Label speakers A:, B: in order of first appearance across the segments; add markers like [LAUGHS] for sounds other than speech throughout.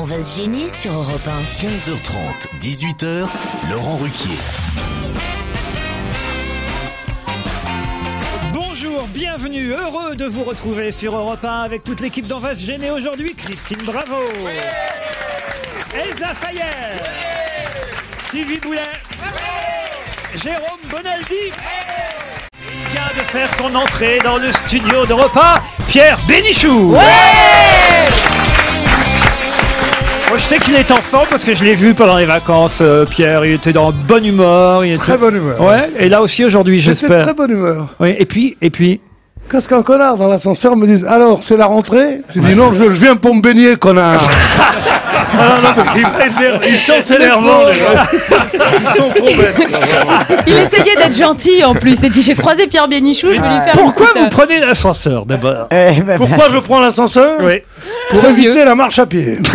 A: On va se gêner sur Europe 1.
B: 15h30, 18h, Laurent Ruquier.
C: Bonjour, bienvenue, heureux de vous retrouver sur Europe 1 avec toute l'équipe d'En va se gêner aujourd'hui. Christine Bravo, Elsa Fayer, Stevie Boulet, Jérôme Bonaldi. vient de faire son entrée dans le studio d'Europe 1, Pierre Bénichou. Moi, je sais qu'il est en forme parce que je l'ai vu pendant les vacances, euh, Pierre. Il était dans bonne humeur. il
D: Très
C: était-
D: bonne humeur.
C: Ouais, et là aussi aujourd'hui,
D: J'étais de
C: j'espère.
D: très bonne humeur.
C: Oui, et puis, et puis.
D: Quand qu'un connard dans l'ascenseur me dit Alors, c'est la rentrée J'ai dit Non, je, je viens pour me baigner, connard. [LAUGHS] Ah non, non, mais il m'énerve. Ils sont
C: énervants, les gens.
D: Ils sont trop bêtes.
E: Il essayait d'être gentil en plus. Il dit J'ai croisé Pierre Bénichou, je vais lui faire.
C: Pourquoi
E: une petite,
C: vous prenez l'ascenseur
D: Eh,
C: d'abord
D: ben, Pourquoi je prends l'ascenseur
C: Oui.
D: Pour éviter la marche à pied.
C: [LAUGHS]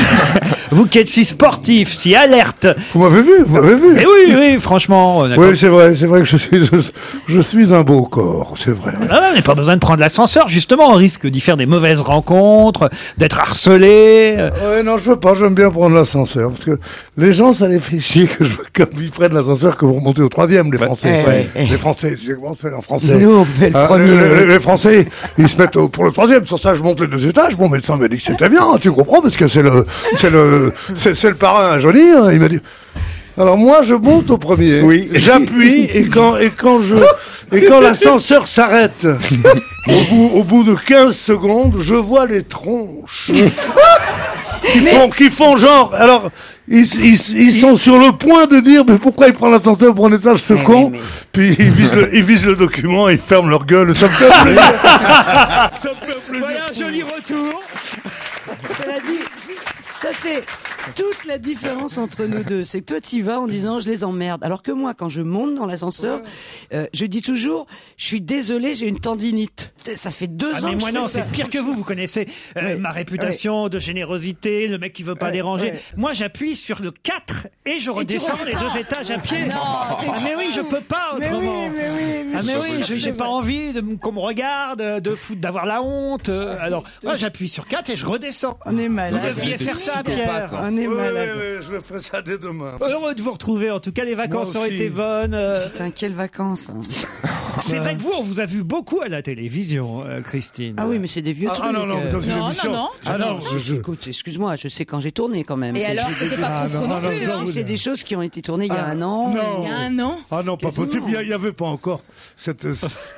C: Vous qui êtes si sportif, si alerte.
D: Vous m'avez vu, vous m'avez vu.
C: Mais oui, oui, franchement. on a
D: Oui, c'est vrai, c'est vrai que je suis, je, je suis un beau corps, c'est vrai.
C: Ah, on n'a pas besoin de prendre l'ascenseur, justement, on risque d'y faire des mauvaises rencontres, d'être harcelé. euh,
D: Ouais, non, je veux pas, j'aime bien prendre l'ascenseur, parce que les gens, ça les fait chier que je, comme ils prennent l'ascenseur que vous remontez au troisième, les Français.
C: ouais,
D: Les Français, j'ai commencé en français.
F: Nous, on fait le
D: Ah,
F: premier,
D: les- les,
F: ouais.
D: les Français, ils se mettent au- pour le troisième, sur ça, je monte les deux étages, mon médecin m'a dit que c'était bien, hein, tu comprends, parce que c'est le, c'est le, c'est, c'est le parrain à Johnny, hein, il m'a dit. Alors moi, je monte au premier. Oui. J'appuie et quand et quand je et quand l'ascenseur s'arrête, au bout, au bout de 15 secondes, je vois les tronches qui font, qui font genre. Alors, ils, ils- ils sont sur le point de dire mais pourquoi ils prennent l'ascenseur pour un étage ce con Puis ils visent, le, ils visent le document, ils ferment leur gueule. Ça me fait plaisir. Ça me fait plaisir.
C: Voilà un joli retour.
F: Cela dit, ça c'est toute la différence entre nous deux. C'est que toi tu vas en disant je les emmerde. Alors que moi, quand je monte dans l'ascenseur, euh, je dis toujours je suis désolé, j'ai une tendinite. Ça fait deux
C: Ah,
F: ans
C: mais
F: que
C: moi,
F: je
C: non,
F: fais ça.
C: c'est pire que vous. Vous connaissez euh,
F: Ouais,
C: ma réputation de générosité, le mec qui veut pas déranger.
F: ouais.
C: Moi, j'appuie sur le 4 et je redescends les
E: redescends.
C: deux étages à pied.
E: Non, t'es
C: ah, mais oui, je peux pas
F: Mais oui,
C: autrement.
F: mais oui, mais
C: Ah mais
F: c'est
C: oui,
F: sûr,
C: je-
F: c'est
C: j'ai pas
F: vrai.
C: envie de m- qu'on me regarde, euh, de foutre, d'avoir la honte. euh, Alors, moi, j'appuie sur 4 et je redescends.
F: On est malade.
C: Vous deviez faire ça, Pierre.
F: On est
D: Ouais, ouais,
F: malade.
D: ouais, je le ferai ça dès demain.
C: Heureux de vous retrouver. En tout cas, les vacances
D: Moi
C: ont
D: aussi.
C: été bonnes. euh,
F: Putain, quelles vacances. hein.
C: C'est vrai que vous, on vous a vu beaucoup à la télévision, euh, Christine.
F: Ah oui, mais c'est des vieux
D: Ah,
F: trucs.
D: ah, non, non,
F: euh.
D: dans une
G: Non,
D: émission.
G: non, non.
D: Ah non, je- je-
F: Écoute, excuse-moi, je sais quand j'ai tourné quand même.
G: Et
F: C'est-
G: alors,
F: c'est-
G: c'était pas
C: Ah,
G: faux non,
D: non,
G: plus.
D: non,
G: hein.
F: c'est- C'est des choses qui ont été tournées il y a
D: Ah,
F: un an.
D: non.
G: Il y a un an.
D: Ah non, pas
F: Quasiment.
D: possible, il n'y avait pas encore
F: [LAUGHS]
D: cette... euh,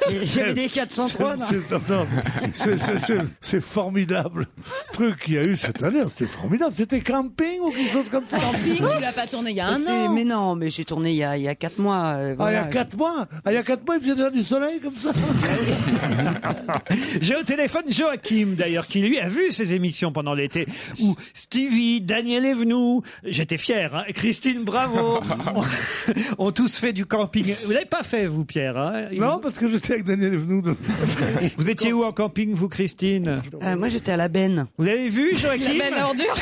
F: Il y avait des 403. non
D: C'est- c'est- non, c'est- c'est- c'est- C'est formidable truc qu'il y a eu cette année. C'était formidable. C'était camping ou quelque chose comme ça.
G: Pink, tu l'as pas tourné il y a un
F: C'est-
G: an.
F: Mais non, mais j'ai tourné il y a, il y a quatre mois. euh,
D: Ah, il y
F: voilà.
D: a quatre mois. Ah, il y a quatre mois, il faisait déjà du soleil comme ça. [LAUGHS]
C: J'ai au téléphone Joachim, d'ailleurs, qui lui a vu ces émissions pendant l'été, où Stevie, Daniel Evenou, j'étais fier, hein, Christine Bravo, ont tous fait du camping. Vous l'avez pas fait, vous, Pierre hein
D: Non, parce que j'étais avec Daniel Evenou. de-
C: Vous étiez où en camping, vous, Christine
F: Euh, moi, j'étais à la benne.
C: Vous
F: [LAUGHS]
C: l'avez vu, Joachim
G: Ben, ordure.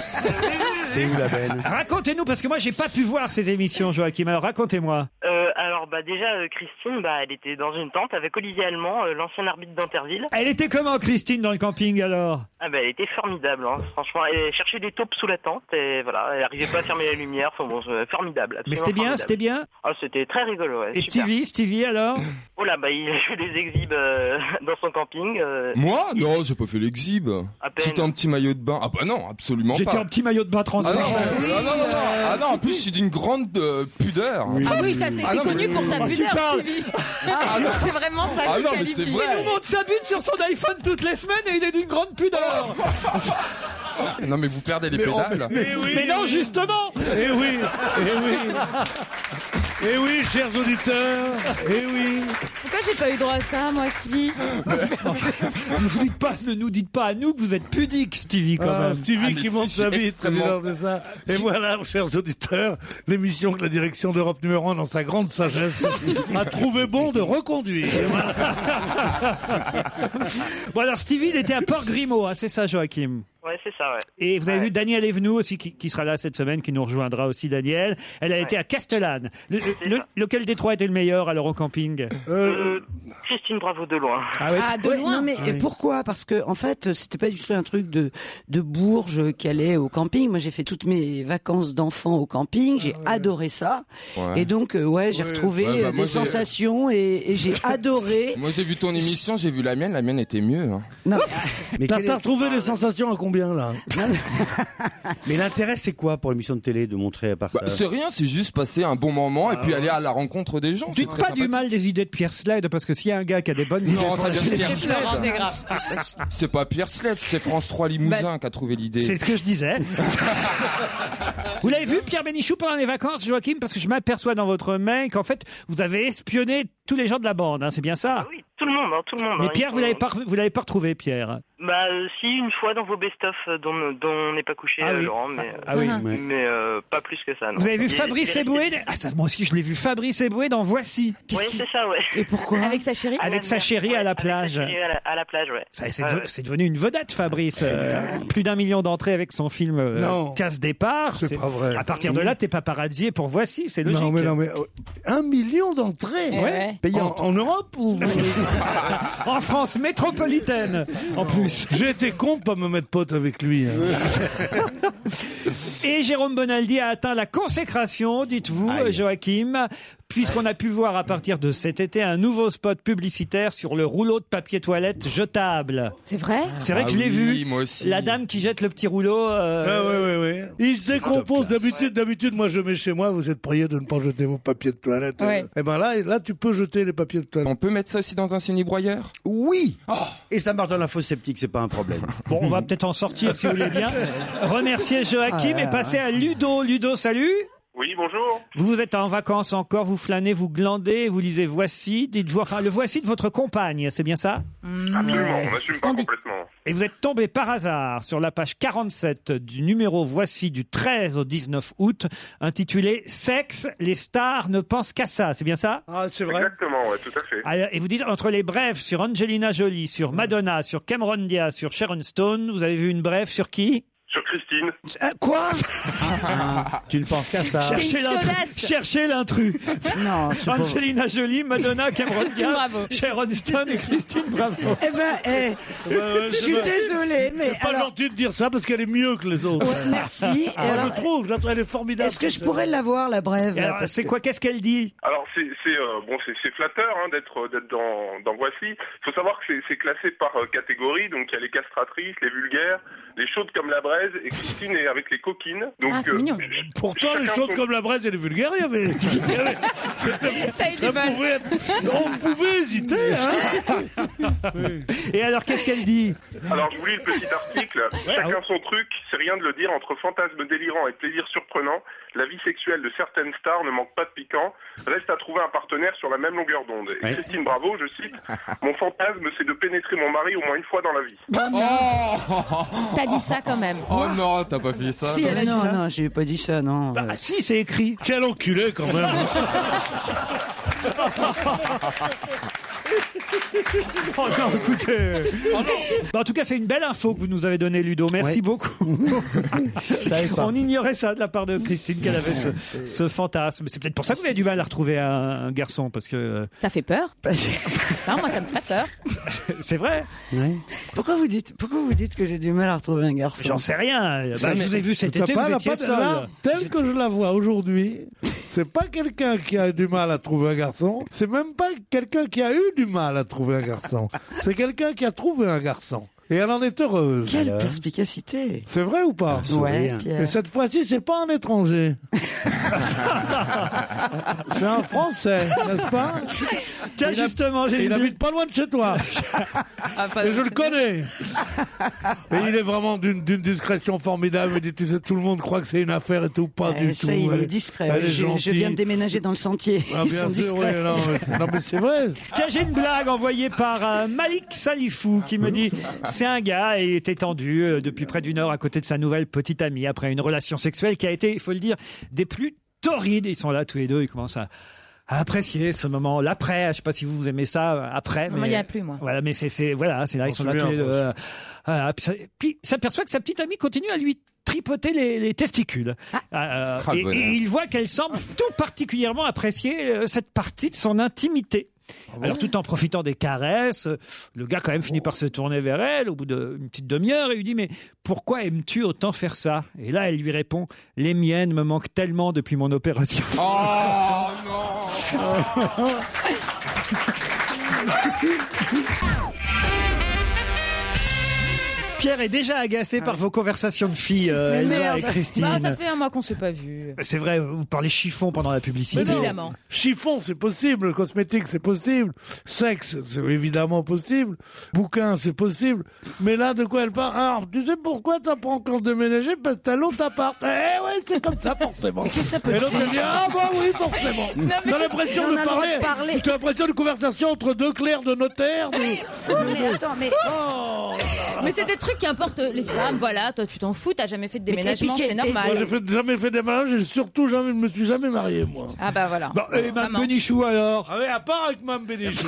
C: Racontez-nous, parce que moi, j'ai pas pu voir ces émissions, Joachim. Alors, racontez-moi.
H: Euh, alors bah déjà euh, Christine bah elle était dans une tente avec Olivier Allemand, euh, l'ancien arbitre d'Interville.
C: Elle était comment, Christine, dans le camping, alors
H: Ah bah elle était formidable hein, franchement elle cherchait des taupes sous la tente et voilà, elle arrivait pas à fermer la lumière, enfin bon euh, formidable.
C: Mais
H: absolument
C: c'était bien,
H: formidable.
C: c'était bien
H: Ah c'était très rigolo ouais.
C: Et
H: super.
C: Stevie, Stevie, alors
H: Oh là bah il a fait des exhibes euh, [LAUGHS] dans son camping euh,
I: Moi
C: [LAUGHS]
I: Non, j'ai pas fait l'exhib.
H: à peine.
I: J'étais en petit maillot de bain. Ah bah non, absolument
C: J'étais en
I: pas.
C: petit maillot de bain
I: Ah non,
C: transparent.
I: ah non, non, non. Ah non, en plus, c'est d'une grande euh, pudeur.
G: Ah oui, ça c'était
I: Ah non, mais-
G: connu pour ta
C: Ah, tu
G: pudeur,
C: parles. Ah,
G: Stevie. [LAUGHS] c'est vraiment ça
I: Ah
G: qui
I: non, mais c'est
G: qualifie.
I: vrai.
C: Il nous montre sa bite sur son iPhone toutes les semaines et il est d'une grande [LAUGHS] pudeur.
I: Ah, Non, mais vous perdez les pédales.
F: Eh
C: mais non, justement.
D: Eh oui, eh oui. Eh oui, chers auditeurs. Eh oui.
G: Pourquoi j'ai pas eu droit à ça, moi, Stevie
C: [LAUGHS] Ne vous dites pas, ne nous dites pas à nous que vous êtes pudique, Stevie, quand
D: Ah,
C: même.
D: Stevie
I: Ah, mais
D: qui monte
I: c'est-
D: sa
I: c'est
D: bite.
I: extrêmement-
D: dis donc, c'est
G: Ah,
D: ça. Et voilà, chers auditeurs, l'émission que la direction d'Europe numéro 1, dans sa grande sagesse, a trouvé bon de reconduire.
C: Bon alors, Stevie, il était à Port Grimaud, hein, c'est ça, Joachim.
H: Ouais, c'est ça ouais.
C: Et vous avez
H: Ouais.
C: vu Daniel Evenou aussi, qui, qui sera là cette semaine, qui nous rejoindra aussi, Daniel. Elle a été à Castellane. Le- le-
H: ça.
C: lequel des trois était le meilleur alors au camping
D: Euh,
J: de Christine Bravo de loin.
F: Ah, de loin. mais et pourquoi Parce que en fait, c'était pas du tout un truc de de Bourges qui allait au camping. Moi, j'ai fait toutes mes vacances d'enfant au camping. J'ai
D: Ah
F: adoré ça.
I: Ouais.
F: Et donc, euh, ouais, j'ai retrouvé
I: Ouais, bah,
F: euh,
I: moi,
F: des
I: j'ai-
F: sensations et, et j'ai
I: [LAUGHS]
F: adoré.
I: Moi j'ai vu ton émission, j'ai vu la mienne, la mienne était mieux. hein.
F: Non,
K: Mais,
D: T'as
K: quel est-
D: t'as retrouvé les sensations à combien là
K: mais l'intérêt, c'est quoi pour l'émission de télé de montrer à part
I: Bah,
K: ça
I: c'est rien, c'est juste passer un bon moment
D: Ah,
I: et puis aller à la rencontre des gens.
C: Dites
I: c'est
C: pas
I: très
C: du
I: sympathique.
C: mal des idées de Pierre Slade, parce que s'il y a un gars qui a des bonnes idées.
I: Non,
C: pour
I: ça
C: la
I: vient de
C: télé-
I: Pierre
E: Florent
I: Sled.
E: Desgraves.
I: C'est pas Pierre Sled, c'est France 3 Limousin qui a trouvé l'idée.
C: Bah, C'est ce que je disais. vous l'avez vu, Pierre Bénichou, pendant les vacances, Joachim, parce que je m'aperçois dans votre mail qu'en fait, vous avez espionné tous les gens de la bande, hein, c'est bien ça
J: Oui, tout le monde, hein, tout le monde.
C: Mais
J: hein,
C: Pierre,
J: ils
C: vous
J: sont-
C: l'avez pas, vous l'avez pas retrouvé, Pierre.
J: Bah, euh, si, une fois dans vos best-of euh, dont, dont on n'est pas couché,
C: Ah
J: euh,
C: oui.
J: Laurent, mais,
C: Ah oui.
J: euh, mais euh, pas plus que ça. non.
C: Vous avez vu
J: Il-
C: Fabrice
J: il est resté-
C: Eboué Ah, ça, moi aussi, je l'ai vu. Fabrice Eboué dans Voici. Qu'est-ce
J: Ouais,
C: qui-
J: c'est ça, ouais.
F: et pourquoi
E: Avec sa chérie
C: Avec sa chérie à la
J: Avec sa
C: plage.
J: chérie Euh. À la, à la plage, ouais.
C: Ça, C'est
J: Ouais,
C: de-
J: ouais.
C: c'est devenu une vedette, Fabrice. Euh, plus d'un million d'entrées avec son film euh,
D: Non.
C: Casse-Départ.
D: C'est pas vrai.
C: À partir de là, t'es paparazzi et pour Voici, c'est logique.
D: Non mais non mais euh, un million
C: Eh
D: d'entrées.
E: Eh Ouais.
D: Payées en, en Europe ou [LAUGHS]
C: En France métropolitaine, en plus.
D: J'ai été con de pas me mettre pote avec lui. hein.
C: Et Jérôme Bonaldi a atteint la consécration, dites-vous, Joachim, puisqu'on a pu voir à partir de cet été un nouveau spot publicitaire sur le rouleau de papier toilette jetable.
E: C'est vrai
C: C'est vrai
I: Ah
C: que je l'ai
I: oui,
C: vu.
I: moi aussi.
C: La dame qui jette le petit rouleau. euh,
D: Ah, ouais, ouais, ouais. Il se décompose d'habitude. D'habitude, moi je mets chez moi. Vous êtes prié de ne pas jeter vos papiers de toilette.
E: Ouais.
D: Et ben là, là tu peux jeter les papiers de toilette.
I: On peut mettre ça aussi dans un cinébroyeur
K: Oui Et ça marche dans l'info sceptique, c'est pas un problème.
C: Bon, on va peut-être en sortir si vous voulez bien. Remercier
E: Ah
C: Joachim et passer à Ludo. Ludo, salut.
J: Oui, bonjour.
C: Vous vous êtes en vacances encore, vous flânez, vous glandez, vous lisez Voici, dites-vous, enfin le voici de votre compagne, c'est bien ça
J: Absolument, on
E: c'est ce
J: n'assume
E: qu'on
J: pas
E: dit.
J: complètement.
C: Et vous êtes tombé par hasard sur la page 47 du numéro Voici du 13 au 19 août, intitulé Sexe, les stars ne pensent qu'à ça, c'est bien ça
D: Ah, c'est vrai.
J: Exactement, ouais, tout à fait.
C: Alors, Et vous dites, entre les brèves sur Angelina Jolie, sur Madonna, sur Cameron Diaz, sur Sharon Stone, vous avez vu une brève sur qui Euh,
J: Sur Christine.
F: Ah, Quoi
K: [LAUGHS] tu ne penses qu'à ça.
E: T'es une
C: l'intrus.
E: chaudasse.
C: Cherchez l'intrus
F: Non, c'est pas vrai.
C: Angelina Jolie, Madonna, Cameron
E: Christine
C: Diaz,
E: Bravo.
C: Sharon Stone et Christine Bravo.
F: Eh ben,
D: euh,
F: eh, je suis désolée, mais
D: C'est pas
F: alors,
D: gentil de dire ça parce qu'elle est mieux que les autres.
F: ouais, merci. Et
D: Moi,
F: alors,
D: je trouve, je la trouve, elle est formidable.
F: est-ce que je pourrais l'avoir la brève
C: Et
F: là,
C: alors,
F: parce
C: C'est
F: que-
C: quoi Qu'est-ce qu'elle dit
J: Alors c'est c'est, euh, bon c'est c'est flatteur hein, d'être d'être dans dans voici. Faut savoir que c'est- c'est classé par euh, catégorie donc il y a les castratrices, les vulgaires, les chaudes comme la braise et Christine est avec les coquines. Donc
E: Ah, c'est
J: euh,
E: mignon.
D: Pourtant, les
J: Chacun
D: choses
J: son-
D: comme la braise et les vulgaires, il y
J: [LAUGHS]
D: avait. [LAUGHS] il y avait- c'était-
E: T'as eu
D: ça
E: du mal.
D: pouvait être- On pouvait hésiter, hein.
C: Et alors, qu'est-ce qu'elle dit
J: Alors je vous lis le petit
D: [LAUGHS]
J: article. Chacun
D: ah
J: son truc, c'est rien de le dire entre fantasmes délirants et plaisirs surprenants. La vie sexuelle de certaines stars ne manque pas de piquant. Reste à trouver un partenaire sur la même longueur d'onde. Et Christine Bravo, je cite, mon fantasme c'est de pénétrer mon mari au moins une fois dans la vie.
E: T'as dit ça quand même.
I: Oh non, t'as pas fait ça.
E: Si, elle a dit
F: Non,
E: ça.
F: non, j'ai pas dit ça, non. euh.
C: Ah si, c'est écrit.
D: Quel enculé, quand
C: [LAUGHS]
D: même. hein.
F: [LAUGHS]
C: Oh non, écoutez. Bah, en tout cas, c'est une belle info que vous nous avez donnée, Ludo. Merci
K: Ouais.
C: beaucoup. On ignorait ça de la part de Christine qu'elle avait ce, ce fantasme. C'est peut-être pour ça que vous avez du mal à retrouver un, un garçon, parce que euh,
E: Ça fait [LAUGHS] peur Non, moi ça me ferait peur.
C: c'est vrai.
F: Pourquoi vous dites, pourquoi vous dites que j'ai du mal à retrouver un garçon
C: J'en sais rien. Bah,
D: Ça,
C: je vous ai
D: mais-
C: vu cet
D: t'as
C: été,
D: pas,
C: vous
D: là,
C: étiez
D: pas de-
C: seul.
D: là, tel que je la vois aujourd'hui, c'est pas quelqu'un qui a eu du mal à trouver un garçon, c'est même pas quelqu'un qui a eu du mal à trouver un garçon, c'est quelqu'un qui a trouvé un garçon. Et elle en est heureuse.
F: Quelle perspicacité
D: C'est vrai ou pas
F: Ouais, Pierre.
D: Et cette fois-ci, c'est pas un
C: [LAUGHS]
D: étranger. c'est un Français, n'est-ce pas
C: Tiens,
D: Il a-
C: justement, j'ai
D: Et
C: une-
D: il habite pas loin de chez
F: [LAUGHS]
D: toi. Et je le connais. Et il est vraiment d'une d'une discrétion formidable. Il dit, tu sais, tout le monde croit que c'est une affaire et tout, pas
F: Eh,
D: du
F: ça,
D: tout.
F: il
D: Elle-
F: est discret.
D: Elle est
F: je, je
D: gentille.
F: viens de déménager dans le sentier.
D: Ah,
F: Ils
D: bien
F: sont
D: sûr,
F: discrets.
D: ouais, non, mais c'est- non, mais c'est vrai.
C: Tiens, j'ai une blague envoyée par euh, Malik Salifou qui me dit c'est un gars, il était tendu euh, depuis près d'une heure à côté de sa nouvelle petite amie après une relation sexuelle qui a été, il faut le dire, des plus torrides. Ils sont là tous les deux, ils commencent à à apprécier ce moment, l'après, je sais pas si vous, vous aimez ça, euh, après.
E: Moi, il y a plus, moi.
C: Voilà, mais c'est, c'est, voilà, c'est là, ils
D: On
C: sont
D: se
C: là
D: met
C: tous les
D: un
C: deux.
D: peu.
C: euh, voilà, puis, ça- puis s'aperçoit que sa petite amie continue à lui tripoter les, les testicules. Euh,
L: Oh,
I: Ah, le
C: et-
I: bonheur.
C: et il voit qu'elle semble tout particulièrement apprécier euh, cette partie de son intimité. Alors tout en profitant des caresses, euh, le gars quand même finit par se tourner vers elle au bout d'une petite demi-heure et lui dit mais pourquoi aimes-tu autant faire ça Et là elle lui répond les miennes me manquent tellement depuis mon opération.
I: Oh non
C: [LAUGHS] Pierre est déjà agacé par vos conversations de filles, euh, Elsa et Christine.
E: Bah, ça fait un mois qu'on s'est pas vu.
C: C'est vrai, vous parlez chiffon pendant la publicité.
E: Évidemment.
D: Chiffon, c'est possible. Cosmétique, c'est possible. Sexe, c'est évidemment possible. Bouquin, c'est possible. Mais là, de quoi elle parle Alors, tu sais pourquoi t'as pas encore déménagé Parce que t'as l'autre appart. Eh ouais, c'est comme ça, forcément.
F: Qu'est-ce que ça peut
D: Et l'autre,
F: dire
D: elle dit, ah bah oui, forcément.
F: Non, mais
D: T'as
F: qu'est-ce-
D: l'impression
F: on
D: de
F: a le droit
D: parler.
F: de parler.
D: T'as l'impression d'une conversation entre deux clercs de notaire. de-
F: Non, mais attends, mais.
E: Oh. Mais c'est des trucs qui importent les femmes, voilà, toi tu t'en fous, t'as jamais fait de
D: t'es
E: déménagement,
D: piqué,
E: c'est
D: t'es- Moi, j'ai
E: normal.
D: fait- jamais fait des mariages et surtout, jamais, je me suis jamais marié, moi.
E: Ah bah voilà. Maman.
C: Benichou alors
D: Ah oui, à part avec Mme [LAUGHS] Bénichou.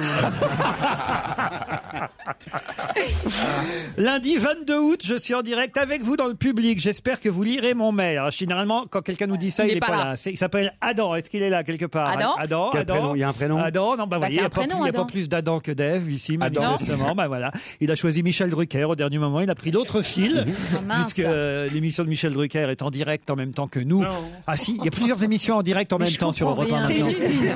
C: Lundi 22 août, je suis en direct avec vous dans le public. J'espère que vous lirez mon mail. Alors, Généralement, quand quelqu'un nous dit ça,
M: Il
C: il,
M: est
C: n'est
M: pas
C: pas là.
M: là.
C: C'est- Il s'appelle Adam. Est-ce qu'il est là quelque part
M: Adam
C: Adam.
M: Quel
C: Adam.
M: prénom Il y a un prénom
C: Adam. Non, bah,
M: Bah,
C: voilà, il
M: c'est
C: n'y
M: un
C: a, pas-
M: prénom,
C: il y a pas
M: Adam.
C: plus d'Adam que d'Ève ici,
M: Adam.
C: manifestement. bah, voilà. Il a choisi Michel Drucker au dernier moment. Il a pris l'autre fil,
M: mince.
C: puisque euh, l'émission de Michel Drucker est en direct en même temps que nous. Ah si, il y a plusieurs émissions en direct en même temps sur Europe 1
F: C'est une
C: maintenant.
F: usine.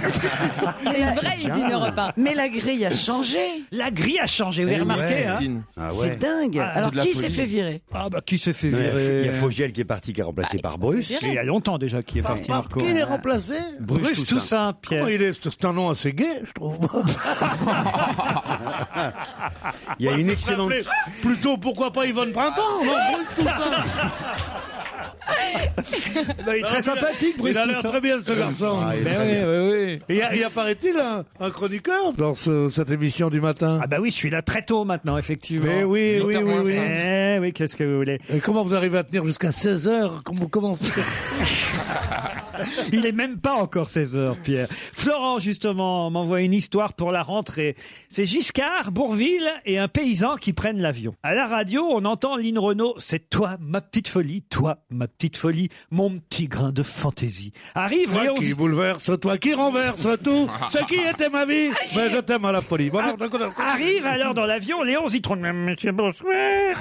E: C'est une vraie
C: bien.
E: usine Europe 1.
F: Mais la grille a changé.
C: La grille a changé, vous avez
F: Eh oui,
C: remarqué hein
F: Christine. Ah ouais. C'est dingue. Alors,
C: c'est de la
F: qui
C: folie.
F: s'est fait virer
C: Ah bah qui s'est fait
M: Non, il y a-
C: virer
M: Il y a Fogiel qui est parti, qui est remplacé par Bruce.
C: virer. Il y a longtemps déjà qui est parti, Marco.
N: euh,
D: Qui est remplacé
M: Bruce Bruce Toussaint. Toussaint,
C: Pierre.
D: Comment Oh, il est C'est un nom assez gay, je trouve.
M: Il y a une excellente.
D: Appelez Plutôt, pourquoi pas Yvonne Printemps non, Bruce [LAUGHS] Toussaint.
C: il est très sympathique, Bruce
D: Il a l'air
C: Toussaint.
D: très bien, ce garçon.
C: Ah, il est Ben très oui, bien. oui,
D: Et il y a- il y a, paraît-il, hein un, un chroniqueur dans ce- cette émission du matin.
C: Ah bah oui, je suis là très tôt maintenant, effectivement.
D: Mais oui, oui, oui, oui.
C: Eh oui, qu'est-ce que vous voulez
D: Et comment vous arrivez à tenir jusqu'à 16h Comment vous commencez
C: [LAUGHS] Il est même pas encore 16 heures, Pierre. Florent, justement, m'envoie une histoire pour la rentrée. C'est Giscard, Bourville et un paysan qui prennent l'avion. À la radio, on entend Lynn Renault. C'est toi, ma petite folie, toi, ma petite folie, mon petit grain de fantaisie. Arrive,
D: Toi
C: et on
D: qui
C: se-
D: bouleverse, toi qui renverse [LAUGHS] tout. Ce qui était ma vie, mais je t'aime à la folie. Bon,
C: Ah,
D: alors, d'accord, d'accord.
C: Arrive alors dans l'avion Léon Zitron. Monsieur, bonsoir.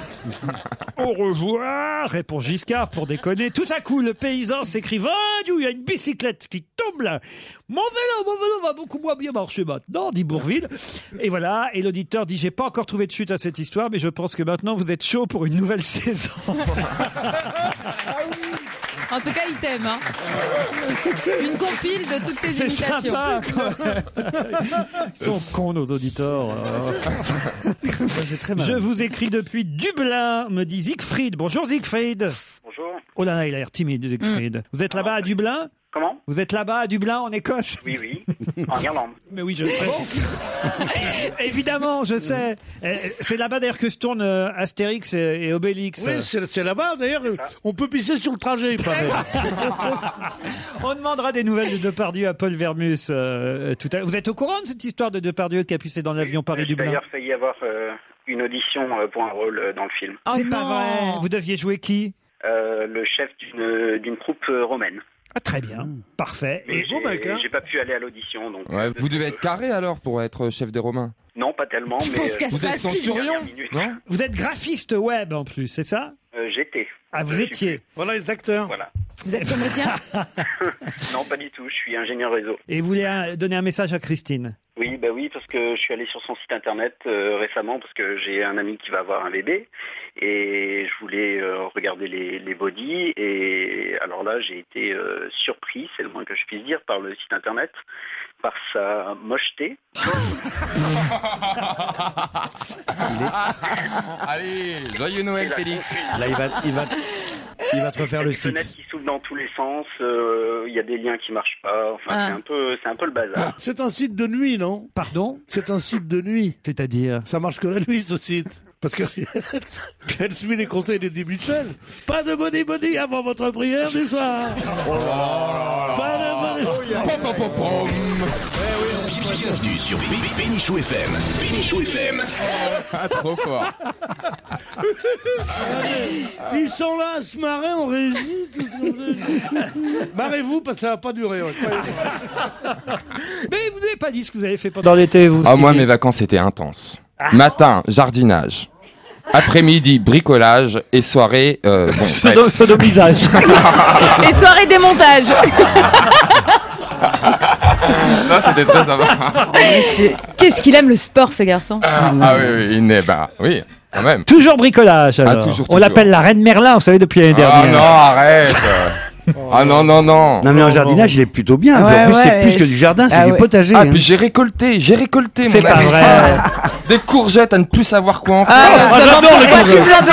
C: Au revoir, répond Giscard pour déconner. Tout à coup, le paysan s'écrie Vendu, il y a une bicyclette qui tombe là. Mon vélo, mon vélo va beaucoup moins bien marcher maintenant, dit Bourville. Et voilà, et l'auditeur dit J'ai pas encore trouvé de chute à cette histoire, mais je pense que maintenant vous êtes chaud pour une nouvelle [LAUGHS] saison.
E: En tout cas, il t'aime. [LAUGHS] Hein. Une compile de toutes tes
C: C'est
E: imitations.
C: sympa, quand même.
E: [LAUGHS]
C: Ils sont cons, nos auditeurs. [LAUGHS] Je vous écris depuis Dublin, me dit Siegfried. Bonjour Siegfried.
O: Bonjour. Mm. Ah,
C: Oh là là, il a l'air timide, Siegfried. Vous êtes là-bas à Dublin
O: Comment
C: Vous êtes là-bas à Dublin, en Écosse
O: Oui, oui.
C: [LAUGHS]
O: En Irlande.
C: Mais oui, je sais. [LAUGHS] Évidemment, je
O: Mm.
C: sais. Euh, C'est là-bas d'ailleurs que se tournent euh, Astérix et et Obélix.
D: Oui, c'est c'est là-bas, d'ailleurs, on peut pisser sur le trajet, il paraît.
C: [LAUGHS] On demandera des nouvelles de Depardieu à Paul Vermus euh, tout à l'heure. Vous êtes au courant de cette histoire de Depardieu qui a pissé dans l'avion
O: J'ai
C: Paris-Dublin
O: d'ailleurs failli avoir euh, une audition euh, pour un rôle euh, dans le film.
I: Oh
C: C'est pas vrai. Vous deviez jouer qui
O: Euh, le chef d'une d'une troupe euh, romaine.
C: Ah, [LAUGHS] Très bien. Parfait.
O: Mais j'ai j'ai pas pu aller à l'audition, donc.
I: Ouais, Vous devez être carré alors pour être chef des
C: [LAUGHS]
I: Romains.
O: Non, pas tellement, mais.
I: penses qu'à
O: euh,
I: Vous ça, êtes Steve. centurion,
O: dernière minute.
C: Vous êtes graphiste web en plus, c'est ça
O: Euh, J'étais.
C: Ah, vous étiez.
D: Voilà les acteurs.
O: Voilà. [LAUGHS]
E: Vous êtes comédien
O: Non, pas du tout. Je suis ingénieur réseau.
C: Et vous voulez euh, donner un message à Christine
O: Oui, bah oui, parce que je suis allé sur son site internet euh, récemment parce que j'ai un ami qui va avoir un bébé et je voulais euh, regarder les, les bodies et alors là j'ai été euh, surpris, c'est le moins que je puisse dire, par le site internet, par sa mocheté.
I: Allez, joyeux Noël, Félix.
M: Là, il va, il va, il va te refaire le
O: Les fenêtres
M: site.
O: qui s'ouvrent dans tous les sens, euh, il y a des liens qui marchent pas, enfin
D: Ah.
O: c'est un peu c'est un peu le bazar.
D: C'est un site de nuit, non
C: Pardon
D: C'est un site de nuit.
C: C'est-à-dire
D: Ça marche que la nuit, ce site. Parce que [LAUGHS] elle suit les conseils d'Eddie Mitchell. Pas de body body avant votre prière du
C: [LAUGHS]
D: soir. Pas de body.
P: Oh, Eh
I: Pom, pom, pom, pom.
P: Bienvenue sur Bé- Bé- Bénichou FM. Bénichou FM.
I: Ah, Trop fort.
D: Ils sont là à se marrer en régie. tout le- Marrez-vous parce que ça va pas durer. ouais, croyez-moi.
C: Mais vous n'avez pas dit ce que vous avez fait pendant l'été, vous
I: Ah, moi,
C: Stevie
I: mes vacances étaient intenses.
C: Ah.
I: Matin, jardinage. Après-midi, bricolage. Et soirée,
C: [LAUGHS]
I: euh, bon,
C: Sodo-
I: bref. [LAUGHS]
C: sodomisage.
Q: [LAUGHS] Et soirée démontage.
C: [LAUGHS]
I: Là, c'était très sympa.
Q: Qu'est-ce qu'il aime le sport, ce garçon
I: ah oui, oui, il n'est bah, oui, quand même. Ah,
C: Toujours bricolage. alors.
I: toujours,
C: On
I: toujours.
C: l'appelle la reine Merlin, vous savez, depuis l'année
I: Ah
C: dernière. [LAUGHS]
I: non, arrête. Ah non, non, non.
M: Non mais en jardinage il est plutôt bien.
I: Ouais,
M: en plus
I: ouais,
M: c'est plus que du
I: c'est-
M: jardin, c'est
I: ah
M: du
I: ouais.
M: potager. hein.
I: Ah, puis j'ai récolté, j'ai récolté.
M: C'est
I: mon
M: pas
I: ami. Ah.
M: vrai.
I: Des courgettes à ne plus savoir quoi en faire.
C: Ah, ah, j'adore les
D: [LAUGHS]
C: courgettes.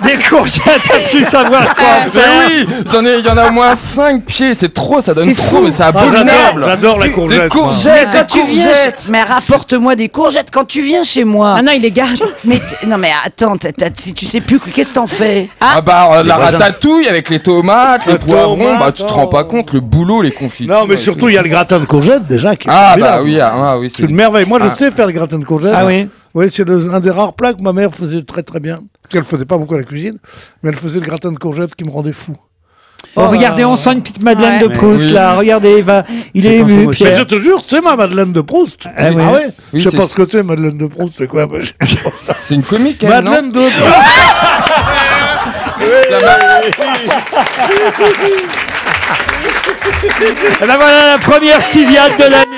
C: [LAUGHS] Des courgettes à plus savoir quoi en
I: Mais
C: faire.
I: Ah, ben oui, j'en ai, il y en a au moins 5 pieds, c'est trop, ça donne
F: C'est
I: trop,
F: fou.
I: mais c'est
F: Ah, j'adore,
I: abominable.
F: j'adore les
I: Des-
F: courgettes,
I: Des
F: moi.
I: courgettes,
F: Mais
I: des
F: quand tu viens
I: courgettes.
F: chez- Mais rapporte-moi des courgettes quand tu viens chez moi. Ah non, il les garde. [LAUGHS] Mais t- non, mais attends, t'as- t'as- si tu sais plus, qu'est-ce que t'en fais
I: Ah, bah euh, la
F: Les voisins.
I: ratatouille avec les tomates, les
F: Les
I: poivrons,
F: tomates,
I: bah tu te rends pas compte, le boulot, les confitures.
D: oh. Non, mais surtout, il y a le gratin de courgettes déjà. Qui est
I: Ah, bah
D: formidable.
I: oui, ah, ah, oui,
D: C'est une merveille. Moi,
I: Ah.
D: je sais faire le gratin de courgettes.
I: Ah oui
D: Oui, c'est le- un des rares plats que ma mère faisait très très bien. Parce qu'elle faisait pas beaucoup à la cuisine, mais elle faisait le gratin de courgettes qui me rendait fou.
C: Oh, regardez, on sent une petite Madeleine de
D: Ouais.
C: Proust
D: Oui.
C: là. Regardez, il, va, il est ému.
D: Mais
C: Pierre.
D: je te jure, c'est ma Madeleine de Proust.
C: Ah oui. Oui,
D: Je
C: c'est-
D: pense que c'est Madeleine de Proust, c'est quoi bah, je-
I: C'est une comique, elle,
D: Madeleine de Proust.
C: [LAUGHS]
I: [LAUGHS]
C: Eh ben voilà la première Stiviade de l'année.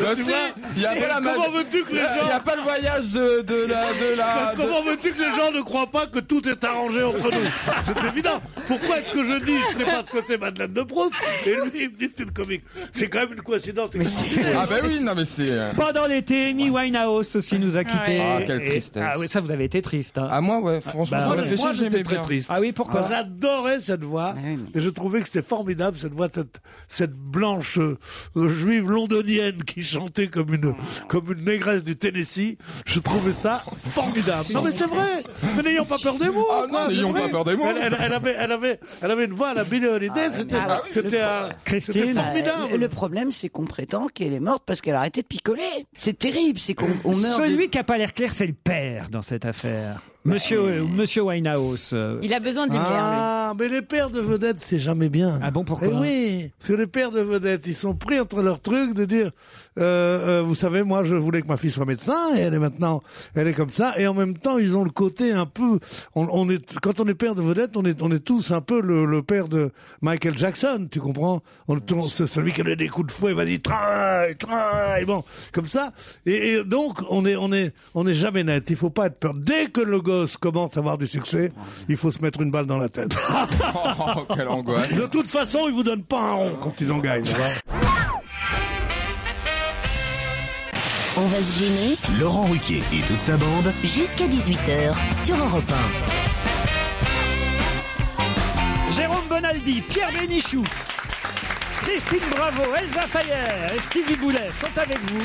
D: Hein Comment veux-tu que les gens.
I: Il n'y a pas le voyage de, la.
D: Comment veux-tu que les gens ne croient pas que tout est arrangé entre nous C'est évident. Pourquoi est-ce que je dis je sais pas ce que c'est Madeleine de Proust et lui il me dit que c'est une comique C'est quand même une coïncidence.
I: Ah, bah oui, non, mais c'est. euh,
C: Pendant l'été, Amy Winehouse aussi nous a quittés.
I: Ah, quelle
C: Et-
I: tristesse.
C: Ah oui, ça vous avez été triste. Hein.
I: Ah moi, ouais, franchement,
C: Bah,
I: ça m'a
C: ouais.
I: fait chier, j'aimais bien.
C: Ah oui, pourquoi
D: Moi, J'adorais cette voix et je trouvais que c'était formidable cette voix, cette, cette blanche euh, euh, juive londonienne qui chantait comme une, comme une négresse du Tennessee. Je trouvais ça formidable. Non mais c'est vrai. Mais n'ayons pas peur des mots. quoi,
I: Ah non,
D: c'est
I: n'ayons
D: vrai.
I: pas peur des mots.
D: Elle, elle- elle avait, elle avait, elle avait une voix à la Billie Holiday. C'était, c'était un- c'était
F: Euh,
D: formidable.
F: le- Le problème, c'est qu'on prétend qu'elle est morte parce qu'elle a arrêté de picoler. C'est terrible, c'est qu'on on meurt. de-
C: Celui qui a pas l'air clair, c'est le père dans cette affaire. Monsieur,
I: Ah,
C: euh, Monsieur Winehouse. euh,
E: Il a besoin d'une bière.
D: Ah, mais les pères de vedettes, c'est jamais bien. Ah
C: bon, pourquoi
D: Eh oui, parce que les pères de vedettes, ils sont pris entre leurs trucs de dire, euh, euh, vous savez, moi, je voulais que ma fille soit médecin, et elle est maintenant, elle est comme ça, et en même temps, ils ont le côté un peu, on, on est, quand on est père de vedettes, on est, on est tous un peu le, le père de Michael Jackson, tu comprends on, on- C'est celui qui a des coups de fouet, vas-y, travaille, travaille, bon, comme ça. Et, et donc, on est, on est, on est jamais net. Il faut pas être peur. Dès que le gosse commence à avoir du succès, il faut se mettre une balle dans la tête.
I: Oh, quelle angoisse.
D: De toute façon, ils vous donnent pas un rond quand ils en gagnent. alors.
B: On va se gêner
P: Laurent Ruquier et toute sa bande.
B: jusqu'à 18h sur Europe
C: Jérôme Bonaldi, Pierre Bénichou, Christine Bravo, Elsa Fayer et Stevie Boulet sont avec vous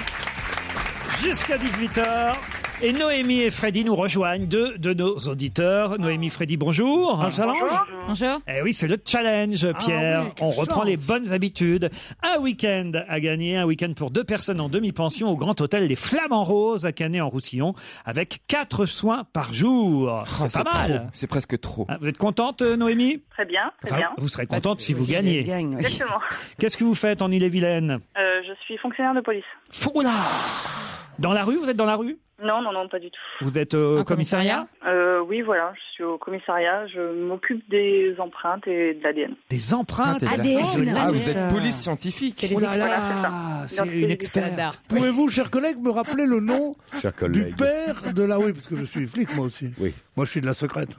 C: jusqu'à 18h. Et Noémie et Freddy nous rejoignent, deux de nos auditeurs. Noémie, Freddy, bonjour. Un challenge
E: Bonjour.
C: Eh oui, c'est le challenge,
I: Ah
C: Pierre.
E: oui, quelle
C: On reprend
E: chance.
C: les bonnes habitudes. Un week-end à gagner, un week-end pour deux personnes en demi-pension au Grand Hôtel Les Flamants Roses à Canet-en-Roussillon, avec quatre soins par jour.
I: Ah,
C: c'est pas mal.
I: trop, C'est presque trop.
C: Ah, Vous êtes contente, euh, Noémie
R: Très bien, très
C: Enfin,
R: bien.
C: Vous serez contente si vous
F: si
C: gagnez.
F: elle gagne, oui.
R: Exactement.
C: Qu'est-ce que vous faites en Ille-et-Vilaine
R: Euh, je suis fonctionnaire de police.
C: Dans la rue Vous êtes dans la rue
R: Non, non, non, pas du tout.
C: Vous êtes euh, au commissariat
R: Euh, Oui, voilà, je suis au commissariat. Je m'occupe des empreintes et de l'ADN.
C: Des empreintes
I: Ah, t'es de la-
C: ADN.
I: Ah, vous êtes police scientifique.
C: Oh là là, c'est une experte.
D: Pouvez-vous, chers collègues, me rappeler le nom du père de la... Oui, parce que je suis flic, moi aussi. Oui. Moi, je suis de la secrète.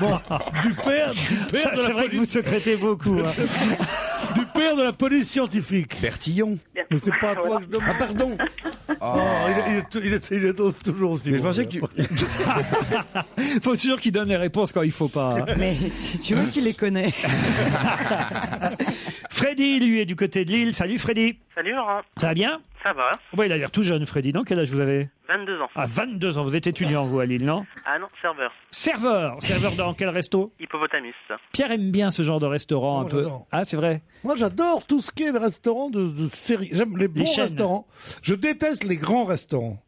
D: Bon, du père, du père
C: Ça,
D: de la
C: C'est vrai que vous
D: police...
C: secrétez beaucoup. hein.
D: Du père de la police scientifique. Bertillon. Mais c'est pas à toi que je demande. Ah, pardon. il, est, il, est, il est toujours aussi. Mais je pensais que
C: Faut sûr qu'il donne les réponses quand il faut pas.
I: [LAUGHS]
C: hein.
F: Ah, Mais tu- tu vois qu'il les
C: [LAUGHS]
F: connaît.
C: Freddy, lui, est du côté de Lille. Salut Freddy.
K: Salut Laurent.
C: Ça va bien
K: Ça va.
C: Oui, il a l'air tout jeune, Freddy. Non, quel âge vous avez
K: 22 ans.
C: Ah, 22 ans. Vous êtes étudiant, vous, à Lille, non
K: Ah non, serveur.
C: Serveur. Serveur dans quel resto
K: Hippopotamus.
C: Pierre aime bien ce genre de restaurant un
D: Oh,
C: peu.
D: j'adore.
C: Ah, c'est vrai
D: Moi, j'adore tout ce qui est le restaurant de, de série. J'aime les bons
C: chaînes. Ah
D: restaurants. Je déteste les grands restaurants.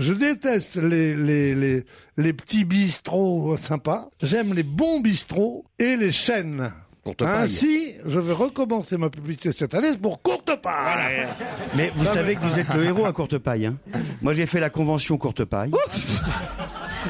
D: je déteste les, les, les, les petits bistrots sympas. J'aime les bons bistrots et les chaînes.
M: Courte paille.
D: Ainsi, je vais recommencer ma publicité cette année pour courte paille.
M: Mais vous
D: Non,
M: savez
D: mais-
M: que vous êtes le héros à courte paille. hein. Moi, j'ai fait la convention courte paille.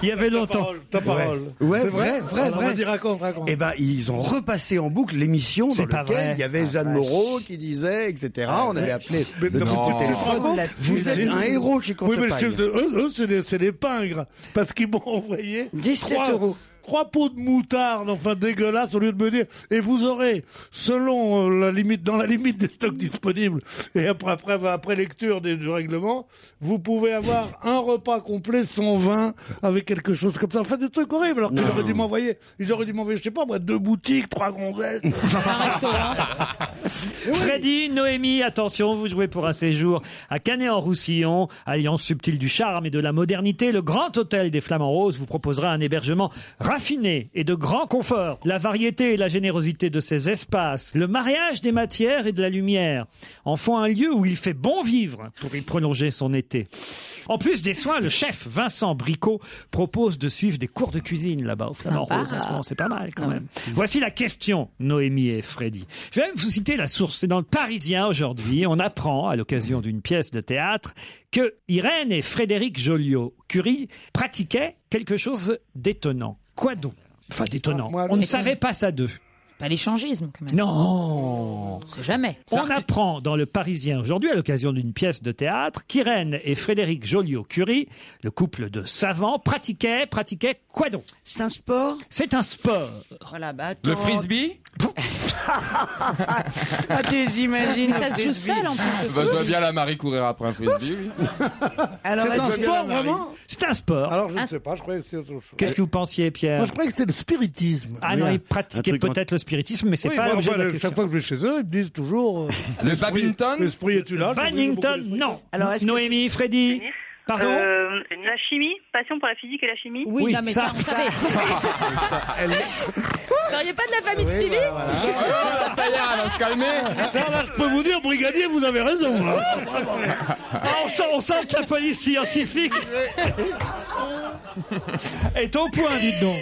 C: Il y avait longtemps.
D: Ta parole.
M: Ouais, Ouais,
D: C'est
M: vrai,
D: Alors,
M: vrai, vrai.
D: Vas-y, raconte, raconte.
M: Eh ben, ils ont repassé en boucle l'émission
D: C'est
M: dans
D: pas vrai.
M: laquelle il y avait
D: Ah,
M: Jeanne
D: vache.
M: Moreau qui disait, etc. On avait appelé le
D: Mais non,
M: petit
D: tu- tu- tu te rends
M: téléphone.
D: compte
M: Oh. Vous êtes un héros chez
D: Oui, mais
M: Courtepaille.
D: c'est- eux, eux, c'est des, c'est des pingres. Parce qu'ils m'ont envoyé
M: 17
D: trois-
M: euros.
D: Trois pots de moutarde, enfin dégueulasse, au lieu de me dire, et vous aurez, selon euh, la limite, dans la limite des stocks disponibles, et après, après, après lecture des- du règlement, vous pouvez avoir un repas complet sans vin, avec quelque chose comme ça. Enfin, des trucs horribles, alors qu'ils
M: Non.
D: auraient dû m'envoyer, ils auraient dû m'envoyer, je sais pas, moi, deux boutiques,
M: [LAUGHS]
D: trois gondettes.
C: Freddy, Noémie, attention, vous jouez pour un séjour à Canet-en-Roussillon, alliance subtile du charme et de la modernité. Le grand hôtel des Flamands Roses vous proposera un hébergement raffiné et de grand confort. La variété et la générosité de ses espaces, le mariage des matières et de la lumière en font un lieu où il fait bon vivre pour y prolonger son été. En plus des soins, le chef Vincent Bricot propose de suivre des cours de cuisine là-bas aux Flamands
S: Sympa.
C: Roses en ce moment. C'est pas mal quand même. Ah Voici la question, Noémie et Freddy. Je vais même vous citer la source. C'est dans le Parisien aujourd'hui. On apprend, à l'occasion d'une pièce de théâtre, que Irène et Frédéric Joliot-Curie pratiquaient quelque chose d'étonnant. Quoi donc Enfin, d'étonnant. On ne savait pas ça d'eux.
E: Pas l'échangisme, quand même.
C: Non
E: C'est jamais.
C: on apprend dans le Parisien aujourd'hui, à l'occasion d'une pièce de théâtre, qu'Irène et Frédéric Joliot-Curie, le couple de savants, pratiquaient, pratiquaient quoi donc
F: C'est un sport
C: C'est un sport.
F: Voilà, bah,
C: Le
F: attends.
C: frisbee
F: Ah, tu les imagines.
E: Mais ça se joue
F: frisbee.
E: seul, en plus.
I: Bah, je vois bien la Marie courir après un frisbee.
D: [LAUGHS]
I: oui. [LAUGHS]
F: Alors,
D: C'est un
F: est-ce que-
D: sport, vraiment
C: C'est un sport.
D: Alors, je
F: Ah.
D: ne sais pas, je croyais que c'était autre chose.
C: [LAUGHS] Qu'est-ce que vous pensiez, Pierre
D: Moi, je croyais que c'était le spiritisme.
C: Ah
D: Mais
C: non,
D: un-
C: ils pratiquaient
D: un truc
C: peut-être le spiritisme, mais c'est
D: Oui,
C: pas
D: moi,
C: l'objet
D: enfin,
C: de la
D: le-
C: question. [LAUGHS]
D: Chaque fois que je vais chez eux, ils me disent toujours. euh,
I: Le
D: l'esprit-
I: badminton
D: L'esprit est-tu là je vais vous dire
C: Bannington, non.
F: Alors, est-ce que
C: Noémie, Freddy, pardon
D: [LAUGHS]
R: Euh, la chimie, passion pour la physique et la chimie.
E: Oui, non, mais ça, on savait.
C: [LAUGHS]
E: Vous
D: Ah,
E: seriez pas de la famille de Stevie
C: bah,
I: Ah, Ça y est, elle va se calmer.
D: Ça, là, je peux vous dire, brigadier, vous avez raison. là.
C: Ah, on, sent, on sent que la police
D: [LAUGHS]
C: scientifique est au point, dites donc.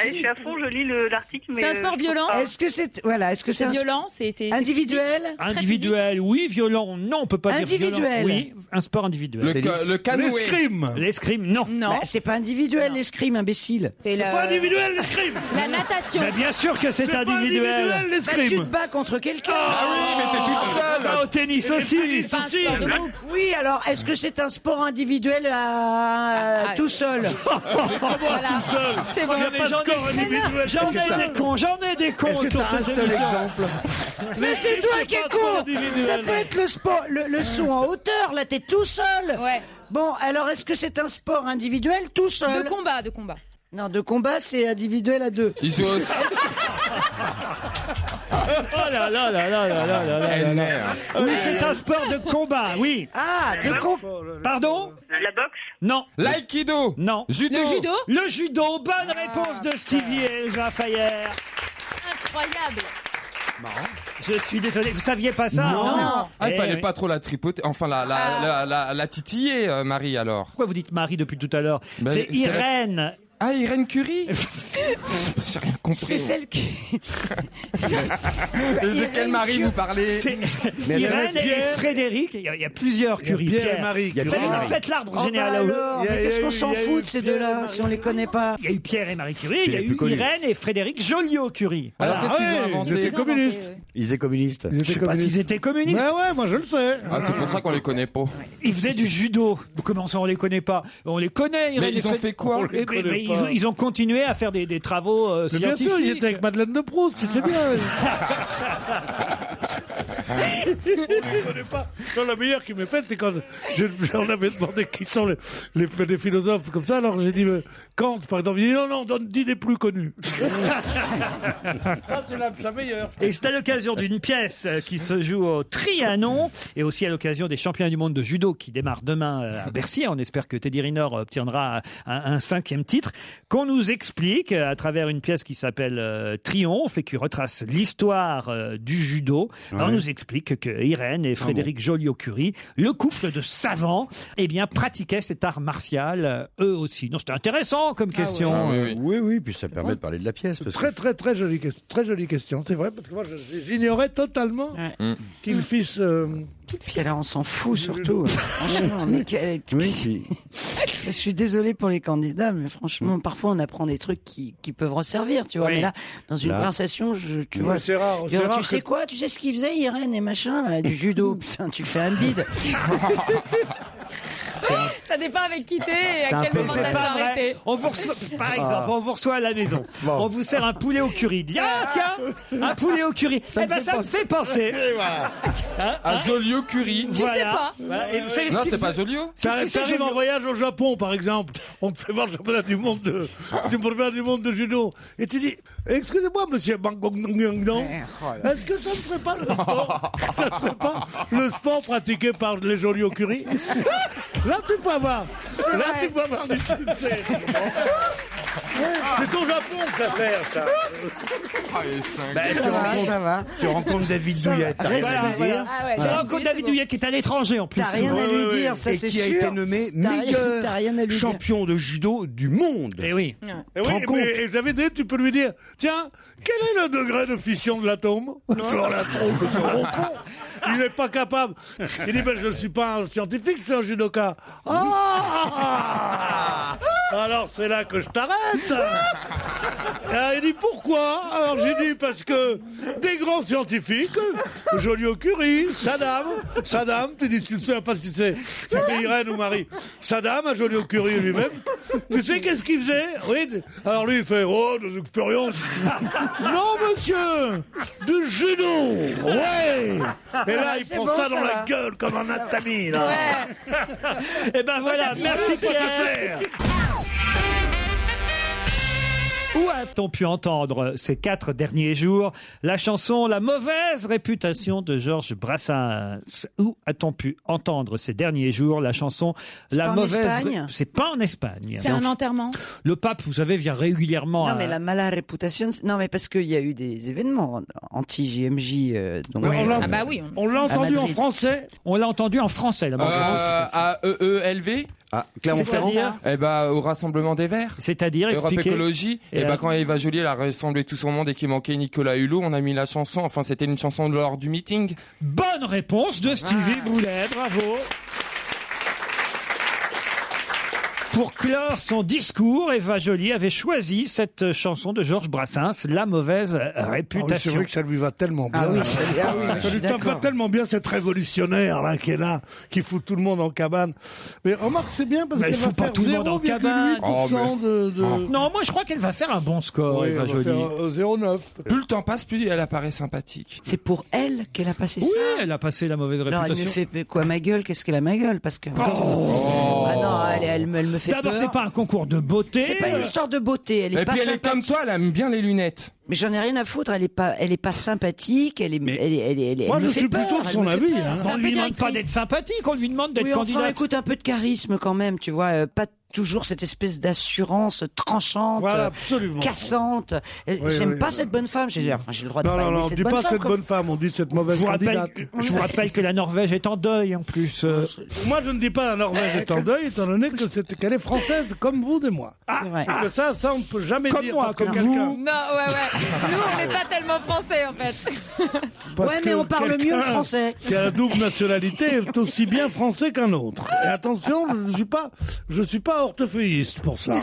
R: Allez, je suis à fond, je lis le- l'article. mais,
E: C'est un
R: euh,
E: sport
R: je comprends
E: violent
R: pas.
F: Est-ce que c'est voilà, est-ce que c'est
E: C'est
F: un-
E: violent, c'est c'est- c'est
F: Individuel
E: physique, très
C: Individuel, oui, violent, non, on peut pas dire
F: Individuel.
C: violent. Oui, un sport individuel.
I: Le ca- le canoë. L'escrime.
C: L'escrime, non.
E: Non.
F: Bah, c'est pas individuel l'escrime, imbécile.
E: C'est le-
D: Pas individuel, l'escrime.
E: La natation.
C: Mais bien sûr que c'est
D: C'est pas individuel,
C: individuel.
F: Bah, tu te
D: l'escrime.
F: bats contre quelqu'un.
I: Ah oui, mais t'es toute seule.
C: Bah, au tennis aussi.
E: C'est un sport de groupe.
F: Oui, alors est-ce que c'est un sport individuel à...
E: ah,
F: tout seul
E: Voilà. C'est bon.
D: Il n'y a
C: Mais
D: pas de
C: j'en ai-
D: score individuel.
C: J'en ai des cons, j'en ai des cons.
M: Est-ce que
C: autour
M: t'as
C: de
M: un
C: cette
M: seul
C: émission.
M: exemple
F: Mais c'est toi qui es con Ça peut être le sport, le, le son en hauteur, là t'es tout seul
E: Ouais.
F: Bon, alors est-ce que c'est un sport individuel tout seul
E: De combat, de combat.
F: Non, de combat, c'est individuel à deux.
I: Ils jouent aussi.
C: [LAUGHS] Oh là là là là là Oh là là là là là.
I: NR.
C: Oui, c'est un sport de combat, oui.
F: Ah, de combat
C: Pardon
R: La boxe,
C: Non.
I: L'aïkido.
C: Non.
I: Judo.
E: Le judo
C: Le judo, bonne réponse de Stevie et Elsa Fayer.
E: Incroyable.
C: Je suis désolé, vous saviez pas ça
I: Non.
C: hein
I: Ah, il
C: Eh
I: fallait
C: oui.
I: pas trop la tripoter. Enfin, la, la, la,
E: Ah.
I: la- la titiller, euh, Marie, alors.
C: Pourquoi vous dites Marie depuis tout à l'heure
I: Ben,
C: C'est
I: c'est-
C: Irène.
I: Ah, Irène
C: [LAUGHS]
I: Curie J'ai rien
F: C'est
I: compris.
F: celle
I: [LAUGHS]
F: qui...
I: De quel mari vous parlez
C: C'est-
M: Mais elle
C: Irène
M: s'appelle
C: et
M: Pierre.
C: Frédéric. Il y a, il y a plusieurs
D: Il y a
C: Curie.
D: Pierre et Marie,
C: Il y a
D: Curie
C: Faites-
D: et Marie.
C: Faites l'arbre
F: Oh, bah
C: généalogique.
F: alors,
D: Il y a-
F: mais
D: il y a
F: qu'est-ce
D: eu-
F: qu'on s'en
D: il y a
F: fout
D: eu
F: de ces
D: Pierre et
F: deux-là
D: Marie.
F: si on les connaît pas
C: Il y a eu Pierre et Marie Curie.
M: C'est
C: Il y a
M: les plus
C: eu
M: connus.
C: Irène et Frédéric Joliot-Curie.
I: Alors, qu'est-ce qu'ils
D: Ah ouais,
I: ont
D: ils
I: inventé
D: étaient communistes.
M: Ils étaient communistes.
D: Ils
C: Je
D: étaient
C: sais pas s'ils
D: communistes.
C: étaient
D: Ouais,
C: communistes.
D: ouais, moi je le sais.
I: Ah, c'est pour ça qu'on les connaît pas.
C: Ils faisaient du judo. Comment ça, on les connaît pas On les connaît. Irène
I: Mais
C: et
I: ils ont
C: Fréd-
I: fait quoi
C: Eh ben,
D: connaît
C: mais ils,
D: pas.
C: ont, ils ont continué à faire des, des travaux euh,
D: Mais bien
C: scientifiques. [LAUGHS]
D: sûr, ils étaient avec Madeleine de Proust, tu sais bien. Je connais pas. Non, la meilleure qui m'est faite, c'est quand je, je leur avais demandé qui sont les, les, les philosophes comme ça. Alors j'ai dit euh, Kant, par exemple. Il dit non, non, donne 10 des plus connus. ça, c'est la, sa meilleure.
C: Et c'est à l'occasion d'une pièce euh, qui se joue au Trianon et aussi à l'occasion des championnats du monde de judo qui démarrent demain euh, à Bercy. On espère que Teddy Riner obtiendra euh, un, un cinquième titre qu'on nous explique euh, à travers une pièce qui s'appelle euh, Triomphe et qui retrace l'histoire euh, du judo. Alors, On nous explique que Irène et Frédéric Joliot-Curie, le couple de savants, eh bien, pratiquaient cet art martial euh, eux aussi. Non, c'était intéressant comme question.
M: Ah oui, euh, oui. puis ça permet de parler de la pièce. Parce
D: Très, très, très jolie, que- très jolie question. C'est vrai, parce que moi, je- j'ignorais totalement
M: Mm.
D: qu'il fiche. euh,
F: Alors on s'en fout
D: [LAUGHS]
M: [LAUGHS]
F: surtout. franchement, mais quel- Je suis désolée pour les candidats, mais franchement, parfois on apprend des trucs qui, qui peuvent resservir, tu vois. Mais là, dans une
M: Là.
F: conversation, je, tu
M: Ouais,
F: vois,
M: c'est rare,
F: tu
M: c'est
F: vois,
M: rare
F: tu sais
M: que-
F: quoi, tu sais ce qu'il faisait Irène et machin là, du
D: [LAUGHS]
F: judo, putain, tu fais un bide.
E: Ça dépend avec qui t'es et
C: C'est
E: à
C: un
E: quel
C: peu-
E: moment
C: c'est
E: t'as
C: pas vrai.
E: s'arrêté.
C: On vous reçoit, [LAUGHS] par exemple, on vous reçoit à la maison. On vous sert un poulet au curry. Dis, Ah, tiens, un poulet au curry. eh ben, ça me fait [LAUGHS] penser. Hein,
I: À
C: hein
I: Ah, Joliot Curie.
C: Tu sais Voilà. pas. Voilà. Et c'est-
I: Non,
C: c'est-
I: c'est pas Joliot.
D: Ça
I: Si, si, c'est
D: arrive en
I: Joliot.
D: voyage au Japon, par exemple. [LAUGHS] On te fait voir le championnat du monde de,
I: Ah.
D: du championnat du monde de judo. Et tu dis, excusez-moi, monsieur Bangong-Nong-Nong,
I: oh
D: est-ce que ça ne serait pas le sport, [LAUGHS] [LAUGHS] ça ne serait pas le sport pratiqué par les jolies au curry? [LAUGHS] Là, tu peux avoir. C'est Là, vrai. tu peux avoir
I: [LAUGHS]
D: du succès. C'est au Japon que ça sert, ça.
I: Ah,
M: Ben,
C: Ça
M: tu,
C: va,
M: rencontres,
C: ça va.
M: tu rencontres David Douillet. t'as rien
C: Voilà,
M: à lui
C: voilà.
M: dire.
C: Tu rencontres David Douillet qui est à l'étranger en plus.
M: Ah T'as rien à lui dire, ça,
C: Et
M: c'est
C: qui a
M: sûr.
C: été nommé
M: T'as rien-
C: meilleur [LAUGHS]
M: t'as rien à lui dire.
C: champion
M: de judo du monde.
C: Eh oui.
D: Et
M: Te
D: oui,
M: rends
D: mais-
M: compte
D: et David Douillet, tu peux lui dire, tiens, quel est le degré de fission de l'atome? [LAUGHS] Sur la trompe, ce gros con. Il n'est pas capable. Il dit, ben, je ne suis pas un scientifique, je suis un judoka. Ah Alors, c'est là que je t'arrête. Ah, il dit, pourquoi Alors, j'ai dit, parce que des grands scientifiques, Joliot Curie, Saddam, Saddam, tu dis, tu ne sais pas si c'est, si c'est Irène ou Marie. Saddam, à Joliot Curie lui-même, tu sais qu'est-ce qu'il faisait Oui. d- Alors, lui, il fait, oh, des expériences. non, monsieur Du judo Ouais Et là, il
C: Ah, C'est
D: prend
C: bon,
D: ça dans
C: ça
D: la
C: va.
D: gueule comme un atami, là.
C: Et Eh ben voilà,
D: tapis.
C: merci Pierre. Où a-t-on pu entendre ces quatre derniers jours la chanson La mauvaise réputation de Georges Brassens Où a-t-on pu entendre ces derniers jours la chanson La
F: pas en
C: mauvaise
F: Espagne
C: ré- C'est pas en Espagne.
E: C'est un enterrement.
C: Le pape, vous savez, vient régulièrement.
F: Non
C: à-
F: mais la mala réputation, c'est- non mais parce qu'il y a eu des événements anti JMJ. euh, donc,
C: Ouais, on l'a- Ah
E: bah oui, on-
D: on l'a
F: à
D: entendu en
F: Madrid.
D: français.
C: On l'a entendu en français là.
I: Euh, A E E L V.
M: Ah,
C: C'est-à-dire
I: Eh ben, au rassemblement des Verts.
C: C'est-à-dire
I: Europe
C: expliquer-
I: Écologie.
C: Et
I: Et,
C: alors
I: ben, quand Eva Jolie, elle a rassemblé tout son monde et qu'il manquait Nicolas Hulot, on a mis la chanson. Enfin, c'était une chanson lors du meeting.
C: Bonne réponse de Stevie
D: Ah.
C: Boulet, bravo. Pour clore son discours, Eva Jolie avait choisi cette chanson de Georges Brassens, La mauvaise
D: Ah oui, c'est
C: réputation.
D: vrai que ça lui va tellement bien.
C: Ah oui, ça- ah oui, je
D: Euh, ça
C: suis
D: lui tape
C: d'accord.
D: pas tellement bien cette révolutionnaire là qui est là, qui fout tout le monde en cabane. Mais remarque, c'est bien parce
C: Mais
D: qu'elle
C: elle
D: va
C: fout pas
D: faire
C: tout le monde en
D: 0,8%
C: cabane. Oh, mais-
D: de,
F: Ah,
D: de...
C: Non, moi je crois qu'elle va faire un bon score,
D: Oui,
C: Eva
D: elle va
C: Jolie.
D: faire, euh, 0,9.
I: Plus le temps passe, plus elle apparaît sympathique.
F: C'est pour elle qu'elle a passé
C: Oui,
F: ça.
C: elle a passé la mauvaise
F: Non, elle me
C: réputation.
F: fait mais quoi ma gueule Qu'est-ce qu'elle a ma gueule Parce que ah non, elle, elle, elle me fait
C: D'abord,
F: peur.
C: c'est pas un concours de beauté.
F: C'est pas une histoire de beauté. Elle est
I: Et
F: pas
I: puis elle est
F: sympathique.
I: comme toi, elle aime bien les lunettes.
F: Mais j'en ai rien à foutre. Elle est pas, elle est pas sympathique. Elle est, elle, est- elle, est- elle, est-
D: Moi,
F: elle me
D: je
F: fait
D: suis
F: peur,
D: plutôt de
F: elle
D: son
F: me fait
D: avis,
F: peur.
D: hein.
C: On lui demande pas d'être sympathique, on lui demande d'être
F: Oui,
C: candidat.
F: enfin, écoute, un peu de charisme quand même, tu vois. euh, pas toujours cette espèce d'assurance tranchante,
D: Voilà,
F: euh,
D: absolument.
F: cassante. Euh,
D: Oui,
F: J'aime
D: oui,
F: pas
D: oui.
F: cette bonne femme. J'ai enfin, j'ai le droit de
D: Non,
F: pas
D: non,
F: aimer
D: non, on
F: cette
D: dit
F: bonne
D: pas
F: femme,
D: cette
F: quoi.
D: bonne femme, on dit cette mauvaise
C: je, vous rappelle,
D: candidate.
C: je vous rappelle que la Norvège est en deuil en plus. euh.
D: Moi, je ne dis pas la Norvège est en deuil, étant donné que c'est- qu'elle est française, comme vous et moi.
F: C'est vrai.
D: Et que ça, ça, on ne peut jamais
C: Ah, Comme
D: dire
C: moi,
D: parce que
C: comme
D: quelqu'un-
C: vous.
E: Non, ouais, Ah ouais. Nous, on n'est pas tellement français, en fait.
C: [LAUGHS]
D: Parce
F: Ouais,
D: que
F: mais on parle
D: quelqu'un
F: mieux le français.
D: [LAUGHS] Qui a la double nationalité est aussi bien français qu'un autre. Et attention, je ne suis pas, je suis pas orthophéiste pour ça.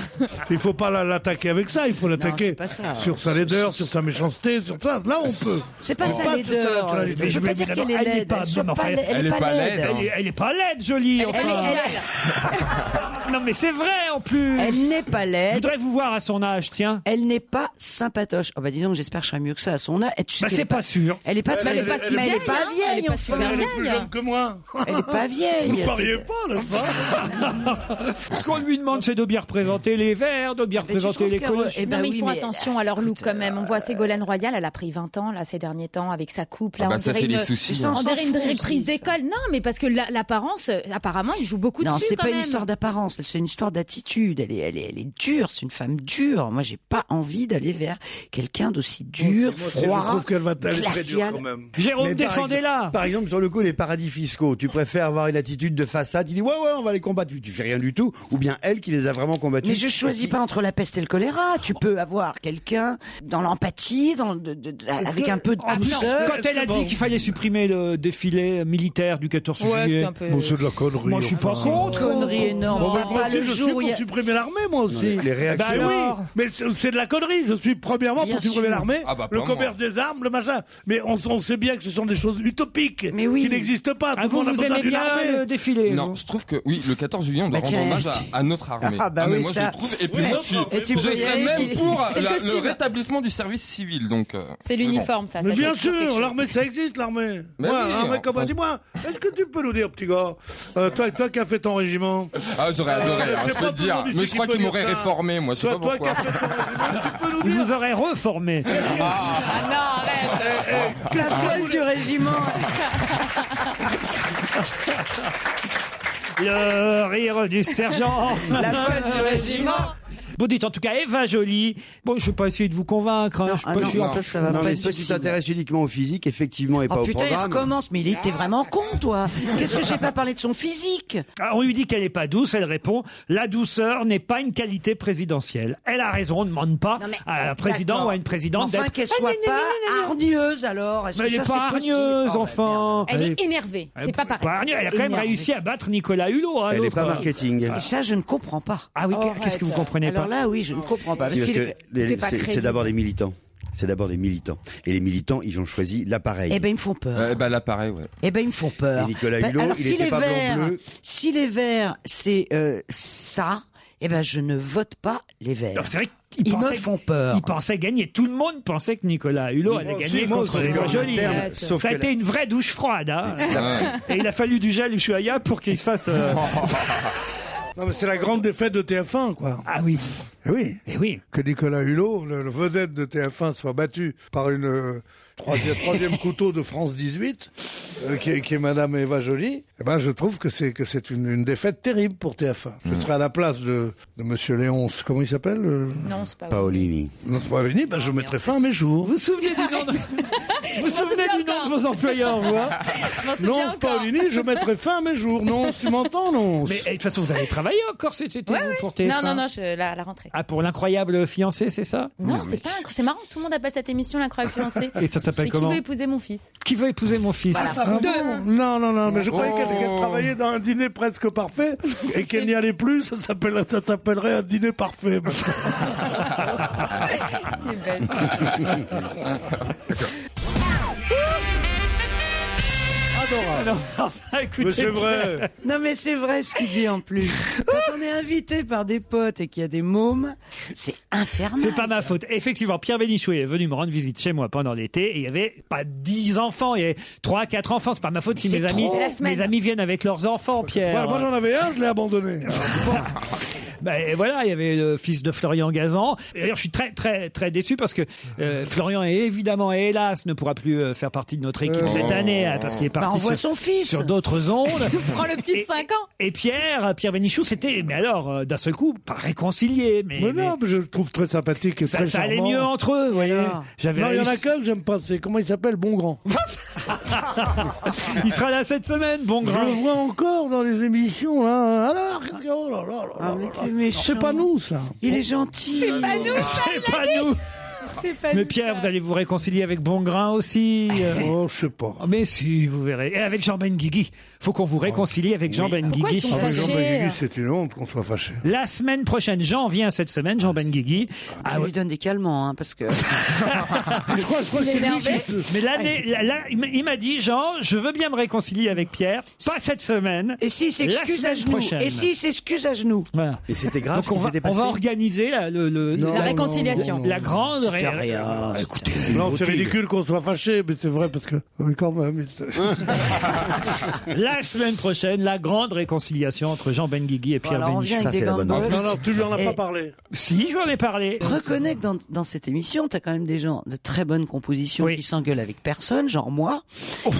D: Il faut pas la- l'attaquer avec ça. Il faut
F: c'est
D: l'attaquer
F: pas ça.
D: sur sa laideur, sur sa méchanceté, sur ça. Là, on peut.
F: C'est pas
D: On
F: sa
D: peut sur
F: laideur,
D: sa nationalité.
F: mais je veux
D: Mais
F: pas dire
D: évidemment,
F: qu'elle est
D: elle
F: laide,
D: pas
F: elle
D: bonne,
F: soit
D: mais
F: pas
D: enfin,
F: laide. Elle est pas laide,
I: hein.
C: Elle, est- elle est pas laide, jolie.
E: Elle est
C: enfin.
E: familiale.
C: [LAUGHS] Non mais c'est vrai en plus.
F: Elle n'est pas laide. Je
C: voudrais vous voir à son âge, tiens.
F: Elle n'est pas sympatoche. Ah bah dis donc, j'espère que je serai mieux que ça à son âge. Et tu sais
C: Bah,
F: qu'elle
C: c'est
F: est
C: pas sûr.
F: Elle est pas
C: Mais
F: très-
C: elle est pas si
F: mais elle est
C: vieille,
F: pas
C: hein.
F: vieille.
C: Elle est pas
F: enfin.
C: super
D: Elle est plus jeune que moi.
F: Elle est pas vieille.
D: Vous pariez pas, là
C: Ce qu'on lui demande, c'est de bien représenter les verts, de bien représenter
E: euh,
C: les couleurs.
E: non, eh ben mais euh, ils font attention à leur look quand même. On voit Ségolène Royal, elle a pris 20 ans là ces derniers temps avec sa coupe. Là,
I: Ah bah,
E: on
I: ça,
E: dirait
I: c'est les
E: une,
I: soucis,
E: on
I: hein.
E: dirait
I: Ça, on
E: une
I: s'en fout,
E: reprise d'école. Non, mais parce que la- l'apparence, euh, apparemment, ils jouent beaucoup
F: Non,
E: dessus
F: c'est
E: quand
F: pas
E: même.
F: une histoire d'apparence, c'est une histoire d'attitude. Elle est, elle est, elle est dure, c'est une femme dure. Moi, j'ai pas envie d'aller vers quelqu'un d'aussi
M: Oh,
F: dur, froid,
M: Je trouve qu'elle va aller très dur
F: glacial.
M: quand même.
C: Jérôme,
M: Mais par
C: descendez
M: exemple-
C: là.
M: Par exemple, sur le coup des paradis fiscaux, tu préfères avoir une attitude de façade, il dit ouais, ouais, on va les combattre, tu, tu fais rien du tout, ou bien elle qui les a vraiment combattus.
F: Mais je choisis pas entre la peste et le choléra. Tu peux avoir quelqu'un dans l'empathie, dans le- de- de- de- avec un peu de
C: En plus,
F: douceur.
C: quand elle a dit qu'il fallait supprimer le défilé militaire du 14
F: Ouais, c'est
C: juillet,
F: un peu- Bon, c'est de
C: la connerie. Moi, je suis pas
F: enfin.
C: contre.
F: Connerie énorme.
D: Bon, bah,
F: Pas
D: moi aussi,
F: le
D: je
F: jour
D: suis
F: où
D: pour
F: il y a-
D: supprimer l'armée, moi
M: Non,
D: aussi.
M: mais les réactions.
D: Bah
M: Alors
D: oui, mais c'est- c'est de la connerie. Je suis premièrement
M: Bien
D: pour supprimer
M: sûr.
D: l'armée,
M: Ah bah, pas
D: le
M: moi.
D: commerce des armes, le machin. Mais on, on sait bien que ce sont des choses utopiques qui n'existent pas. Tout
C: Ah,
D: le
C: vous,
D: monde a
C: vous
D: besoin
C: aimez
D: d'une
C: bien
D: armée.
C: le défilé
I: Non,
C: vous
I: je trouve que oui, le 14 juillet, on doit
C: Bah,
I: rendre
C: tiens,
I: hommage à,
C: je-
I: à notre armée.
C: Ah, bah
I: mais
C: oui,
I: moi
C: ça.
I: je trouve. Et puis
C: Oui.
I: moi, je, suis-
C: Et tu
I: je
C: voyais
I: serais
C: qu'il-
I: même pour
D: C'est le
I: la- le
D: costume.
I: rétablissement du service civil, donc. euh,
E: C'est
I: mais bon.
E: l'uniforme, ça.
D: Mais
E: ça
D: bien
E: veut dire quelque
D: sûr,
E: chose.
D: l'armée, ça existe, l'armée.
I: Mais
D: Moi,
I: oui,
D: armée,
I: enfin-
D: comment dis-moi, est-ce que tu peux nous dire, petit gars, euh, toi, toi qui as fait ton régiment
I: Ah, j'aurais adoré, hein, je peux te dire. Mais je crois qu'ils m'auraient réformé, moi, je sais pas pourquoi.
C: Il vous aurait reformé.
E: Ah non, arrête.
F: La
M: Ah.
F: folle du régiment.
C: Le rire du sergent.
F: La folle du régiment.
C: Vous dites en tout cas Eva Jolie. Bon, je vais pas essayer de vous convaincre. hein, je suis
F: ah
C: pas sûr.
M: Ah Non, mais si tu t'intéresses uniquement au physique, effectivement, et pas
F: Oh
M: au
F: putain, il
M: programme.
F: recommence, mais il était vraiment con, toi. Qu'est-ce que j'ai pas parlé de son physique
C: Ah, on lui dit qu'elle n'est pas douce, elle répond La douceur n'est pas une qualité présidentielle. Elle a raison, on ne demande pas à un président
F: D'accord.
C: ou à une présidente
F: Enfin,
C: d'être- Ah,
F: qu'elle soit pas hargneuse, alors. Est-ce
C: Mais
F: que
C: elle
F: ça,
C: n'est
F: c'est
C: pas
F: possible
C: hargneuse,
F: Oh, bah,
C: enfin
E: Elle est énervée. C'est pas pareil.
C: Pas hargneuse, elle a quand même
E: Énervée.
C: réussi à battre Nicolas Hulot. hein,
M: Elle est pas
C: l'autre.
M: marketing.
C: Ah.
F: Ça, je ne comprends pas. Oh,
C: Ah oui,
F: Arrête.
C: qu'est-ce que vous comprenez
F: Alors
C: pas
F: là, oui, je ne comprends pas.
M: Si,
F: Oh, bah, Parce
M: parce
F: qu'il
M: que
F: est-
M: les-
F: il est pas
M: c'est-
F: crédible.
M: c'est d'abord des militants. C'est d'abord des militants. Et les militants, ils ont choisi l'appareil.
F: Eh ben, ils me font peur.
I: Euh, bah, l'appareil, ouais.
F: Eh ben, ils me font peur.
M: Et Nicolas
F: Ben,
M: Hulot,
F: alors,
M: Bah, il
F: si
M: était
F: les
M: pas
F: verts,
M: blanc-bleu.
F: si les verts, c'est euh, ça, eh ben, je ne vote pas les verts.
C: Non, c'est vrai qu'ils
F: ils, me
C: pensaient-
F: font peur.
C: Ils pensaient gagner. Tout le monde pensait que Nicolas Hulot
F: Moi
C: allait
F: aussi,
C: gagner
F: moi
C: contre
F: aussi,
C: Eva
F: en
C: Jolie.
F: interne,
C: Ouais.
F: sauf
C: Ça a
F: que
C: été
F: la-
C: une vraie douche froide. hein.
M: Ouais.
C: Et il a fallu du gel Ushuaïa pour qu'il se fasse. euh, [LAUGHS]
D: Non, mais c'est la grande défaite de TF1, quoi. Eh
C: Ah oui. Eh
D: oui.
C: oui.
D: Que Nicolas Hulot, le, le vedette de TF1, soit battu par une euh,
C: [LAUGHS]
D: troisième, troisième couteau de France 18, euh, qui, est- qui est Madame Eva Joly. Eh ben, je trouve que c'est que c'est une, une défaite terrible pour TF1.
C: Hmm.
D: Je serai à la place de, de Monsieur Léonce. Comment il s'appelle euh,
E: Non, c'est pas.
M: Paolini.
D: Non, c'est pas Aveni,
C: Ah,
D: ben, je mettrai fin à mes jours.
C: Vous vous souvenez
E: Ah,
C: du nom de, vous vous souvenez du nom de vos employeurs, vous hein
D: Non, Paolini, je
C: [LAUGHS]
D: mettrai fin à mes jours. Non, tu m'entends, non
C: Mais eh, de toute façon, vous avez travaillé encore cet été
E: Ouais,
C: vous,
E: ouais.
C: pour TF1
E: Non, non, non, je, la, la rentrée.
C: Ah, pour l'incroyable fiancé, c'est ça
E: Non, c'est pas. incro- C'est marrant. Tout le monde appelle cette
C: [LAUGHS]
E: émission l'incroyable fiancée.
C: Et ça s'appelle
E: C'est
C: comment
E: Qui veut épouser mon fils
C: Qui veut épouser mon fils
D: Ah bon non, non, non, mais je croyais qu'elle qu'elle travaillait dans un dîner
E: [LAUGHS]
D: presque parfait et qu'elle n'y allait plus, ça s'appelle- ça s'appellerait un
E: [LAUGHS]
D: dîner parfait.
E: Il est
D: [LAUGHS]
E: belle.
M: Ah,
C: Adorable. [LAUGHS] bah,
D: Mais c'est vrai.
F: Non mais c'est vrai ce qu'il dit en plus. Quand on est invité par des potes et qu'il y a des mômes, c'est infernal.
C: C'est pas ma faute. Effectivement, Pierre Bénichou est venu me rendre visite chez moi pendant l'été et il y avait pas 10 enfants, il y avait 3 4 enfants, c'est pas ma faute si
D: C'est
C: mes amis
D: trop.
E: La semaine.
C: mes amis viennent avec leurs enfants, Pierre. Eh,
D: Moi, moi, j'en avais un, je l'ai abandonné. Ah,
C: Ben, et voilà, il y avait le fils de Florian Gazan. Et D'ailleurs, je suis très, très, très déçu parce que euh, Florian, évidemment, et hélas, ne pourra plus euh, faire partie de notre équipe
F: Euh,
C: cette
F: oh.
C: année hein, parce qu'il est
F: Bah,
C: parti
F: envoie
C: sur,
F: son fils.
C: sur d'autres ondes.
E: Prends le petit de 5 ans.
C: Et Pierre, Pierre Bénichou, c'était, mais alors, euh, d'un seul coup, pas réconcilié, mais,
D: Mais
C: mais
D: non, mais je le trouve très sympathique et
C: ça,
D: très
C: ça allait
D: charmant.
C: mieux entre eux, vous voyez.
D: Ah.
C: J'avais
D: Non, il y en a
C: réussi.
D: qu'un que j'aime pas, c'est comment il s'appelle
C: [LAUGHS]
D: Bon Grand.
C: Il sera là cette semaine, bon
D: Je
C: grand.
D: le vois encore dans les émissions. là. Alors, qu'est-ce que- oh là là là là
F: Ah, mais
D: là
F: c'est
D: là.
F: méchant.
D: C'est pas nous, ça.
F: Il est
C: [LAUGHS]
F: gentil.
E: C'est pas nous, ça, il
C: C'est pas nous. Mais Pierre, vous allez vous réconcilier avec Bongrain aussi. euh.
D: [LAUGHS] Oh, je sais pas.
C: Ah, Mais si, vous verrez. Et avec Jean Benguigui. faut qu'on vous réconcilie avec Jean Benguigui.
T: c'est une honte qu'on soit fâché.
C: La semaine prochaine, Jean vient cette semaine, Jean Benguigui. Ah,
F: lui donne des calmants, hein, parce que.
C: [LAUGHS] je crois, je crois que
F: Il est
C: c'est lui
F: énervé.
C: qui- Mais l'année, là, là, il m'a- il m'a dit, Jean, je veux bien me réconcilier avec Pierre, pas cette semaine.
F: Et s'il s'excuse à genoux. Et s'il s'excuse à genoux.
C: Voilà.
M: Et c'était grave ce
C: on
M: qui
C: va,
M: s'était
C: on
M: passé
C: va organiser la, le-
F: euh,
C: le-
M: Non,
C: la-
M: non, réconciliation. non, non.
C: La grande
M: C'était
C: ré-
M: rien, écoutez.
D: Non, c'est
M: Au tigre.
D: ridicule qu'on soit fâché, mais c'est vrai parce que. Oui, quand même.
C: Hein La semaine prochaine, la grande réconciliation entre Jean Benguigui et Pierre
F: Voilà, on vient
C: Bénichou.
F: avec des gants de boxe. Et-
C: Si, j'en ai parlé.
F: Reconnecte dans, dans cette émission, t'as quand même des gens de très bonne composition qui s'engueulent avec personne, genre moi.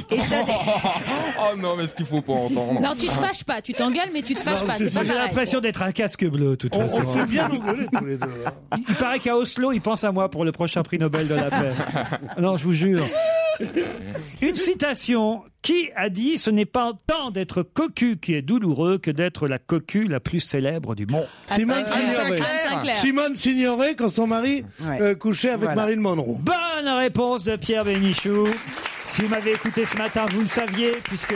F: Et t'as des-
I: [LAUGHS] oh non, mais ce qu'il faut pas entendre.
Q: Non, tu te fâches pas, tu t'engueules, mais tu te fâches pas.
C: J'ai
Q: C'est pas pareil.
C: l'impression d'être un casque bleu, de toute façon.
D: On s'est bien engueulés tous les deux. hein.
C: Il, il paraît qu'à Oslo, ils pensent à moi pour le prochain prix Nobel de la paix. non, je vous jure. Une citation. Qui a dit ce n'est pas tant d'être cocu qui est douloureux que d'être la cocu la plus célèbre du monde
D: Simone Signoret. Simone Signoret quand son mari euh, couchait avec
C: Voilà.
D: Marilyn Monroe.
C: Bonne réponse de Pierre Bénichou. Si vous m'avez écouté ce matin, vous le saviez, puisque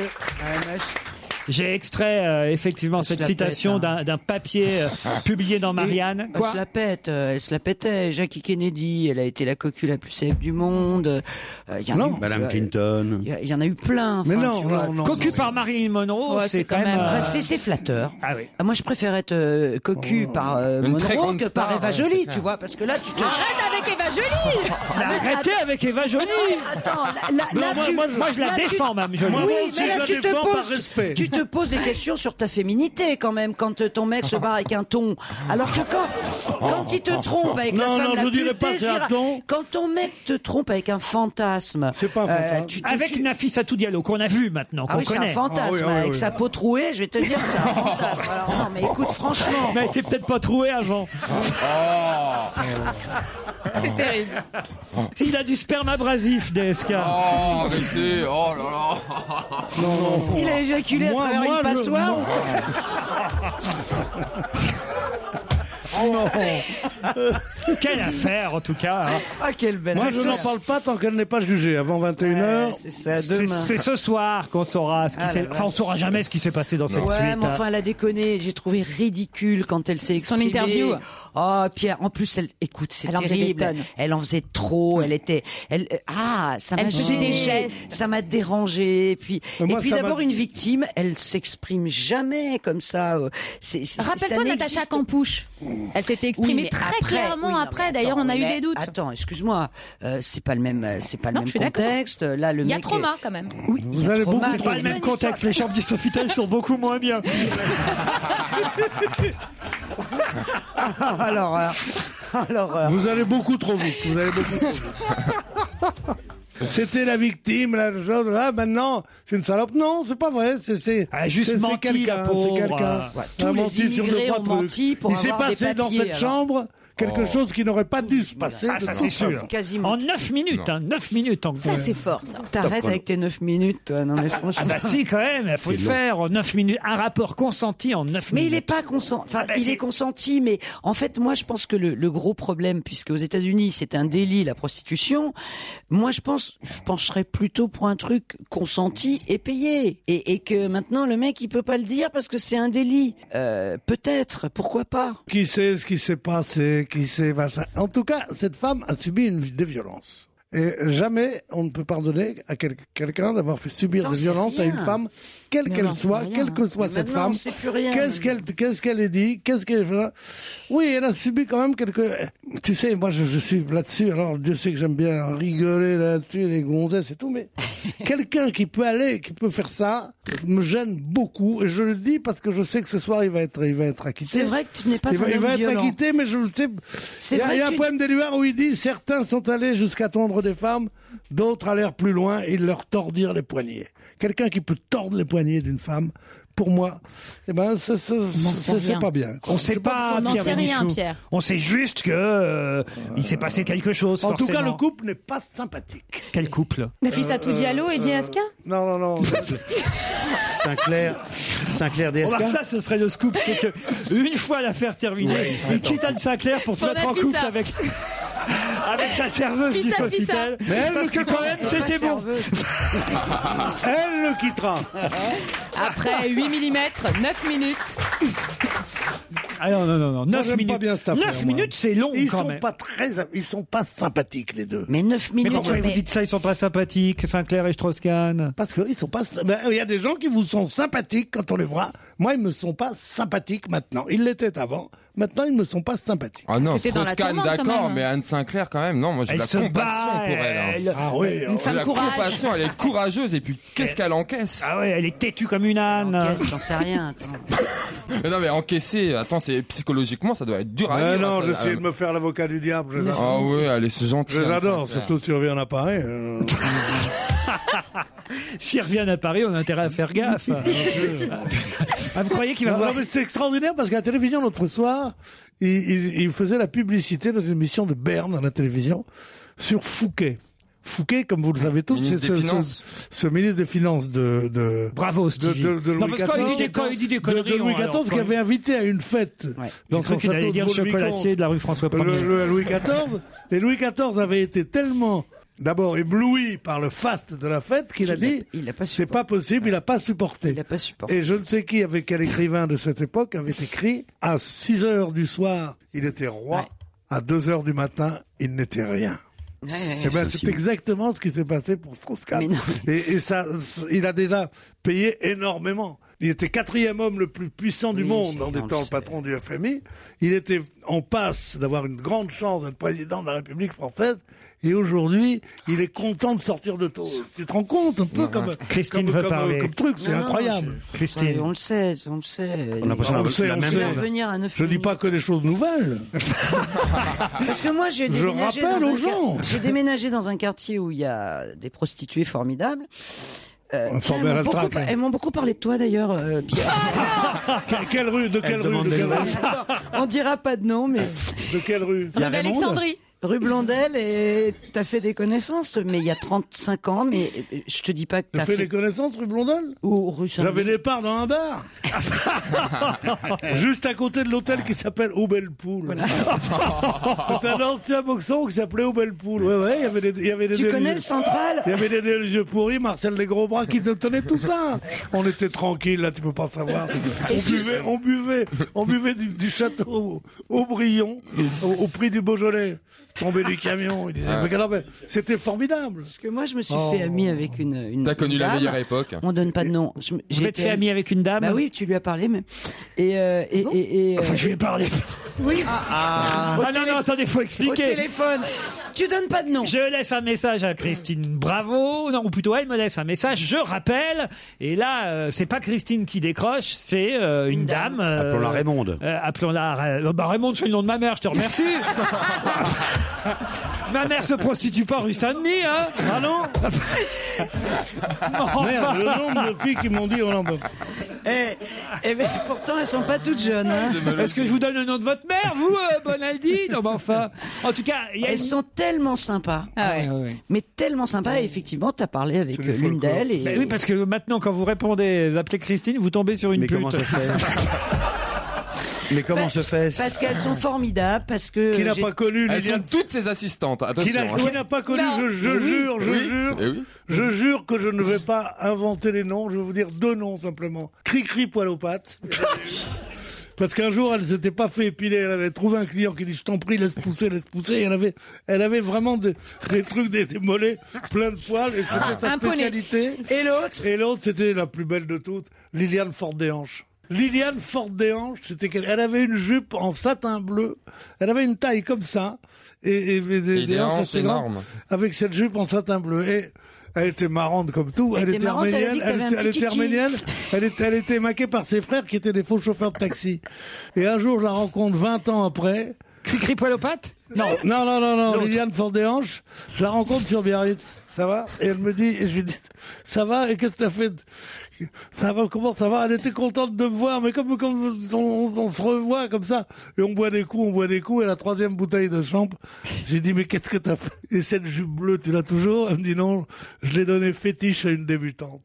C: j'ai extrait euh, effectivement
F: se
C: cette
F: la
C: citation
F: pète, hein.
C: d'un d'un papier euh,
F: [LAUGHS]
C: publié dans Marianne.
F: Elle se la pète, euh, elle se la pétait. Jackie Kennedy, elle a été la cocu la plus célèbre du monde. Euh, il y en a
M: Non,
F: eu-
M: Madame
F: euh,
M: Clinton.
F: Il y a- il y, en a eu plein. enfin,
C: Mais non,
F: tu vois.
C: non, non, Cocu non. par Marilyn Monroe, Ouais, c'est c'est quand quand même, même, euh,
F: Ah, c'est- c'est flatteur.
C: Ah oui.
F: moi, je préfère être euh, cocu
C: Oh.
F: par euh,
C: Une très
F: Monroe
C: grande
F: que par
C: star,
F: Eva
C: ouais, c'est
F: Jolie,
C: clair.
F: tu vois, parce que là, tu te.
Q: Arrête avec Eva Jolie
C: Mais arrêtez avec Eva Jolie
F: [LAUGHS] Attends, là, là-
C: Non,
F: là,
C: moi-
F: tu-
C: moi, je- moi, je la
F: là, tu-
C: défends, même, Jolie.
F: Oui,
C: Moi, moi aussi,
F: mais
D: je
F: là,
D: la
F: tu te
D: défends
F: poses,
D: par respect.
F: Tu te poses des questions sur ta féminité, quand même, quand euh, ton mec se barre avec un ton. Alors que quand, quand il te trompe avec
D: Non,
F: la femme
D: non,
F: la
D: je
F: plus
D: dirais pas que c'est un
F: désirable-
D: ton.
F: Quand ton mec te trompe avec un fantasme. C'est pas
C: Avec Nafis Atou Diallo, qu'on a vu maintenant,
F: Ah
C: qu'on
F: oui, c'est un
C: connaît.
F: fantasme, avec sa peau trouée, je vais te dire que c'est un fantasme. Alors non, mais écoute, franchement.
C: Mais elle était peut-être pas
F: [LAUGHS]
C: trouée avant.
Q: C'est terrible.
C: Il a du sperme abrasif, DSK.
I: Oh, arrêtez, oh là là.
F: Il a éjaculé
D: Moi,
F: à travers
D: moi,
F: une
D: je-
F: passoire.
D: moi.
C: Quelle affaire, en tout cas. hein.
F: Oh. Ah, quelle belle
D: Moi, je
C: affaire.
D: n'en parle pas tant qu'elle n'est pas jugée avant 21h.
C: C'est c'est ce soir qu'on saura ce qui
F: Ah, la
C: s'est.
F: vache.
C: Enfin, on saura jamais ce qui s'est passé dans cette
F: ouais,
C: suite.
F: mais enfin, elle a déconné. J'ai trouvé ridicule quand elle s'est
E: Son
F: exprimée.
E: interview.
F: Oh, Pierre, en plus, elle, écoute, c'est
E: Elle en faisait
F: terrible.
E: des tonnes.
F: elle en faisait trop. Elle était, elle, euh, ah, ça m'a
E: Elle faisait des
F: gênée. Ça m'a dérangé. Et puis,
D: Mais
F: et
D: moi,
F: puis
D: ça m'a-
F: d'abord, une victime, elle s'exprime jamais comme ça. euh, c'est- c'est- ça
Q: Rappelle-toi
F: n'existe
Q: Natacha Campouche. Elle s'était
F: Oui,
Q: exprimée
F: mais
Q: très
F: après-
Q: clairement
F: oui, non, mais
Q: après.
F: attends,
Q: D'ailleurs, on a eu
F: mais
Q: des
C: ah,
Q: doutes.
F: Attends, excuse-moi, euh, c'est pas le même, euh, c'est pas le
Q: Non, je
F: même
Q: suis d'accord.
F: contexte. Là, le
Q: Il y a
F: mec
Q: trauma
F: est-
Q: quand
C: [LAUGHS]
Q: même.
F: Oui, il y
C: Vous
F: a
C: allez
F: trauma,
C: beaucoup, c'est pas
F: mais
C: le même
F: une histoire-
C: contexte. Les chambres du Sofitel sont beaucoup moins bien.
F: Ah, l'horreur. Ah, l'horreur.
D: Vous allez beaucoup trop vite. Vous allez beaucoup trop vite. C'était la victime, la chose là. Maintenant, c'est une salope. Non, c'est pas vrai. C'est c'est
C: Elle a juste
D: c'est- c'est
C: menti, la
D: quelqu'un.
C: pauvre.
D: C'est quelqu'un.
F: Ouais,
D: Elle a
F: tous les
D: menti sur deux,
F: immigrés
D: trois
F: ont
D: trucs.
F: menti pour
D: Il s'est
F: avoir des
D: passé dans
F: papiers,
D: cette
F: alors.
D: chambre quelque
I: Oh.
D: chose qui n'aurait pas dû se passer.
C: Ah,
D: de
C: ça,
D: toute
C: c'est
D: façon.
C: sûr.
F: Quasiment.
C: En 9 minutes, hein, 9 minutes en
E: Ça, c'est fort, ça.
F: T'arrêtes avec tes 9 minutes, toi. Non, mais franchement.
C: Ah bah si, quand même, il faut le
F: C'est long.
C: faire en 9 minutes. Un rapport consenti en 9
F: Mais
C: minutes. Ah ben,
F: il est pas consenti. Enfin, il est consenti, mais en fait, moi, je pense que le, le gros problème, puisque aux États-Unis, c'est un délit la prostitution. Moi, je pense, je pencherais plutôt pour un truc consenti et payé, et, et que maintenant le mec, il peut pas le dire parce que c'est un délit. Euh, Peut-être, pourquoi pas
D: Qui sait ce qui s'est passé, qui sait machin. En tout cas, cette femme a subi une, des violences. Et jamais on ne peut pardonner à quel- quelqu'un d'avoir fait subir
F: T'en
D: des
F: sais
D: violences à
F: rien.
D: une femme, quelle
F: Mais
D: qu'elle
F: non, c'est
D: soit,
F: rien.
D: quelle que soit
F: Mais
D: cette
F: maintenant,
D: femme.
F: on sait plus rien.
D: Qu'est-ce qu'elle, qu'est-ce qu'elle est dit, qu'est-ce qu'elle Oui, elle a subi quand même quelque. Tu sais, moi je, je suis là-dessus. Alors Dieu sait que j'aime bien rigoler là-dessus, les gonzesses et
F: [LAUGHS]
D: tout, mais quelqu'un qui peut aller, qui peut faire ça, me gêne beaucoup. Et je le dis parce que je sais que ce soir il va être, il va être acquitté.
F: C'est vrai que tu n'es pas
D: il va,
F: un
D: il
F: homme
D: va être
F: violent.
D: acquitté, mais je le sais.
F: C'est
D: Il y a,
F: vrai
D: il y a
F: que
D: un
F: tu-
D: poème d'Éluard où il dit certains sont allés jusqu'à tondre des femmes, d'autres allèrent plus loin, ils leur tordirent les poignets. Quelqu'un qui peut tordre les poignets d'une femme, pour moi, eh ben, ce- ce-
E: n'en
D: ce-
E: sait
D: c'est
E: rien.
D: pas bien. quoi.
C: On sait pas.
E: On n'en
C: Pierre
E: sait rien,
C: Bénichou.
E: Pierre.
C: On sait juste que euh, il s'est passé quelque chose.
D: En tout cas,
C: forcément.
D: le couple n'est pas sympathique.
C: Quel couple
E: Nafissatou
Q: Euh,
E: Diallo et DSK
D: Non,
C: [LAUGHS]
D: non, non.
M: Sinclair, Sinclair
C: Oh, bah,
M: DSK.
C: ça, ce serait le scoop, c'est que
D: [LAUGHS]
C: une fois l'affaire terminée,
M: Ouais,
C: il quitte Anne Sinclair pour se
Q: Pour
C: mettre
Q: la
C: en couple
Q: fissa.
C: avec avec la serveuse du
Q: Fissa, fissa.
E: hein.
C: Sofitel.
D: Mais
C: [LAUGHS]
D: elle,
C: Parce que
D: le
C: quand même, c'était bon.
D: Elle le quittera.
Q: Après 8 mm, 9
C: [LAUGHS]
Q: minutes.
C: Ah non, non, non, non. 9
D: j'aime pas
C: minutes.
D: bien cette affaire,
C: 9
D: moi.
C: minutes, c'est long
D: Ils
C: quand
D: sont
C: même.
D: pas très, ils sont pas sympathiques les deux.
F: Mais 9
C: Mais pourquoi vous dites ça Ils sont pas sympathiques, Sinclair et Strauss-Kahn
D: Parce qu'ils sont pas. ben, Il y a des gens qui vous sont sympathiques quand on les voit. Moi, ils me sont pas sympathiques maintenant. Ils l'étaient avant. Maintenant, ils me sont pas sympathiques.
I: Ah non,
D: C'était dans la
I: Strauss-Kahn,
D: tourmente, quand
I: d'accord,
D: même.
I: mais Anne Sinclair, quand même, non, moi j'ai
D: Elle
I: de la
D: se
I: compassion
D: bat,
I: pour elle. hein.
D: elle- Ah oui,
I: J'ai
D: Une femme
I: de la
D: courage.
I: compassion, elle est courageuse, et puis qu'est-ce qu'elle encaisse
C: Ah ouais, elle est têtue comme une âne.
F: j'en sais rien. attends.
I: Mais non, mais encaisser, attends, c'est psychologiquement, ça doit être dur à
D: Ah
I: vivre,
D: non,
I: ça,
D: j'essayais
I: euh,
D: de me faire l'avocat du diable. je les
I: Ah
D: adore.
I: ouais, elle est c'est gentille. hein,
D: Je les
I: Anne
D: adore,
I: Sinclair.
D: surtout si on revient à Paris.
C: [LAUGHS]
D: euh.
C: S'ils reviennent à Paris, on a intérêt à faire
D: [LAUGHS]
C: gaffe. ah, vous croyez qu'il va
D: Non,
C: voir
D: non, mais c'est extraordinaire parce qu'à la télévision l'autre soir, il, il- il faisait la publicité dans une émission de Berne à la télévision sur Fouquet. Fouquet, comme vous le savez tous, c'est
I: Ministre
D: ce,
I: des
D: ce,
I: Finances.
D: ce ministre des Finances de, de
C: Bravo,
D: de,
C: Stevie.
D: de, de Louis
C: Non, parce que quand il dit des-
D: XIV,
C: quand il dit des
D: de-
C: conneries,
D: de Louis
C: on- alors,
D: XIV qui
C: quand-
D: avait invité à une fête dans
C: J'ai cru
D: son
C: qu'il allait
D: château de
C: dire
D: Vaux-le-Vicomte,
C: chocolatier de la rue François
D: le-
C: Ier.
D: le Louis XIV. Et Louis XIV avait été tellement D'abord ébloui par le faste de la fête qu'il a dit, c'est pas possible, il a pas supporté. Il a
F: pas supporté.
D: Et je ne sais qui, avec quel écrivain de cette époque, avait écrit, à 6 heures du soir, il était roi, à 2 heures du matin, il n'était rien. Eh ben, c'est exactement ce qui s'est passé pour Strauss-Kahn. Et, et ça, il a déjà payé énormément. Il était quatrième homme le plus puissant du
M: Oui,
D: monde
M: c'est-
D: en
M: on le
D: étant le
M: sait.
D: patron du FMI. Il était en passe d'avoir une grande chance d'être président de la République française. Et aujourd'hui, il est content de sortir de tôle. Tu te rends compte un peu comme,
C: Christine
D: comme,
C: veut
D: comme-
C: parler.
D: comme truc, c'est
F: Non, non,
D: incroyable. Ah,
F: je- On le sait, on le sait.
D: On a passé la-
F: le sait,
D: la
F: on
D: même
F: sait.
D: heure.
F: Revenir à 9
D: Je dis pas que des
C: [LAUGHS]
D: choses nouvelles.
F: Parce que moi, j'ai
D: Je
F: déménagé.
D: rappelle
F: dans un
D: aux gens.
F: quar- J'ai déménagé dans un quartier où il y a des prostituées formidables. Euh,
D: On
F: tiens,
D: s'en
F: elles
D: met à
F: m'ont
D: la
F: beaucoup-
D: traque.
F: elles m'ont beaucoup parlé de toi d'ailleurs, euh, Pierre.
D: Que- quelle rue De quelle rue De quelle rue
F: [LAUGHS] On dira pas de nom, mais.
D: De quelle rue
F: Rue d'Alexandrie. Rue Blondel, et t'as fait des connaissances, mais il y a 35 ans, mais euh, je te dis pas que
D: T'as
F: t'as
D: fait des connaissances rue Blondel
F: Ou rue
D: J'avais des parts dans un bar. Juste à côté de l'hôtel qui s'appelle Au Belle Poule. [LAUGHS] C'est un ancien boxon qui s'appelait Au Belle Poule. Ouais, ouais, il y avait des, il y avait des
F: Tu
D: des-
F: connais le Central
D: Il y avait des, des yeux pourris, Marcel les gros bras qui te tenait tout ça. On était tranquille, là, tu peux pas savoir. On
M: Et tu
D: buvait,
M: sais-
D: on buvait, on buvait du, du château au, au Brion, au, au prix du Beaujolais. Tombé du camion, il disait,
I: Ouais.
D: mais alors, mais c'était formidable. Oh. Parce
F: que moi, je me suis fait ami avec une. une
I: T'as connu
F: une
I: la
F: dame.
I: meilleure époque.
F: On donne pas de nom. Je me-
C: Vous êtes
F: j'étais
C: fait ami avec une dame Ah
F: Bah oui, tu lui as parlé, mais. Et. euh, et, et, euh, et, euh,
C: Enfin, je lui ai parlé.
D: [LAUGHS]
F: Oui.
C: Ah,
F: Au
C: non, non, attendez, faut expliquer.
F: Au téléphone. Tu donnes pas de nom.
C: Je laisse un message à Christine Bravo, non, ou plutôt elle me laisse un message, je rappelle, et là, euh, c'est pas Christine qui décroche, c'est euh, une, dame. euh,
M: Appelons-la Raymonde.
C: euh, Appelons-la. Ra- euh, bah, Raymonde, c'est le nom de ma mère, je te
D: [LAUGHS]
C: remercie. ma mère se prostitue pas rue Saint-Denis, hein
D: Ah
C: [LAUGHS]
D: non Merde, le nombre de filles qui m'ont dit, on en peut.
F: Eh, eh ben, pourtant, elles sont pas toutes jeunes. hein.
C: Est-ce que je vous donne le nom de votre mère, vous, euh, Bonaldi Non, mais enfin. En tout cas, il y a
F: Elles
C: une- Ah
F: sont tellement sympas.
E: Ah
F: Mais tellement sympas. Et effectivement, t'as parlé avec euh, l'une d'elles.
M: Bah
F: Et...
C: Mais oui, parce que maintenant, quand vous répondez, vous appelez Christine, vous tombez sur une
F: Mais
C: pute.
F: comment ça se
C: [LAUGHS]
M: Mais comment se fait
F: Parce qu'elles sont formidables, parce que.
M: Qui n'a
F: j'ai-
M: pas connu
I: Elles sont toutes ses assistantes, attention.
D: Qui n'a
I: hein.
D: qui n'a pas connu,
F: Non.
D: je, je
I: Eh oui,
D: jure, je
I: eh oui,
D: jure,
I: eh oui.
D: je jure que je ne vais pas inventer les noms, je vais vous dire deux noms simplement. Cri-cri poil
F: [LAUGHS]
D: aux pattes. Parce qu'un jour, elle s'était pas fait épiler, elle avait trouvé un client qui dit, je t'en prie, laisse pousser, laisse pousser, et elle avait, elle avait vraiment de- des trucs, des, des mollets pleins de poils, et c'était sa
Q: Un poney.
D: spécialité.
F: Et l'autre?
D: Et l'autre, c'était la plus belle de toutes, Liliane Fort-Déhanche. Liliane Fort-Déhanche, c'était qu'elle, elle avait une jupe en satin bleu, elle avait une taille comme ça, et, et- et des,
I: Et des hanches
D: assez grandes,
I: énormes.
D: avec cette jupe en satin bleu, et, elle était marrante comme tout, elle,
F: était
D: était
F: marrante, elle a dit
D: arménienne,
F: que
D: elle,
F: t'avais un
D: était- elle
F: petit kiki.
D: était arménienne, elle était, elle était maquée par ses frères qui étaient des faux chauffeurs de taxi. Et un jour, je la rencontre 20 ans après.
C: Cri-cri poil aux pattes Non.
D: Non, non, non, non.
C: L'autre.
D: Liliane Fordéhanche, je la rencontre sur Biarritz. Ça va? Et elle me dit, et je lui dis, ça va? Et qu'est-ce que t'as fait? de- Ça va? Comment ça va? Elle était contente de me voir, mais comme, comme on, on- on se revoit comme ça, et on boit des coups, on boit des coups, et la troisième bouteille de champ, j'ai dit, mais qu'est-ce que t'as fait? Et cette jupe bleue, tu l'as toujours? Elle me dit, non, je l'ai donnée fétiche à une débutante.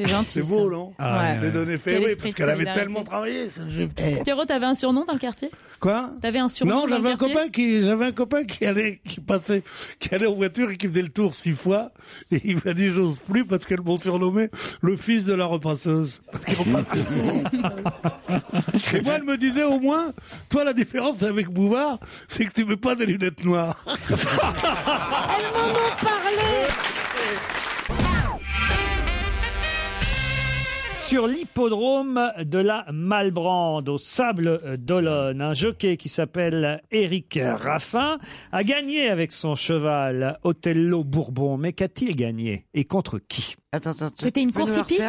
Q: C'est gentil.
D: C'est beau, non
Q: Ah, ouais.
D: Les données fait,
Q: Quel
D: oui,
Q: esprit
D: parce
Q: de
D: qu'elle avait
Q: solidarité.
D: tellement travaillé, cette jupe.
Q: Pierrot, t'avais un surnom dans le quartier
D: Quoi
Q: T'avais un surnom
D: Non,
Q: dans le
D: j'avais un
Q: quartier
D: copain qui, j'avais un copain qui allait, qui passait, qui allait en voiture et qui faisait le tour six fois. Et il m'a dit, j'ose plus parce qu'elles m'ont surnommé le fils de la repasseuse. Parce qu'il repassait
Q: [LAUGHS]
D: souvent. Et moi, elle me disait au moins, toi, la différence avec Bouvard, c'est que tu mets pas des lunettes noires.
F: Elles m'en ont parlé
C: Sur l'hippodrome de la Malbrande, au Sable d'Olonne, un jockey qui s'appelle Éric Raffin a gagné avec son cheval Othello Bourbon. Mais qu'a-t-il gagné et contre qui
E: C'était une course hippique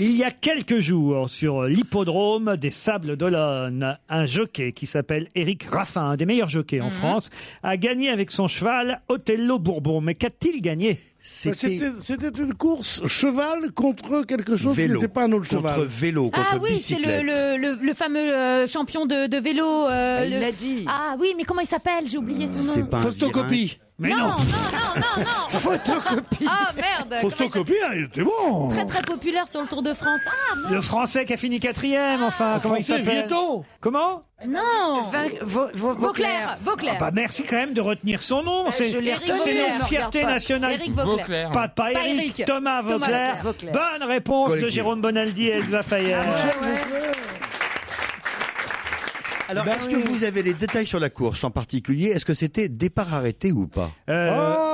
C: Il y a quelques jours, sur l'hippodrome des Sables d'Olonne, un jockey qui s'appelle Éric Raffin, un des meilleurs jockeys en
E: Mhm.
C: France, a gagné avec son cheval Othello Bourbon. Mais qu'a-t-il gagné
D: Bah, C'était c'était une course cheval contre quelque chose
C: Vélo.
D: qui n'était pas un autre
C: Contre
D: cheval.
M: vélo,
E: Ah oui, c'est le, le, le, le fameux euh, champion de, de vélo. euh,
M: Ah, il
E: le-
M: l'a dit.
E: Ah oui, mais comment il s'appelle J'ai oublié son nom.
D: Photocopie.
C: Mais
E: non, non, non, non,
C: [LAUGHS]
E: non.
D: Photocopie.
E: Ah merde.
D: Photocopie, hein, il était bon.
E: Très très populaire sur le Tour de France. Ah non.
C: Le français qui a fini quatrième, enfin, comment il
D: Français,
C: s'appelle
D: Vietto.
C: Comment
E: Non.
C: Vauclair.
E: Vauclair. Vauclair.
C: Ah bah merci quand même de retenir son nom.
E: Eh,
C: C'est
E: je l'ai retenu,
C: c'est
E: je
C: notre
E: me
C: fierté
E: regarde pas.
C: nationale.
E: Éric Vauclair. Vauclair.
C: Pas, pas
E: Pas
C: Éric,
E: Éric.
C: Thomas
E: Thomas
C: Vauclair.
E: Vauclair. Ah
C: Bonne réponse de
M: Collectif.
C: Jérôme Bonaldi et Elsa Fayer.
K: Alors,
D: Ben
K: est-ce que vous avez les détails sur la course en particulier Est-ce que c'était départ arrêté ou pas
C: Euh,
D: Oh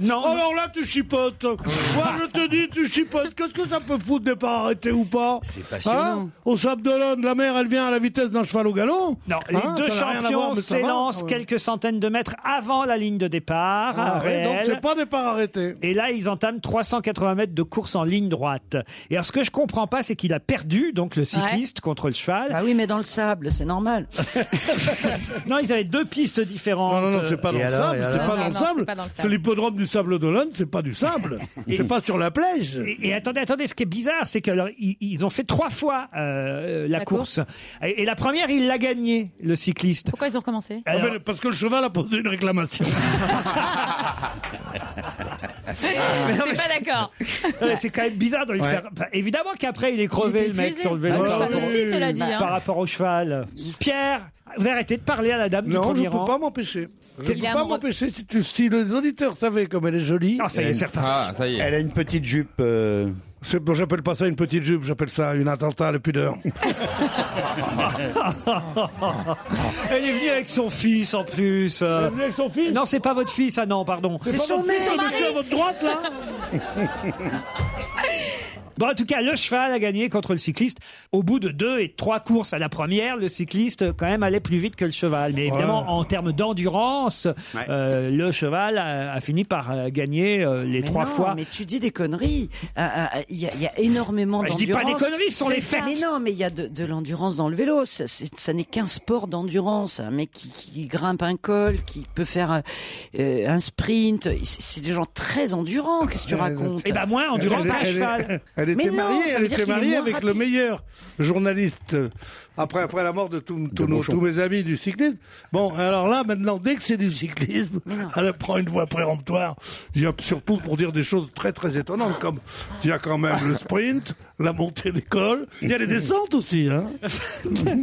D: non. Alors là, tu
C: [LAUGHS]
D: chipotes. Moi, je te dis, tu chipotes. Qu'est-ce que ça peut foutre de pas arrêter ou pas C'est
K: passionnant.
D: Au Sable d'Olonne, la mer, elle vient à la vitesse d'un cheval au galop.
C: Non, les
D: Hein,
C: deux
D: ça n'a rien à voir,
C: champions
D: mais ça va.
C: s'élancent
D: Ah ouais.
C: quelques centaines de mètres avant la ligne de départ.
D: Ah ouais, donc c'est pas départ arrêté.
C: Et là, ils entament 380 mètres de course en ligne droite. Et alors, ce que je comprends pas, c'est qu'il a perdu, donc le cycliste, contre le cheval. Ah oui, mais dans le sable, c'est normal. [LAUGHS] non, ils avaient deux pistes différentes.
D: Non, non, c'est pas dans le sable, c'est pas, dans le sable. C'est l'hippodrome du Sable d'Olonne, c'est pas du sable. c'est pas sur la plage.
C: Et, et attendez, attendez, ce qui est bizarre, c'est que alors, ils, ils ont fait trois fois euh, euh, la,
E: La
C: course.
E: course.
C: Et, et la première, il l'a gagnée, le cycliste.
E: Pourquoi ils ont recommencé
D: Ah ben, parce que le cheval a posé une réclamation.
C: [LAUGHS]
E: T'es pas d'accord.
C: Ouais, c'est quand même bizarre de lui
D: Ouais.
C: faire. Bah, évidemment qu'après, il est crevé,
E: Il était
C: le mec,
E: épuisé.
C: sur le vélo.
E: Ah, le
C: par,
E: cheval
C: rapport-
E: aussi, cela dit, hein.
C: par rapport au
D: [LAUGHS]
C: cheval. [LAUGHS] Pierre, vous arrêtez de parler à la dame du
D: Non,
C: premier
D: je peux
C: rang.
D: pas m'empêcher. Je
C: Il
D: peux
C: est
D: pas
C: amoureux.
D: m'empêcher si, tu- si les auditeurs savaient comme elle est jolie.
C: Ah, ça y est, c'est reparti.
I: ça y est.
M: Elle a une petite jupe. euh,
D: C'est bon, j'appelle pas ça une petite jupe, j'appelle ça une attentat à la pudeur.
C: Elle est venue avec son fils en plus. euh.
D: Elle est venue avec son fils
C: Non, c'est pas votre fils, ah non, pardon.
D: C'est pas votre fils, le monsieur à votre droite là
C: Bon, en tout cas, le cheval a gagné contre le cycliste. Au bout de deux et trois courses à la première, le cycliste, quand même, allait plus vite que le cheval. Mais évidemment,
D: Ouais.
C: en termes d'endurance, euh, le cheval a, a fini par euh, gagner euh, les
F: Mais
C: trois
F: non,
C: fois.
F: Mais tu dis des conneries. Ah, ah, Il y, a- il y a énormément
C: Ah, Je
F: d'endurance.
C: dis pas des conneries, ce sont
F: C'est
C: les
F: ça.
C: faits.
F: Mais non, mais il y a de, de l'endurance dans le vélo. Ça, c'est- ça n'est qu'un sport d'endurance. Un mec qui, qui grimpe un col, qui peut faire euh, un sprint. C'est c'est des gens très endurants. Qu'est-ce que tu racontes
C: Eh ben, moins endurant
D: Elle-
C: pas à
D: elle-
C: cheval.
D: Elle
F: Mais non,
D: était mariée,
F: ça
D: elle
F: veut dire qu'il
D: était
F: est
D: mariée
F: moins
D: avec
F: rapide.
D: le meilleur journaliste euh, après après la mort de tous tous nos- tous mes amis du cyclisme. Bon, alors là maintenant dès que c'est du cyclisme, elle prend une voie péremptoire, il y a surtout pour dire des choses très très étonnantes comme il y a quand même le sprint, la montée des cols, il y a les descentes aussi
F: [LAUGHS]
D: hein.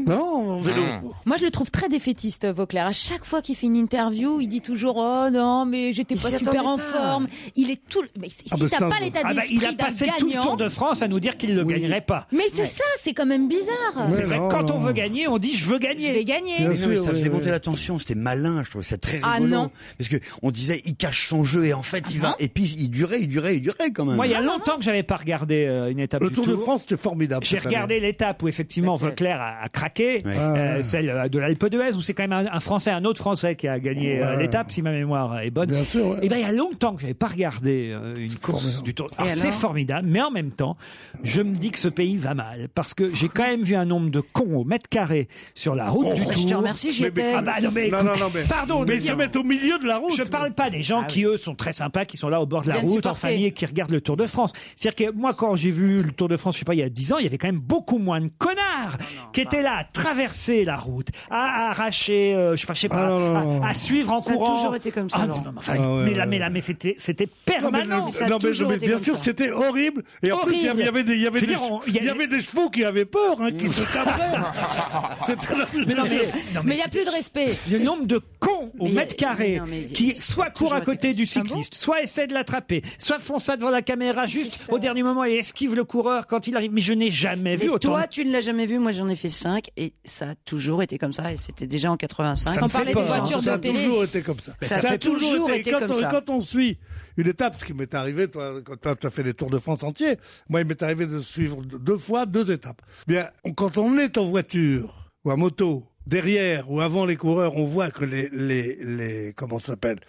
D: non, en vélo.
M: Hum.
E: Moi, je le trouve très défaitiste, Vauclair. À chaque fois qu'il fait une interview, il dit toujours Oh non, mais j'étais pas
F: s'y
E: super
F: attendait
E: en
F: pas.
E: forme. Il est tout. le- Mais si
C: Ah,
E: si
C: bah, c'est
E: t'as
C: un-
E: pas l'état
C: Ah, bah,
E: d'esprit
C: Il a
E: d'un
C: passé
E: gagnant.
C: tout le Tour de France à nous dire qu'il ne le gagnerait pas.
E: Mais c'est ça, c'est quand même bizarre.
C: C'est vrai, quand on veut gagner, on dit je veux gagner.
E: Je vais gagner.
K: Mais non, mais ça faisait monter la tension, c'était malin, je trouvais ça très
E: Ah
K: rigolo.
E: non. Ah
K: Parce que on disait il cache son jeu et en fait il va et puis il durait, il durait, il durait quand même.
C: Moi, il y a longtemps que j'avais pas regardé euh, une étape
D: Le
C: du
D: Tour de France c'était formidable.
C: J'ai
D: cette
C: regardé l'étape où effectivement Vauclair a, a craqué,
D: Ouais.
C: euh,
D: Ah ouais.
C: celle euh, de l'Alpe d'Huez où c'est quand même un, un Français, un autre Français qui a gagné euh,
D: Ouais.
C: l'étape si ma mémoire est bonne.
D: Bien sûr, ouais.
C: Et ben il y a longtemps que j'avais pas regardé euh, une course
D: Formidable.
C: du Tour.
F: Et
C: Alors, C'est
F: alors
C: formidable, mais en même temps, je me dis que ce pays va mal parce que j'ai quand même vu un nombre de cons au mètre carré sur la route
F: Oh,
C: du
F: je
C: Tour.
F: te remercie, j'y
C: Mais- mais-
F: étais.
C: Ah bah non mais,
D: Non,
C: écoute,
D: non, non, mais-
C: pardon,
D: mais
C: de
D: ils
C: dire-
D: se mettent au milieu de la route. Ah
C: Je parle pas des gens qui eux sont très sympas, qui sont là au bord de la
E: Viennent
C: route en
E: supporter.
C: famille, qui regardent le Tour de France. C'est-à-dire que moi quand j'ai vu le Tour de de France, je sais pas, il y a 10 ans, il y avait quand même beaucoup moins de connards qui étaient là à traverser la route, à arracher, euh, je sais pas, je sais pas,
F: Ah, non, non, non.
C: à, à suivre en
F: Ça a
C: courant.
F: toujours été comme ça,
C: Ah,
F: Laurent.
C: non, mais enfin,
F: Ah, ouais,
C: mais là,
F: ouais.
C: mais là, mais c'était, c'était
D: Non, mais,
C: permanent.
D: non, mais, mais bien sûr que c'était horrible. Et en plus, il y avait- il y avait des, il y avait
C: Je veux
D: des,
C: dire, on-
D: il y avait des chevaux qui avaient peur, hein, qui se cabraient.
J: [LAUGHS]
D: C'était la-
C: Mais non, mais- non,
E: Mais il n'y a plus de
C: [LAUGHS]
E: respect.
C: le nombre de cons au
E: Mais-
C: mètre carré
E: mais non, mais-
C: qui soit courent à côté du cycliste, soit essaient de l'attraper, soit font ça devant la caméra juste au dernier moment et esquivent le coureur quand il arrive. Mais je n'ai jamais vu
F: Mais
C: autant.
F: toi,
C: de-
F: tu ne l'as jamais vu. Moi, j'en ai fait 5 et ça a toujours été comme ça. Et c'était déjà en 85.
D: Ça me fait peur, hein. Ça a toujours été comme ça.
F: Ça, a toujours été,
D: quand,
F: comme
D: on,
F: ça.
D: quand on suit une étape, ce qui m'est arrivé, toi, quand tu as fait les Tours de France entiers, moi, il m'est arrivé de suivre deux deux fois deux étapes. Bien, on- quand on est en voiture ou à moto, derrière ou avant les coureurs, on voit que les, les, les comment ça s'appelle,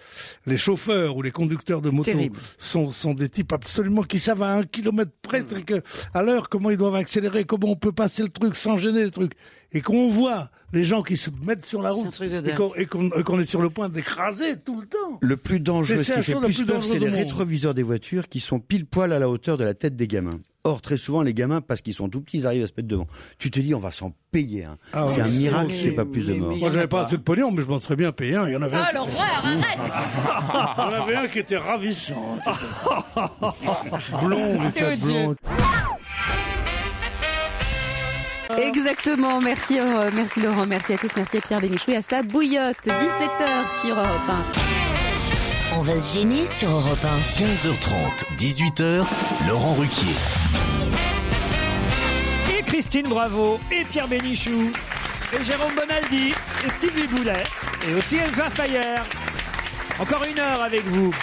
D: les chauffeurs ou les conducteurs de moto
F: Terrible.
D: sont, sont des types absolument qui savent à un kilomètre
F: Mm.
D: près c'est que, à l'heure comment ils doivent accélérer, comment on peut passer le truc sans gêner le truc. Et qu'on voit les gens qui se mettent sur la route
F: de
D: et
F: dingue.
D: qu'on- et qu'on et qu'on est sur le point d'écraser tout le temps.
K: Le plus dangereux,
D: C'est
K: ce
D: la
K: qui fait
D: chose la
K: plus
D: plus
K: peur,
D: dangereuse
K: c'est les
D: au monde.
K: rétroviseurs des voitures qui sont pile poil à la hauteur de la tête des gamins. Or, très souvent, les gamins, parce qu'ils sont tout petits, ils arrivent à se mettre devant. Tu te dis, on va s'en payer. un.
D: Ah
K: c'est
D: ouais,
K: un
D: mais
K: miracle
D: c'est-
K: qu'il n'y ait pas plus de morts.
D: Moi, j'avais pas assez de pognon, mais je m'en serais bien payé un. Il y en avait un.
Q: Ah, l'horreur,
E: Mmh.
Q: arrête
D: Il y en avait un qui était ravissant. blond, il était blond.
S: Exactement, merci, euh, merci Laurent, merci à tous, merci à Pierre Bénichou et à sa bouillotte. 17h sur Europe 1.
B: On va se gêner sur Europe 1.
P: 15h30, 18h, Laurent Ruquier.
C: Et Christine Bravo, et Pierre Bénichou, et Jérôme Bonaldi, et Stevie Boulet, et aussi Elsa Fayer. Encore une heure avec vous.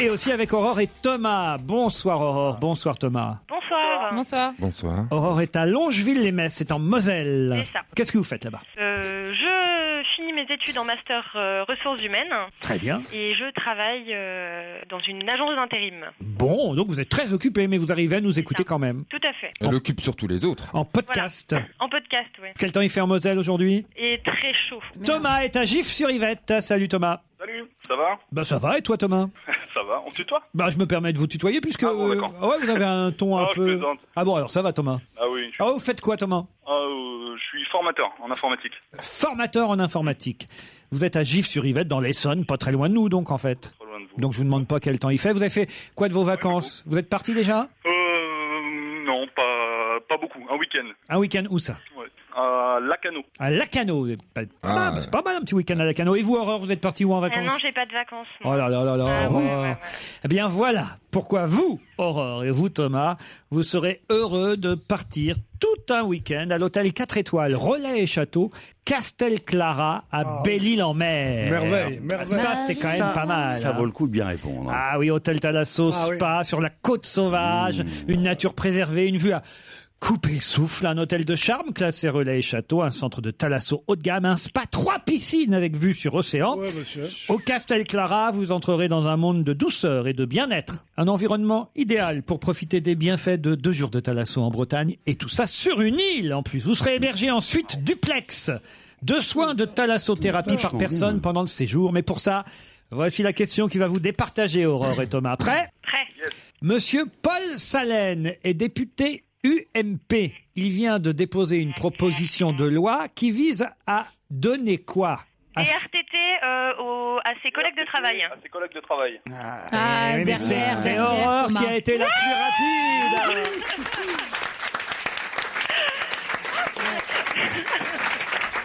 C: Et aussi avec Aurore et Thomas. Bonsoir Aurore, bonsoir Thomas.
U: Bonsoir. Bonsoir.
I: Bonsoir.
C: Aurore est à Longeville-les-Messes, c'est en Moselle.
U: C'est ça.
C: Qu'est-ce que vous faites là-bas
U: Euh, je finis mes études en master euh, ressources humaines.
C: Très bien.
U: Et je travaille euh, dans une agence d'intérim.
C: Bon, donc vous êtes très occupé, mais vous arrivez à nous écouter quand même.
U: Tout à fait.
I: Elle occupe surtout les autres.
C: En podcast.
U: En podcast, oui.
C: Quel temps il fait en Moselle aujourd'hui
U: Et très chaud.
C: Thomas est à Gif-sur-Yvette. Salut Thomas.
J: Salut, ça va
C: Bah ça va, et toi Thomas
J: [LAUGHS] Ça va, on tutoie
C: Bah je me permets de vous tutoyer
J: Ah,
C: puisque euh, ouais, vous avez
J: [LAUGHS]
C: un ton un
J: Non, Oh, je
C: peu...
J: plaisante.
C: Ah bon alors ça va Thomas
J: Ah oui,
C: Ah vous faites quoi Thomas
J: Ah, euh, je suis formateur en informatique.
C: Formateur en informatique. Vous êtes à Gif-sur-Yvette dans l'Essonne, pas très loin de nous donc en fait. Donc je vous demande pas quel temps il fait. Vous avez fait quoi de vos vacances Vous êtes parti déjà
J: Euh, non, pas, pas beaucoup, un week-end.
C: Un week-end où ça
J: Ouais. À Lacano.
C: À Lacano. C'est pas, pas mal,
J: ouais.
C: c'est pas mal un petit week-end à Lacano. Et vous Aurore, vous êtes parti où en
U: Ah
C: vacances
U: non, j'ai pas de vacances. moi.
C: Oh là là là là.
U: Ah
C: Aurore.
U: ouais, ouais, ouais.
C: Eh bien voilà pourquoi vous, Aurore, et vous, Thomas, vous serez heureux de partir tout un week-end à l'hôtel 4 étoiles Relais et Château Castel Clara à Belle-Île-en-Mer.
M: Ah. Merveille, merveille.
C: Eh, Ça, c'est quand même
M: Ça-
C: pas mal.
M: ça
C: hein.
M: vaut
K: le coup de bien répondre.
C: Ah oui, hôtel Talasso,
M: Ah oui.
C: spa, sur la côte sauvage, une nature préservée, une vue à couper le souffle, un hôtel de charme classé relais et château, un centre de Talasso haut de gamme, un spa, trois piscines avec vue sur océan.
D: Ouais, monsieur.
C: Au Castel Clara, vous entrerez dans un monde de douceur et de bien-être. Un environnement idéal pour profiter des bienfaits de deux jours de Thalasso en Bretagne. Et tout ça sur une île en plus. Vous serez hébergé ensuite duplex. Deux soins de thalassothérapie par personne pendant le séjour. Mais pour ça, voici la question qui va vous départager, Aurore et Thomas. Prêt Monsieur Paul Salène est député UMP. Il vient de déposer une proposition de loi qui vise à donner quoi À
U: Des RTT euh, au- à ses collègues de travail.
J: Ses collègues de travail.
U: Ah,
C: Eh oui, mais c'est-
U: derrière,
C: C'est
U: derrière,
C: Aurore
U: Thomas.
C: qui a été la plus rapide.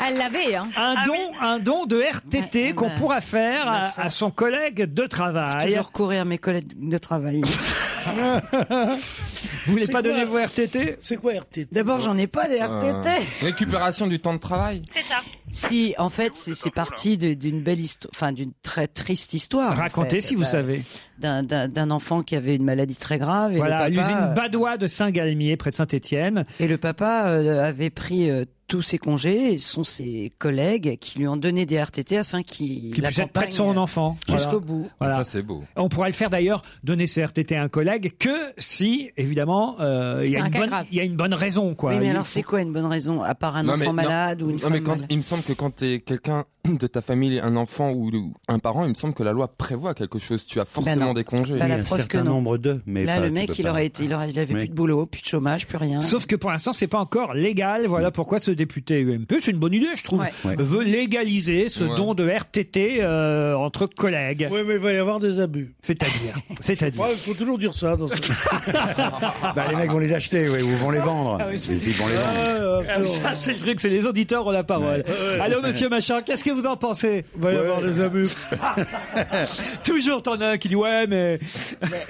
E: Elle l'avait, hein.
C: Un don, un don de RTT qu'on pourra faire
F: Bah,
C: à, à son collègue de
F: Faut
C: travail.
F: toujours courir à mes collègues de [LAUGHS] travail.
C: Vous voulez pas donner vos RTT
D: C'est quoi RTT
F: D'abord, j'en ai pas
I: Ah.
F: des RTT.
I: Récupération du temps de travail.
F: Si, en fait, c'est c'est parti de- d'une belle histoire, enfin d'une très triste histoire. en
C: Racontez
F: fait,
C: si vous
F: d'un-
C: savez.
F: D'un- D'un d'un enfant qui avait une maladie très grave. Et
C: Voilà,
F: le papa,
C: l'usine Badois de Saint-Galmier, près de Saint-Étienne.
F: Et le papa euh, avait pris euh, tous ses congés. Et ce sont ses collègues qui lui ont donné des RTT afin qu'il
C: Qui puisse être près de son
F: l'accompagne
C: enfant.
F: jusqu'au
C: Voilà.
F: bout.
C: Voilà.
I: Ah, Ça, c'est beau.
C: On pourra le faire d'ailleurs, donner ses RTT à un collègue, que si, évidemment, euh, il y,
F: C'est
C: a
F: un
C: une
F: cas
C: bonne-
F: grave.
C: il y a une bonne raison. Quoi.
F: Oui, mais
C: Il
F: alors
C: faut-
F: c'est quoi une bonne raison à part un enfant malade
I: non,
F: ou une
I: non,
F: femme
I: mais quand-
F: malade
I: Il me semble que quand t'es quelqu'un de ta famille un enfant ou ou un parent, il me semble que la loi prévoit quelque chose. Tu as forcément des congés.
F: Bah, Ben la preuve que non. Là, le mec, il aurait été, il aurait, il avait
I: Oui.
F: plus de boulot, plus de chômage, plus rien.
C: Sauf que pour l'instant, c'est pas encore légal. Voilà pourquoi ce député UMP, c'est une bonne idée, je trouve, veut légaliser ce
D: Ouais.
C: don de RTT euh, entre collègues.
D: Oui, mais il va y avoir des abus. [LAUGHS]
C: C'est-à-dire C'est-à-dire
D: Il faut toujours dire ça.
C: [LAUGHS]
D: Dans ce...
K: Bah, les mecs vont les acheter, ouais, ou vont les vendre.
C: Ah oui,
K: Ils ils vont les vendre.
C: Ah oui, ça, c'est le truc, c'est les auditeurs ont la parole. Allô, monsieur Machin, qu'est-ce que vous en pensez Ah. Il
D: va y avoir des abus.
C: [LAUGHS]
D: [LAUGHS]
C: Toujours, t'en as un qui dit ouais, mais.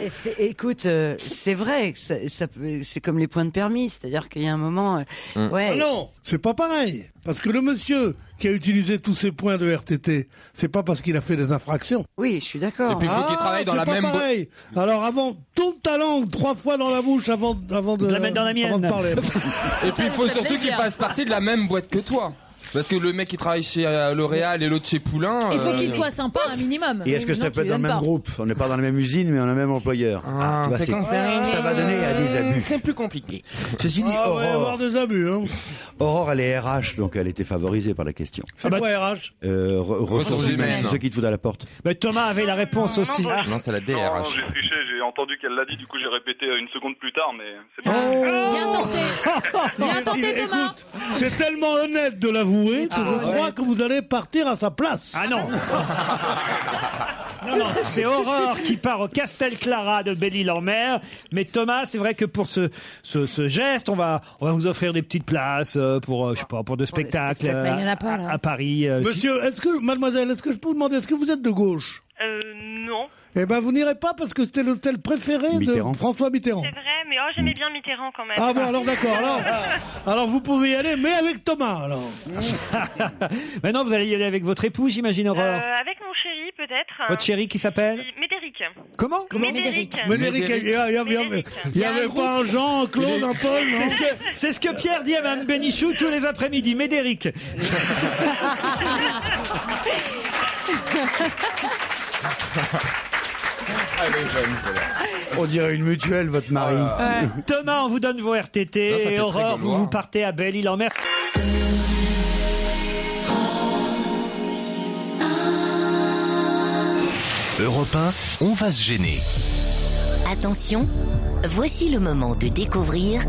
F: Et c'est- écoute, euh, c'est vrai, que ça, ça peut- c'est comme les points de permis, c'est-à-dire qu'il y a un moment, euh,
C: Mm.
F: ouais.
D: Ah non, c'est pas pareil. Parce que le monsieur qui a utilisé tous ses points de RTT, c'est pas parce qu'il a fait des infractions.
F: Oui, je suis d'accord. Ah,
D: Et
I: puis, il faut qu'il travaille dans la même bo-
D: pareil. Alors avant, tourne ta langue trois fois dans la bouche avant, avant de,
I: Je la mets dans la mienne.
D: avant de parler.
I: [LAUGHS] Et puis il faut surtout qu'il fasse partie de la même boîte que toi. Parce que le mec qui travaille chez euh, L'Oréal et l'autre chez Poulain.
E: Il faut
I: euh,
E: qu'il soit sympa un minimum.
K: Et est-ce que ça
E: Sinon,
K: peut
E: tu
K: être dans le
E: l'aimes
K: même
E: pas.
K: groupe On n'est pas dans la même usine, mais on a le même employeur. Ah, tu vois,
I: c'est
K: c'est-
I: quand-
K: ça va donner à des abus.
I: C'est plus compliqué.
K: Ceci dit,
D: Ah, il va y
K: Aurore-
D: avoir des abus. Hein.
K: Aurore, elle est RH, donc elle était favorisée par la question.
D: C'est quoi
C: Ah, bah,
D: RH
K: Euh, re- ressources humaines, c'est ceux qui te foutent à la porte.
C: Mais bah, Thomas avait la réponse aussi. hein.
I: Non, c'est la
J: Non,
I: DRH.
J: j'ai triché, j'ai entendu qu'elle l'a dit, du coup j'ai répété euh, une seconde plus tard, mais c'est pas
C: Oh.
E: Bien tenté. Bien tenté, Thomas.
D: C'est tellement honnête de l'avouer que je crois que vous allez partir à sa place.
C: Ah
D: [LAUGHS]
C: non Non, non, c'est Aurore qui part au Castel Clara de Belle-Île-en-Mer. Mais Thomas, c'est vrai que pour ce, ce, ce geste, on va, on va vous offrir des petites places euh, pour, euh, je sais pas, pour deux spectacles
D: spectacles.
C: euh,
D: Mais il y en a pas,
C: à-
D: là.
C: à Paris. euh, si-
D: Monsieur, est-ce que, mademoiselle, est-ce que je peux vous demander, est-ce que vous êtes de gauche
U: Euh, non.
D: Eh ben, vous n'irez pas parce que c'était l'hôtel préféré
K: Mitterrand.
D: de François Mitterrand.
U: C'est vrai, mais oh, j'aimais bien Mitterrand quand même.
D: Ah bon, alors d'accord. Alors, alors vous pouvez y aller, mais avec Thomas, alors.
C: [LAUGHS] Maintenant, vous allez y aller avec votre époux, j'imagine, Aurore.
U: Euh, avec mon chéri, peut-être.
C: Votre chéri qui s'appelle
U: Médéric.
C: Comment
U: Comment Médéric.
D: Médéric, il y a- il y avait- il y avait pas un Jean, un Claude, un Paul, non
C: C'est ce que, c'est ce que Pierre dit à Mme Bénichou tous les après-midi. Médéric.
K: On dirait une mutuelle, votre
D: Oh
K: mari.
C: Euh,
K: [LAUGHS]
C: Thomas, on vous donne vos RTT.
K: Non, ça fait
C: et
K: très
C: Aurore,
K: Gaulois,
C: vous, vous
K: hein.
C: partez à Belle-Île-en-Mer.
P: [LAUGHS] Europe 1, on va se gêner.
B: Attention, voici le moment de découvrir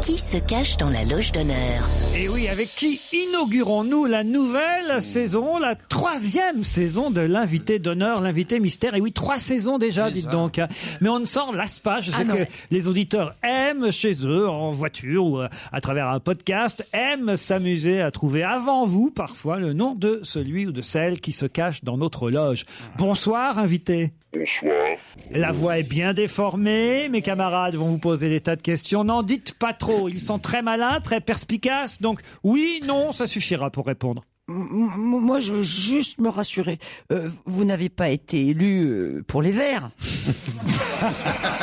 B: qui se cache dans la loge d'honneur.
C: Et oui, avec qui inaugurons-nous la
K: Mmh.
C: nouvelle saison, la troisième saison de l'invité d'honneur, l'invité mystère. Et oui, trois saisons déjà, dites donc. Mais on ne s'en lasse pas. Je sais
D: Ah non.
C: que les auditeurs aiment chez eux, en voiture ou euh, à travers un podcast, aiment s'amuser à trouver avant vous, parfois, le nom de celui ou de celle qui se cache dans notre loge. Bonsoir, invité.
V: Bonsoir.
C: La voix est bien déformée, mes camarades vont vous poser des tas de questions. N'en dites pas trop, ils sont très malins, très perspicaces, donc oui, non, ça suffira pour répondre.
F: M- [LAUGHS] m- Moi, je veux juste me rassurer. Euh, vous n'avez pas été élu euh, pour les Verts.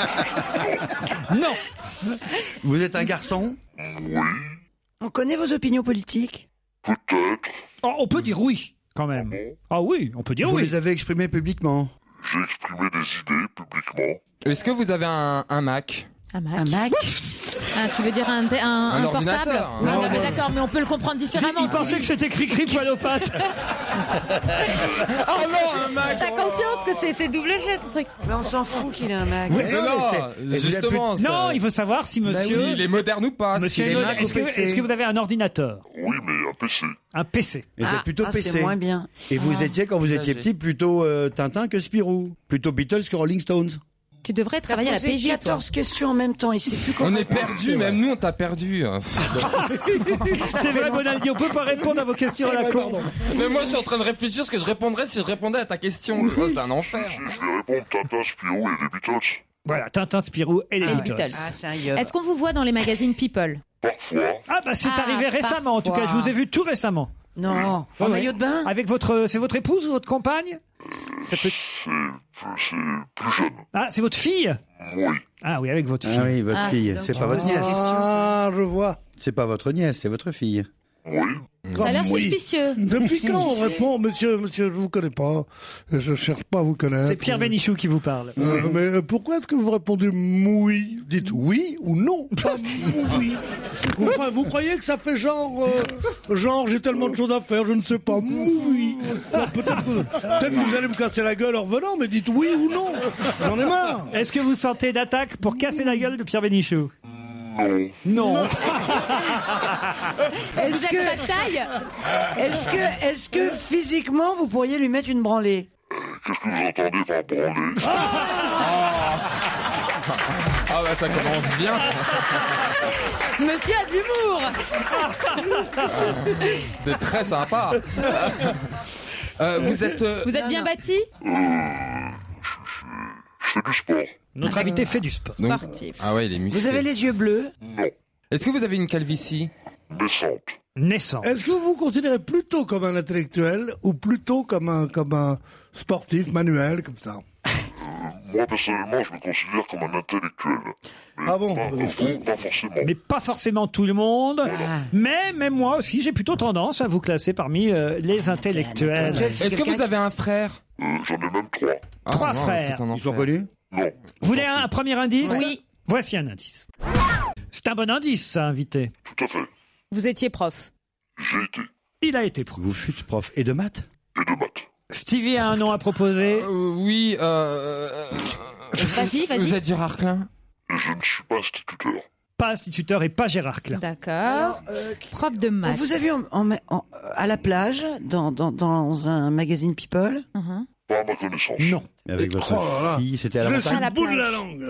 C: [LAUGHS] non.
K: Vous êtes un garçon
F: On connaît vos opinions politiques.
C: Oh, on peut dire oui, quand même. Ah oui, on peut dire
K: Vous
C: oui.
K: les avez exprimés publiquement.
V: J'ai exprimé des idées publiquement.
I: Est-ce que vous avez un, un Mac
E: Un Mac. Un tu veux dire un, un,
I: Un
E: un portable
I: ordinateur.
E: Ah,
I: Non,
E: non, mais D'accord, mais on peut le comprendre différemment.
C: Il pensait que c'était cri-cri poil aux pattes.
E: oh non, un Mac T'as conscience que c'est- c'est double jet, le truc
F: Mais on s'en fout qu'il ait un Mac.
C: Oui,
I: Mais non,
C: mais c'est-
I: justement, ça-
C: Non, il faut savoir si monsieur.
I: S'il est moderne ou pas.
C: Monsieur,
I: s'il est
C: Hinault,
I: Mac ou
C: Ah, est-ce que,
I: PC.
C: est-ce que vous avez
K: [LAUGHS]
C: un ordinateur
V: Oui, mais un PC.
C: Un PC
K: Et t'es plutôt PC. Et vous
E: Ah.
K: étiez, quand vous étiez petit, plutôt euh, Tintin que Spirou. Plutôt Beatles que Rolling Stones.
E: Tu devrais travailler à la
F: T'as posé
E: PJ, toi.
F: 14 questions en même temps, il sait plus comment.
I: On est perdu,
F: [LAUGHS]
I: même nous on t'a perdu.
C: C'est vrai, Bonaldi, on peut pas répondre à vos questions à la con.
I: Mais moi je suis en train de réfléchir ce que je répondrais si je répondais à ta question. tu vois, C'est un enfer.
V: Je vais répondre Tintin, Spirou et les Beatles.
C: Voilà, Tintin, Spirou et les
E: Ah,
C: Beatles.
E: Beatles. Ah, c'est Est-ce qu'on vous voit dans les magazines People
C: Ah bah c'est
E: Ah,
C: arrivé récemment en tout cas, je
E: parfois.
C: vous ai vu tout récemment. Ah.
F: Non, en maillot de bain
C: Avec votre euh, c'est votre épouse ou votre compagne Ça peut
V: C'est plus jeune.
C: Ah, c'est votre fille
V: Oui.
C: Ah oui, avec votre
K: Ah
C: fille.
K: oui, votre fille. C'est pas votre nièce.
D: Ah, je vois.
K: C'est pas votre nièce, c'est votre fille.
V: Oui.
D: Comme oui. Depuis quand on répond, monsieur, monsieur, je vous connais pas, je cherche pas à vous connaître.
C: C'est Pierre Bénichou qui vous parle.
D: Euh, mais euh, pourquoi est-ce que vous répondez moui Dites oui ou non,
C: [LAUGHS]
D: pas moui. Vous, croyez- vous croyez que ça fait genre, euh, genre j'ai tellement de choses à faire, je ne sais pas, moui. Alors, Peut-être que, peut-être que vous allez me casser la gueule en revenant, mais dites oui ou non. J'en ai marre.
C: Est-ce que vous sentez d'attaque pour casser la gueule de Pierre Bénichou
V: Non.
C: Non.
F: Est-ce que, est-ce que, est-ce que physiquement vous pourriez lui mettre une branlée
V: Qu'est-ce que vous entendez par branler
I: Ah bah ça commence bien.
Q: Monsieur a de l'humour
I: C'est très sympa. Euh, [LAUGHS] vous êtes. euh,
Q: Vous êtes bien bâti
V: Je fais du sport.
C: Notre invité fait du sport.
I: donc- Ah ouais, il est musclé.
F: Vous avez les yeux bleus
I: Est-ce que vous avez une calvitie
V: Descente.
C: Naissant.
D: Est-ce que vous vous considérez plutôt comme un intellectuel ou plutôt comme un, comme un sportif manuel, comme ça
V: Euh, Moi, personnellement, je me considère comme un intellectuel. Mais
D: Ah bon
V: pas, vous, pas forcément.
C: Mais pas forcément tout le monde.
E: Ah.
C: Mais même moi aussi, j'ai plutôt tendance à vous classer parmi euh,
E: Ah,
C: les intellectuels.
I: Est-ce que vous avez un frère
V: J'en ai même trois.
K: Ah,
C: Trois frères.
I: Ils
K: sont connus
V: Non.
C: Vous voulez un, un premier indice
E: Oui.
C: Voici un indice. C'est un bon indice, ça, invité.
V: Tout à fait.
E: Vous étiez prof.
C: Il a été prof.
K: Vous fûtes prof et de maths
C: Stevie a un nom à proposer.
I: Euh, oui. euh,
E: Vas-y, vas-y.
I: Vous êtes Gérard Klein
C: Pas instituteur et pas Gérard Klein.
E: D'accord. Prof de
F: euh,
E: maths.
F: Vous avez en- en- en- à la plage, dans, dans, dans un magazine People
E: Mhm.
V: Pas à ma connaissance.
C: Non.
K: Mais avec votre fille, c'était à la
D: Je
K: montagne.
D: suis
E: À la
D: le bout de la
E: plage.
D: langue.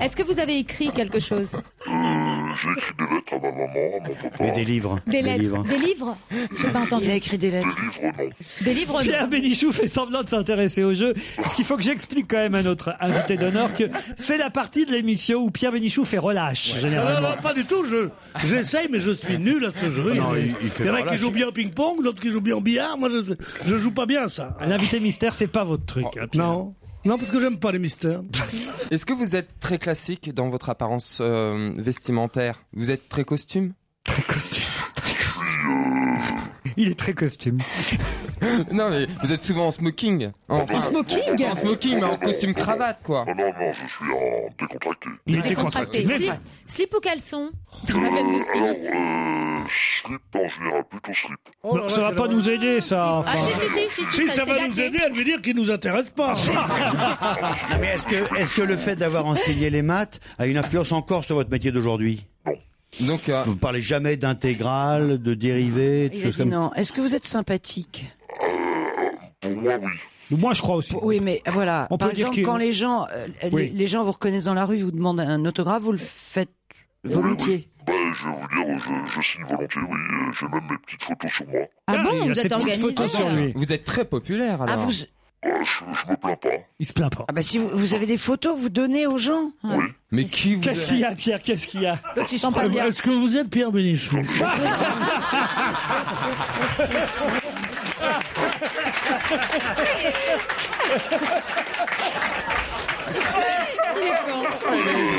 E: Est-ce que vous avez écrit quelque chose
V: J'ai écrit des lettres à ma maman, à mon papa.
K: [LAUGHS] Mais des livres.
E: Des lettres Des livres J'ai pas entendu.
F: Il a écrit des lettres.
E: Des livres non.
C: Pierre Bénichou fait semblant de s'intéresser au jeu,
D: Oh.
C: parce qu'il faut que j'explique quand même à notre invité d'honneur que c'est la partie de l'émission où Pierre Bénichou fait relâche,
D: Non,
C: généralement.
D: non, pas du tout. Je, j'essaye, mais je suis nul à ce jeu.
K: Ah Non, il-
D: il,
K: il fait
D: y en
K: pas
D: a qui
K: relâche.
D: jouent bien au ping-pong, d'autres qui jouent bien au billard. Moi, je, je joue pas bien à ça.
C: L'invité mystère, c'est pas votre truc.
K: Oh,
C: hein, Pierre.
D: Non. Non, parce que j'aime pas les mystères.
I: Est-ce que vous êtes très classique dans votre apparence euh, vestimentaire Vous êtes très costume
C: Très costume. Il est très costume.
I: [LAUGHS] non mais vous êtes souvent en smoking. hein,
V: En smoking
I: En smoking mais en costume cravate quoi.
V: Ah non, non, je suis en décontracté. Euh,
C: Il
E: Très contracté. Slip, slip ou caleçon La veine de slip.
V: Alors, euh, slip en général, plutôt slip.
D: Oh
C: Bon, ça va pas nous aider, ça.
E: Ah,
C: enfin.
E: si, si, si, si, si,
D: Si
E: ça,
D: ça
E: c'est
D: va nous
E: gâté.
D: aider à lui dire qu'il nous intéresse [LAUGHS] pas.
K: Non, mais est-ce que, est-ce que le fait d'avoir enseigné les maths a une influence encore sur votre métier d'aujourd'hui
I: Donc,
D: euh,
K: Vous parlez jamais d'intégrale, de dérivés, de
F: Il a
K: choses
F: dit
K: comme
F: non. Est-ce que vous êtes sympathique
V: Pour moi, oui.
C: Moi, je crois aussi.
F: Oui, mais voilà.
C: On
F: Par
C: peut dire
F: exemple,
C: que-
F: quand les gens, euh, les-
C: Oui.
F: les gens vous reconnaissent dans la rue, vous demandent un autographe, vous le faites volontiers.
V: Bah, je vais vous dire, je, je signe volontiers, oui. euh, J'ai même mes petites photos sur moi.
E: Ah
C: il
E: bon,
C: a
E: vous
C: ses
E: êtes
C: petites
E: organisé
C: photos sur
E: euh,
C: lui.
I: Vous êtes très populaire
F: Ah,
I: alors.
F: vous,
V: Bah, je, je me plains pas.
C: Il se plaint pas.
F: ah bah si vous, vous avez des photos, que vous donnez aux gens.
I: Mais qui vous
C: Qu'est-ce qu'il y a, Pierre Qu'est-ce qu'il y a
F: L'autre, il sent pas bien.
D: Euh, Est-ce que vous êtes Pierre Bénichou Bah,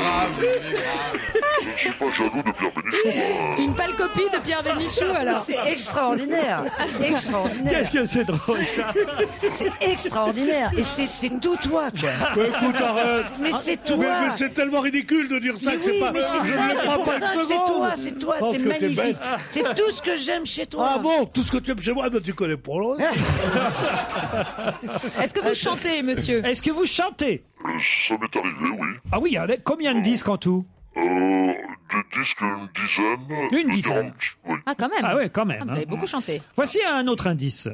V: Je ne suis pas jaloux de Pierre Bénichou. hein.
Q: Une pâle copie de Pierre Bénichou
E: [LAUGHS]
Q: alors
F: C'est extraordinaire. C'est extraordinaire.
C: Qu'est-ce que c'est drôle, ça
F: C'est extraordinaire. Et c'est c'est tout toi, quoi.
D: Mais Bah, écoute, arrête.
F: Mais c'est
D: Mais,
F: toi.
D: mais c'est tellement ridicule de dire ça
F: Mais
D: que
F: oui,
D: c'est pas.
F: mais c'est
D: je
F: ça,
D: ne le
F: c'est
D: prends
F: pour
D: pas
F: ça
D: une
F: que c'est
D: seconde.
F: toi, c'est toi,
D: Parce
F: c'est
D: que t'es
F: magnifique.
D: bête.
F: C'est tout ce que j'aime chez toi.
D: Ah bon, tout ce que tu aimes chez moi, ben tu connais pour l'autre.
Q: Est-ce que vous chantez, monsieur
C: Est-ce que vous chantez
V: Euh, ça m'est arrivé, oui.
C: Ah oui, il y en a combien de disques en tout
V: Euh, des disques, une
D: Euh,
V: dizaine.
C: Une
V: de
C: dizaine.
V: quarante, Oui.
E: Ah quand même.
C: Ah ouais, quand même,
E: Ah, vous avez
C: hein.
E: beaucoup chanté.
C: Voici un autre indice.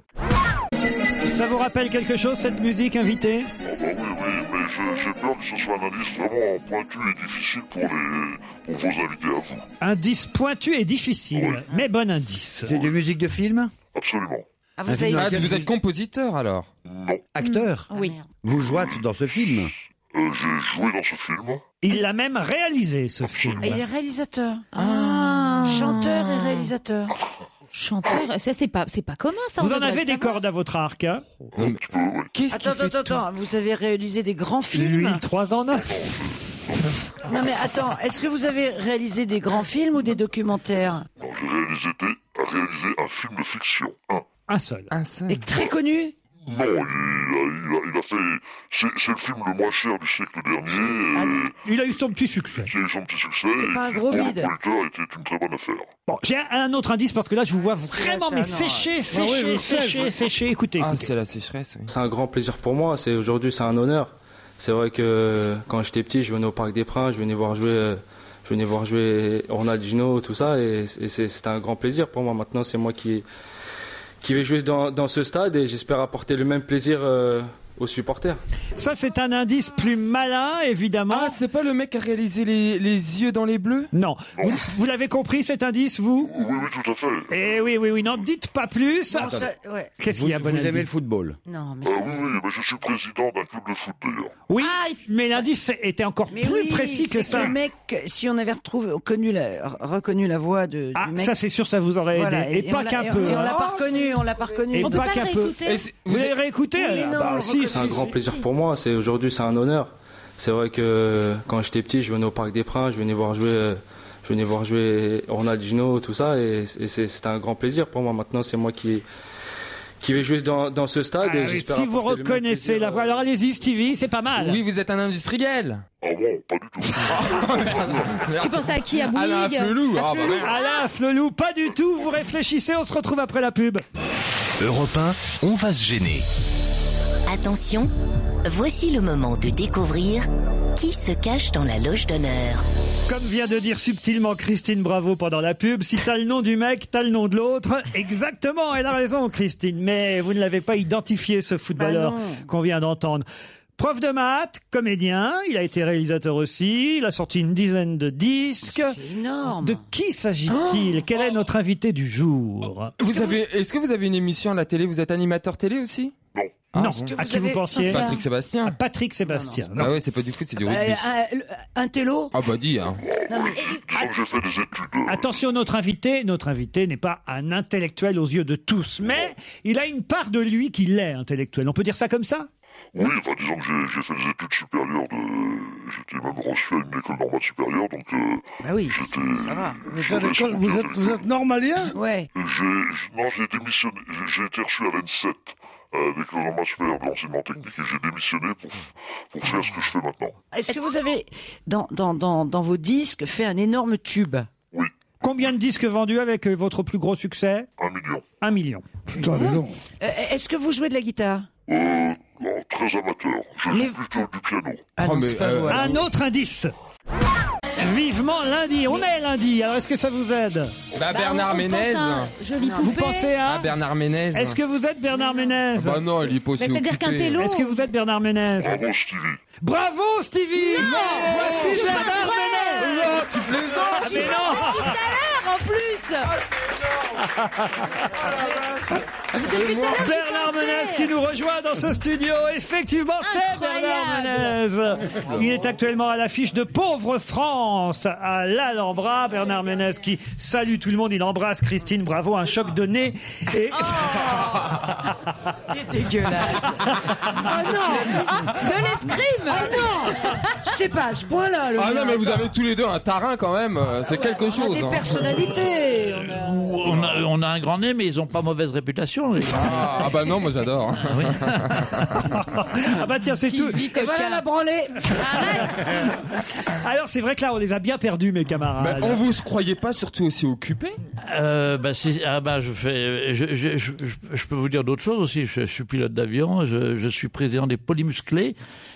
C: Ça vous rappelle quelque chose, cette musique invitée
V: Ah bah oui, oui, mais je- j'ai peur que ce soit un indice vraiment pointu et difficile pour, les, pour vos invités à vous.
C: Indice pointu et difficile, mais bon indice.
K: ça. C'est de musique de film
V: Absolument.
F: Ah,
K: Un
F: vous
K: film
F: avez...
K: dans
I: Ah,
K: lequel
I: vous êtes compositeur alors
K: Acteur
E: Oui.
K: Vous jouâtes dans ce film
V: Euh, j'ai joué dans ce film.
C: Il l'a même réalisé, ce film.
F: Et il est réalisateur.
E: Ah.
F: Chanteur et réalisateur.
E: Chanteur, ça c'est pas, c'est pas commun ça. on
C: Vous en
E: devrait
C: avez
E: le
C: des
E: savoir.
C: cordes à votre arc, hein
E: Qu'est-ce qu'il
F: Attends,
E: fait
F: attends, attends. Vous avez réalisé des grands films
C: Lui, trois en un.
F: Non mais attends, est-ce que vous avez réalisé des grands films ou des documentaires
V: Alors, j'ai réalisé, des- réalisé un film de fiction. Un.
C: Un seul.
F: Un seul. Et très connu
V: Non, il, a- il a, il a fait. C'est c'est le film le moins cher du siècle dernier. euh,
C: Il a eu son petit succès.
V: qui a eu son petit succès.
C: C'est
V: et
C: pas un
V: qui,
C: gros
V: pour le
C: bide.
V: producteur, était une très bonne affaire.
C: Bon, j'ai un autre indice parce que là, je vous vois vraiment
V: ça,
C: mais
V: non,
C: sécher,
V: ouais.
C: sécher,
V: Ah oui, je sais,
C: sécher,
V: je-
C: sécher. Écoutez,
V: Ah.
I: Ah,
C: écoutez.
L: c'est la sécheresse. C'est un grand plaisir pour moi. C'est aujourd'hui, c'est un honneur. C'est vrai que quand j'étais petit, je venais au Parc des Princes, je venais voir jouer, euh, je venais voir jouer Ronaldinho, tout ça, et, c'est- c'est- c'était un grand plaisir pour moi. Maintenant, c'est moi qui qui vais jouer dans, dans ce stade, et j'espère apporter le même plaisir euh, aux supporters.
C: Ça, c'est un indice plus malin, évidemment. Ah, c'est pas le mec qui a réalisé les, yeux dans les bleus Non. Vous, vous l'avez compris, cet indice, vous
V: Oui, oui, tout à fait.
C: Eh oui, oui, oui. N'en dites pas plus.
F: Non, ça- ouais.
C: Qu'est-ce qu'il y a,
K: Vous,
C: bon
K: vous aimez
C: indice
K: le football
F: Non, mais
V: Ah oui, oui, mais je suis président d'un club de foot d'ailleurs.
C: Oui,
F: Ah,
C: mais l'indice était encore
F: Mais
C: plus
F: oui,
C: précis
F: c'est
C: que ça.
F: Le mec, si on avait retrouvé, connu la, reconnu la voix de,
C: Ah,
F: du mec.
C: ça, c'est sûr, ça vous aurait
F: Voilà,
C: aidé. Et, pas
F: on l'a-
C: qu'un
F: et on-
C: peu.
F: et on
C: hein.
F: l'a
N: Oh,
F: pas reconnu, on l'a pas reconnu.
C: Et pas qu'un peu. Et c'est- Vous avez réécouté
F: Oui,
C: Ah,
F: non,
C: bah,
F: on
C: si,
F: reconnaît.
C: si,
L: C'est un grand plaisir pour moi. C'est aujourd'hui, c'est un honneur. C'est vrai que quand j'étais petit, je venais au Parc des Princes, je venais voir jouer, euh, je venais voir jouer Ronaldinho, tout ça, et, et c'est- c'était un grand plaisir pour moi. Maintenant, c'est moi qui qui vais jouer dans, dans ce stade.
C: Ah,
L: et
C: oui,
L: j'espère
C: si vous
L: apporter le même
C: reconnaissez la voix, alors allez-y, Stevie, c'est pas mal.
L: Oui, vous êtes un industriel.
V: Ah bon, pas du tout.
E: Tu penses à qui À Bouygues
L: Alain Flelou. Ah, bah,
E: Flelou.
L: merde.
C: Alain Flelou, pas du tout. Vous réfléchissez, on se retrouve après la pub.
P: Europe 1, on va se gêner.
B: Attention, voici le moment de découvrir qui se cache dans la loge d'honneur.
C: Comme vient de dire subtilement Christine Bravo pendant la pub, si t'as le nom du mec, t'as le nom de l'autre. Exactement, elle a raison, Christine. Mais vous ne l'avez pas identifié, ce footballeur
F: Bah
C: qu'on vient d'entendre. Prof de maths, comédien, il a été réalisateur aussi, il a sorti une dizaine de disques.
F: C'est énorme. Oh.
C: De qui s'agit-il Quel est notre invité du jour
L: Vous avez, est-ce que vous avez une émission à la télé Vous êtes animateur télé aussi
C: Non,
L: Ah, bon.
C: à qui vous pensiez
L: Patrick Sébastien.
C: À Patrick Sébastien.
L: Ah ouais, c'est pas du foot, c'est du
F: Euh,
L: rugby.
F: un- un télo
L: Ah bah dis, hein.
V: Disons que j'ai fait des études.
C: Attention, notre invité, notre invité n'est pas un intellectuel aux yeux de tous, mais il a une part de lui qui l'est intellectuel. On peut dire ça comme ça
V: Oui, enfin, disons que j'ai- j'ai fait des études supérieures. De... J'étais même reçu à une école normale supérieure, donc. Euh,
F: bah oui,
V: ça
F: va.
D: Vous êtes à l'école- vous êtes- vous êtes normalien
F: Ouais.
V: J'ai, j'- non, j'ai démissionné. J'ai- J'ai été reçu à l'ENSET, à l'école normale supérieure de l'enseignement technique, et j'ai démissionné pour, f- pour faire ce que je fais maintenant.
F: Est-ce que vous avez, dans, dans, dans, dans vos disques, fait un énorme tube Euh,
C: Combien de disques vendus avec euh, votre plus gros succès
V: Un million.
C: Un million.
T: Putain, mais non.
F: Euh, Est-ce que vous jouez de la guitare
V: Euh, non, très amateur. Je joue plutôt du piano.
F: Ah non,
L: mais,
F: c'est pas
L: euh,
F: vous, alors.
C: Un autre indice. Vivement lundi. On est lundi. Alors est-ce que ça vous aide
L: Bah, Bernard
E: on pense
L: Ménez.
E: à un joli
C: Vous
E: poupée.
C: pensez à
L: Ah, Bernard Ménez.
C: Est-ce que vous êtes Bernard Ménez
L: Ah Bah non, il est pas aussi
E: Mais c'est-à-dire
L: occupé.
E: qu'un télo-
C: Est-ce que vous êtes Bernard Ménez
V: Bravo, Stevie.
C: Bravo Stevie Voici
E: C'est pas
C: Bernard
E: vrai
C: Ménez
L: Non,
E: Oh,
L: tu plaisantes
C: Ah, mais
E: Tu
C: non.
E: l'as dit tout à l'heure, en plus
C: Bernard Menez qui nous rejoint dans ce studio. Effectivement, c'est Bernard Menez. Il est actuellement à l'affiche de Pauvre France à l'Alhambra. Bernard Menez qui salue tout le monde. Il embrasse Christine Bravo, un choc de nez. Et... Oh [LAUGHS]
F: C'est dégueulasse. Ah non
E: De l'escrime
F: Ah non C'est pas à ce point-là, le
L: Ah
F: mien.
L: non, mais vous avez tous les deux un tarin quand même. [LAUGHS] euh, C'est quelque
F: On a
L: chose.
F: des
L: hein.
F: personnalités. on a-
N: On a, on a un grand nez, mais ils ont pas mauvaise réputation. les gars.
L: Ah, ah bah non, moi j'adore.
N: [LAUGHS]
C: Ah bah tiens, c'est tout.
F: Et voilà la branlée.
C: Alors c'est vrai que là, on les a bien perdus, mes camarades.
L: Mais on vous se croyait pas surtout aussi occupé
N: Euh, bah, c'est- ah bah, je, fais, je, je, je, je- je peux vous dire d'autres choses aussi. Je, je suis pilote d'avion, je, je suis président des polymusclés.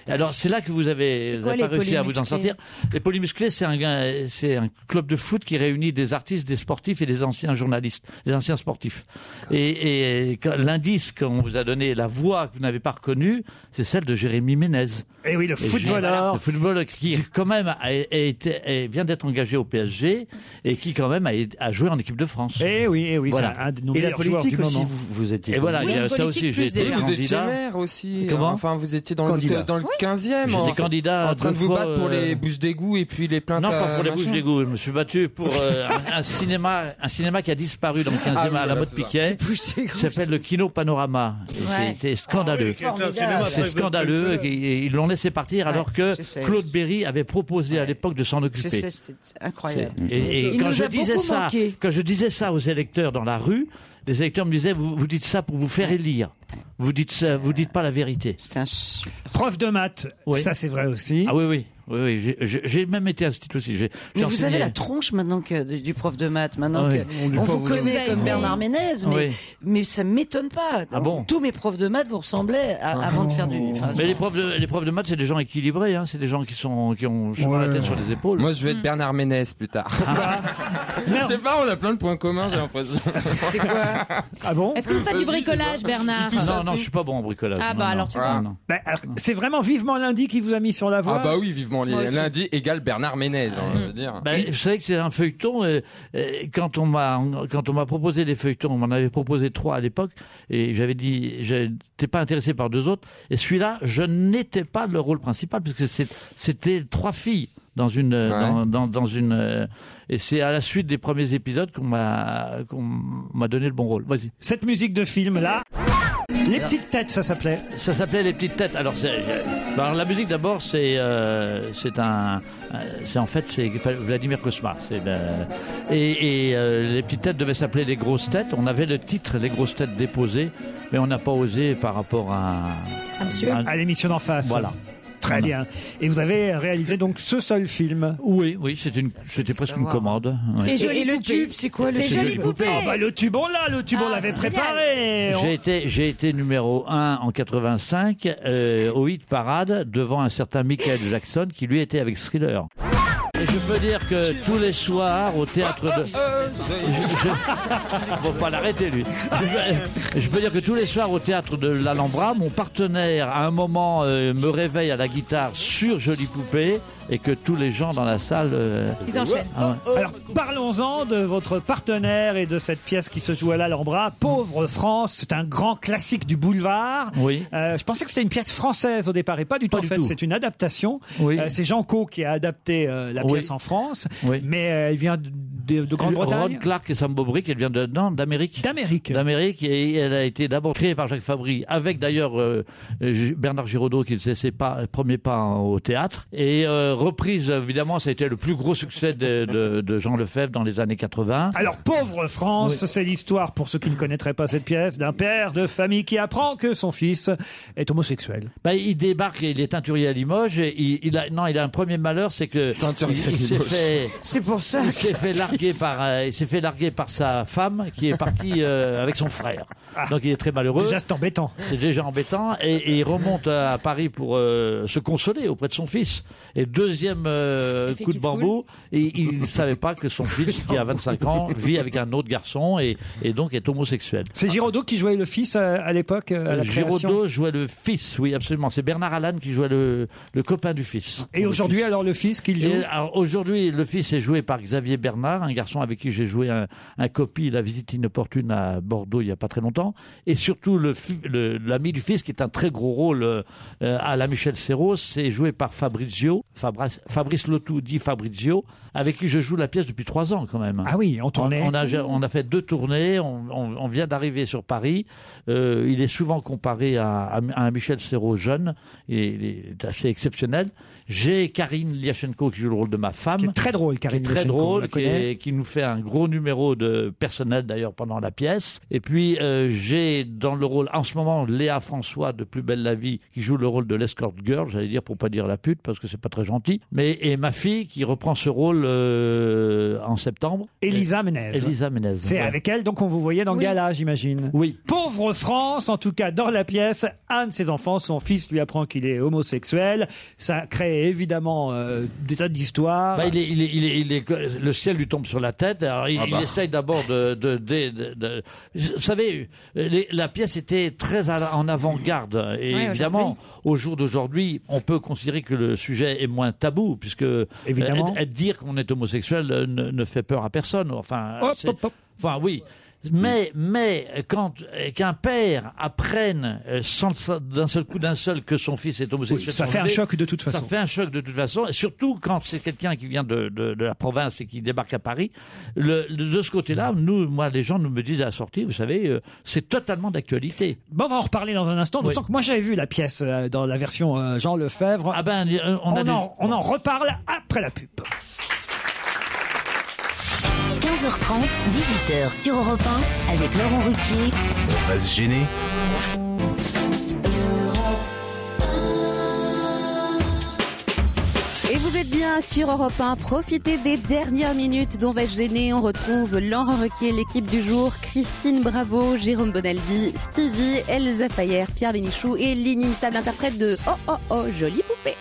N: Et Alors c'est là que vous avez, vous
E: quoi,
N: avez pas
E: les
N: réussi à vous en
E: polymusclés
N: sortir. Les polymusclés, c'est un, gars- c'est un club de foot qui réunit des artistes, des sportifs et des anciens journalistes, des anciens sportifs. Et, et quand- l'indice qu'on vous a donné, la voix que vous n'avez pas reconnue, c'est celle de Jérémy Ménez.
C: Et Eh oui, le
N: Le
C: footballeur.
N: football qui quand même a, a été- a- vient d'être engagé au PSG et qui quand même a, a joué en équipe de France.
C: Eh oui, eh oui,
N: Voilà.
C: c'est un de nos
N: Et la
C: meilleurs joueurs
N: politique
C: du
N: aussi,
C: moment.
N: vous-
K: étiez.
N: Et voilà, il y a ça aussi, j'ai été
L: Vous étiez
N: candidat.
L: maire aussi.
N: Comment
L: hein, Enfin, vous étiez dans
N: Candidat.
L: le dans le 15e.
N: J'étais
L: en-
N: candidat
L: En train de
N: deux
L: vous
N: fois,
L: battre pour
N: euh,
L: les bouches d'égout et puis les plaintes.
N: Non, pas
L: euh,
N: pour les bouches
L: machin. [LAUGHS]
N: d'égout. Je me suis battu pour euh, un, un cinéma, un cinéma qui a disparu dans le
W: Ah
N: 15e
W: oui,
N: à la
W: voilà,
N: mode
W: c'est ça.
N: Piquet. Il s'appelle le Kino Panorama. Et
W: Ouais.
N: C'était scandaleux.
W: Ah oui, qui était un cinéma
N: C'est
W: très-
N: scandaleux. et- et Ils l'ont laissé partir alors que
F: je sais.
N: Claude Berry avait proposé à l'époque de s'en
F: Je
N: occuper.
F: sais, c'est incroyable.
N: C'est- Et, et
F: Il
N: quand
F: nous
N: je
F: a
N: disais
F: beaucoup
N: ça,
F: manqué.
N: quand je disais ça aux électeurs dans la rue, les électeurs me disaient vous, vous dites ça pour vous faire élire. Vous dites ça, vous dites pas la vérité.
C: Prof de maths, ça c'est vrai aussi.
N: Ah oui oui oui, oui, j'ai- j'ai j'ai même été institut aussi. J'ai
F: Mais
N: j'ai
F: vous avez
N: enseigné-
F: la tronche maintenant que, du du prof de maths, maintenant
N: Ah
F: que-
N: oui. On dit
F: on,
N: pas
F: vous
N: vous
F: connaît
N: avez-
F: comme
N: Oui.
F: Bernard Ménez, mais,
N: Oui. Ah
F: mais ça m'étonne pas. Tous mes profs de maths vous ressemblaient à- avant de faire du. enfin,
N: Mais les profs de, les profs de maths, c'est des gens équilibrés, hein. c'est des gens qui sont qui ont souvent la tête sur les épaules.
I: Moi, je vais être Bernard Ménès plus tard.
C: Ah.
I: [LAUGHS] Je sais pas, on a plein de points communs, j'ai
E: [LAUGHS]
I: l'impression.
F: C'est quoi
C: Ah bon
E: Est-ce que vous faites du bricolage, Bernard
N: non, non, je suis pas bon en bricolage.
E: Ah
N: Non,
E: bah
N: non.
E: alors tu vois.
I: Ah, non.
C: Bah, alors, c'est vraiment vivement lundi qui vous a mis sur la voie.
I: Ah bah oui, vivement
C: Moi aussi.
I: lundi égale Bernard Ménez,
C: Bah,
I: hein, je veux dire.
N: Ben, vous savez que c'est un feuilleton. euh, euh, quand on m'a quand on m'a proposé des feuilletons, on m'en avait proposé trois à l'époque, et j'avais dit j'étais pas intéressé par deux autres. Et celui-là, je n'étais pas le rôle principal puisque c'est- c'était trois filles dans une euh,
I: Ouais.
N: dans, dans- dans une euh, et c'est à la suite des premiers épisodes qu'on m'a qu'on m'a donné le bon rôle. Vas-y.
C: Cette musique de film là, les petites têtes, ça s'appelait.
N: Ça s'appelait Les Petites Têtes. Alors, c'est- j'ai- ben, alors, la musique d'abord, c'est euh, c'est un, euh, c'est en fait c'est enfin, Vladimir Kosma. C'est le- et et, euh, Les Petites Têtes devaient s'appeler Les Grosses Têtes. On avait le titre Les Grosses Têtes déposé, mais on n'a pas osé par rapport à à-
C: Ah, À l'émission d'en face.
N: Voilà.
C: Très
N: Voilà.
C: bien. Et vous avez réalisé donc ce seul film.
N: Oui, oui, c'était une- c'était presque une commande. oui.
F: Et le tube, c'est quoi le
N: C'est Jolie
F: tube
N: Poupée. Ah,
C: Ah bah, le tube on l'a, le tube on l'avait préparé. On-
N: J'ai été, j'ai été numéro 1 en 85 euh, au hit parade devant un certain Michael Jackson qui lui était avec Thriller. Et je peux dire que tous les soirs au théâtre de...
I: euh,
C: euh,
N: Je- je- [LAUGHS] Faut pas l'arrêter lui. Je peux, je peux dire que tous les soirs au théâtre de l'Alhambra, mon partenaire à un moment euh, me réveille à la guitare sur Jolie Poupée et que tous les gens dans la salle... euh, Ah ouais.
C: Alors parlons-en de votre partenaire et de cette pièce qui se joue à l'Alhambra, Pauvre France, c'est un grand classique du boulevard.
N: Oui.
C: Euh, je pensais que c'était une pièce française au départ et pas du tout en fait, c'est une adaptation.
N: Oui.
C: Euh, c'est Jean Co qui a adapté euh, la
N: Oui.
C: pièce en France,
N: Oui.
C: mais euh, il vient de, de- de Grande-Bretagne.
N: Ron Clark et Sam Bobrick, elle vient de, non, d'Amérique.
C: D'Amérique.
N: D'Amérique, et elle a été d'abord créée par Jacques Fabry, avec d'ailleurs euh, G- Bernard Giraudot qui faisait ses pas, premiers pas en- au théâtre, et euh, reprise, évidemment, ça a été le plus gros succès de, de- de Jean Lefebvre dans les années 80.
C: Alors, pauvre France, c'est l'histoire, pour ceux qui ne connaîtraient pas cette pièce, d'un père de famille qui apprend que son fils est homosexuel.
N: Bah, il débarque, et il est teinturier à Limoges. Et il, il a, non, il a un premier malheur, c'est que
I: Teinturier
N: il,
I: à
N: il s'est
I: Limoges.
N: fait.
F: C'est pour ça.
N: Il s'est fait larguer par, euh, il s'est fait larguer par sa femme qui est
C: [LAUGHS]
N: partie euh, avec son frère. Donc il est très malheureux.
C: Ah. Déjà, c'est embêtant.
N: C'est déjà embêtant et, et il remonte à Paris pour euh, se consoler auprès de son fils. Et deuxième euh,
W: Il fait
N: coup de
W: qu'il se
N: bambou, et il ne savait pas
W: [LAUGHS]
N: que son fils qui a 25 ans vit avec un autre garçon et, et donc est homosexuel.
C: C'est Giraudot qui jouait le fils euh, à l'époque, euh, à la création.
N: Ah. Giraudot jouait le fils, oui, absolument. C'est Bernard Allan qui jouait le, le copain du fils.
C: Et aujourd'hui, alors, le fils qu'il joue
N: Et ah, alors, Aujourd'hui, le fils est joué par Xavier Bernard, un garçon avec qui j'ai joué un, un copie, La visite inopportune à Bordeaux il n'y a pas très longtemps. Et surtout, le fi- le- l'ami du fils, qui est un très gros rôle euh, euh, à la Michel Serrault, c'est joué par Fabrizio, Fabra- Fabrice Lotou dit Fabrizio, avec qui je joue la pièce depuis trois ans quand même.
C: Ah oui, en tournée.
N: On, on a, on a fait deux tournées, on, on- on vient d'arriver sur Paris. Euh, il est souvent comparé à, à- à un Michel Serrault jeune, et il est assez exceptionnel. J'ai Karine Liachenko qui joue le rôle de ma femme. Qui est
C: très drôle, Karine
N: Très
C: Liachenko, on la
N: drôle, qui,
C: connaît.
N: est- qui nous fait un gros numéro de personnel d'ailleurs pendant la pièce. Et puis euh, j'ai dans le rôle, en ce moment, Léa François de Plus Belle la Vie, qui joue le rôle de l'escort girl, j'allais dire pour pas dire la pute, parce que c'est pas très gentil. Mais, et ma fille qui reprend ce rôle euh, en septembre.
C: Elisa Menez.
N: Elisa Menez.
C: C'est
N: Ouais.
C: avec elle, donc on vous voyait dans le gala, j'imagine.
N: Oui.
C: Pauvre France, en tout cas, dans la pièce, un de ses enfants, son fils, lui apprend qu'il est homosexuel. Ça crée évidemment euh, des tas d'histoires.
N: Bah, il est- il est- il est- il est- le ciel lui tombe sur la tête. Alors, il,
C: Ah bah.
N: il essaye d'abord de, de- de- de- de- Vous savez, les- la pièce était très à- en avant-garde. Et
W: Ouais,
N: évidemment, au jour d'aujourd'hui, on peut considérer que le sujet est moins tabou, puisque
C: Évidemment.
N: euh, être- être dire qu'on est homosexuel euh, ne, ne fait peur à personne. Enfin,
C: Hop,
N: c'est- enfin oui. Mais, mais euh, quand euh, qu'un père apprenne euh, sans- sans- d'un seul coup d'un seul que son fils est homosexuel,
C: Oui, ça fait un choc de toute façon.
N: Ça fait un choc de toute façon, et surtout quand c'est quelqu'un qui vient de, de- de la province et qui débarque à Paris. Le- le- de ce côté-là, nous, moi, les gens nous me disent à la sortie, vous savez, euh, c'est totalement d'actualité.
C: Bon, on va en reparler dans un instant, d'autant que moi j'avais vu la pièce euh, dans la version euh, Jean Lefebvre. Ah
N: ben,
C: on,
N: on a des-
C: en, on en reparle après la pub.
B: 15h30, 18h sur Europe 1 avec Laurent Ruquier.
P: On va se gêner.
S: Et vous êtes bien sur Europe 1. Profitez des dernières minutes dont va se gêner. On retrouve Laurent Requier, l'équipe du jour, Christine Bravo, Jérôme Bonaldi, Stevie, Elsa Fayer, Pierre Bénichou et l'inimitable interprète de Oh Oh Oh, jolie poupée.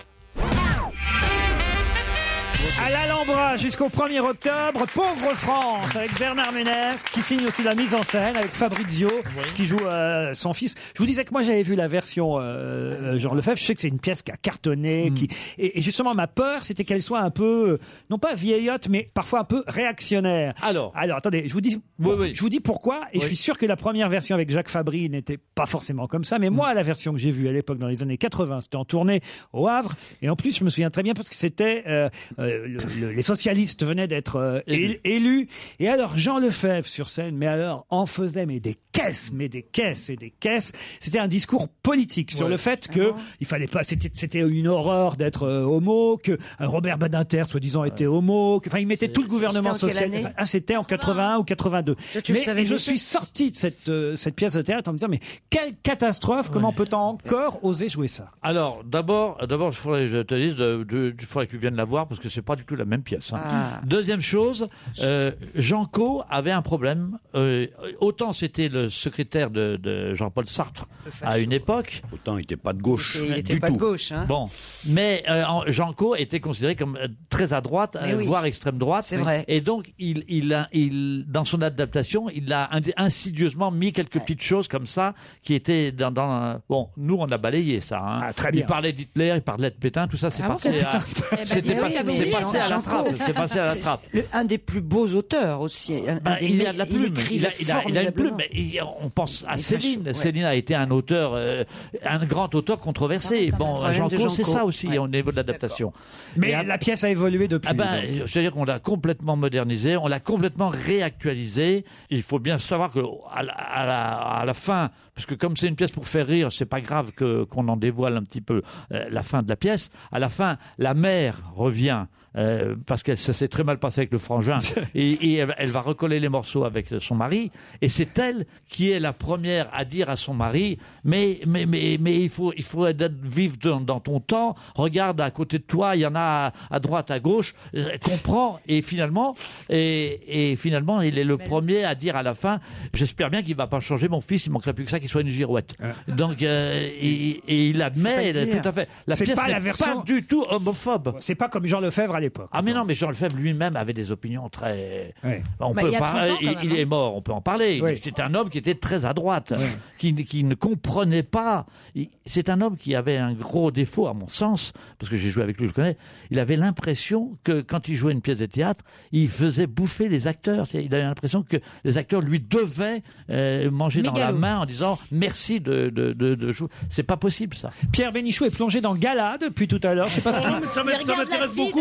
C: À l'Alhambra jusqu'au 1er octobre, Pauvre France avec Bernard Ménez qui signe aussi la mise en scène avec Fabrizio qui joue euh, son fils. Je vous disais que moi j'avais vu la version euh, euh, Jean Lefebvre. Je sais que c'est une pièce qui a cartonné. Qui... Et, et justement ma peur c'était qu'elle soit un peu, euh, non pas vieillotte, mais parfois un peu réactionnaire. Alors, alors attendez, je vous dis, pour- je vous dis pourquoi. Et je suis sûr que la première version avec Jacques Fabry n'était pas forcément comme ça. Mais
F: Mm.
C: moi la version que j'ai vue à l'époque dans les années 80, c'était en tournée au Havre. Et en plus je me souviens très bien parce que c'était euh, euh, le- le- les socialistes venaient d'être euh, él- élus. Et alors Jean Lefebvre sur scène, mais alors en faisait mais des caisses, mais des caisses et des caisses. C'était un discours politique sur
N: Ouais.
C: le fait
F: Ah
C: que il fallait pas. C'était c'était une horreur d'être euh, homo, que euh, Robert Badinter soi-disant était homo. que- Enfin, il mettait tout le gouvernement
F: C'était en quelle
C: social.
F: année
C: Ah, c'était en 81 ou 82.
F: Toi, tu le
C: mais
F: savais
C: je
F: déjà
C: suis sorti de cette euh, cette pièce de théâtre en me disant mais quelle catastrophe Comment peut-on encore oser jouer ça
N: Alors, d'abord, d'abord, il faudrait que je te dise, de- de- il faudrait que tu viennes la voir parce que c'est pas du tout la même pièce. hein.
C: Ah.
N: Deuxième chose, euh, Jean Co avait un problème. Euh, autant c'était le secrétaire de, de Jean-Paul Sartre à une époque.
K: Autant il n'était pas de gauche.
F: Il était pas de gauche. Hein.
N: Bon, mais euh, en- Jean Co était considéré comme euh, très à droite,
F: Mais
N: euh,
F: oui.
N: voire extrême droite.
F: C'est vrai.
N: Et donc, il, il a, il, dans son adaptation, il a indi- insidieusement mis quelques petites choses comme ça qui étaient dans. dans- bon, nous, on a balayé ça. hein.
C: Ah, très bien.
N: Il parlait d'Hitler, il parlait de Pétain, tout ça, c'est
F: Ah bon,
N: passé.
F: quel
N: à- [LAUGHS]
F: putain.
N: C'était
F: Eh ben,
N: pas-
F: dis
N: c'est
F: donc,
N: passé,
F: oui, oui,
N: à la
F: Jean
N: trappe.
F: Cros.
N: C'est passé à
F: [LAUGHS]
N: la trappe.
F: Le- un des plus beaux auteurs aussi. un- un
N: Bah,
F: des
N: il
F: me-
N: a de la plume, il,
F: écrivait
N: a, il a- il a une plume.
F: formidablement.
N: Mais il- on pense à
F: Il est
N: Céline.
F: facho, ouais.
N: Céline a été un auteur, euh, un grand auteur controversé. Bon,
C: problème
N: Jean
C: de Jean
N: Cros, c'est
C: Cros.
N: ça aussi
C: Ouais.
N: au niveau de l'adaptation.
C: Mais
N: Et à-
C: la pièce a évolué depuis.
N: ah ben,
C: donc.
N: c'est-à-dire qu'on l'a complètement modernisé, on l'a complètement réactualisé. Il faut bien savoir que à la, à la- à la fin, parce que comme c'est une pièce pour faire rire, c'est pas grave que qu'on en dévoile un petit peu euh, la fin de la pièce. À la fin, la mère revient. euh, parce que ça s'est très mal passé avec
C: [LAUGHS]
N: le frangin et, et elle, elle va recoller les morceaux avec son mari et c'est elle qui est la première à dire à son mari mais mais mais mais il faut il faut être vivre dans, dans ton temps regarde à côté de toi il y en a à, à droite à gauche euh, comprends et finalement et, et finalement il est le premier à dire à la fin j'espère bien qu'il va pas changer mon fils il manquerait plus que ça qu'il soit une girouette donc euh, et, et il admet
C: Ah. Faut pas le dire.
N: tout à fait la
C: C'est
N: pièce
C: pas
N: n'est
C: la version-
N: pas du tout homophobe
C: c'est pas comme Jean Lefebvre à l'époque
N: ah mais non mais Jean Lefebvre lui-même avait des opinions très on
C: Bah,
N: peut
C: il y a 30
N: parler
C: ans, quand
N: il,
C: même, hein.
N: il est mort on peut en parler
C: Oui.
N: Mais c'est un homme qui était très à droite qui, ne- qui ne comprenait pas Il- c'est un homme qui avait un gros défaut à mon sens parce que j'ai joué avec lui je connais il avait l'impression que quand il jouait une pièce de théâtre il faisait bouffer les acteurs C'est- il avait l'impression que les acteurs lui devaient euh, manger dans la
C: Mégalo.
N: main en disant merci de de, de, de jouer c'est pas possible ça
C: Pierre Bénichou est plongé dans Gala depuis tout à l'heure. Je sais pas ce
D: Ah, mais
C: qu'il
D: ça m'int- ça m'intéresse beaucoup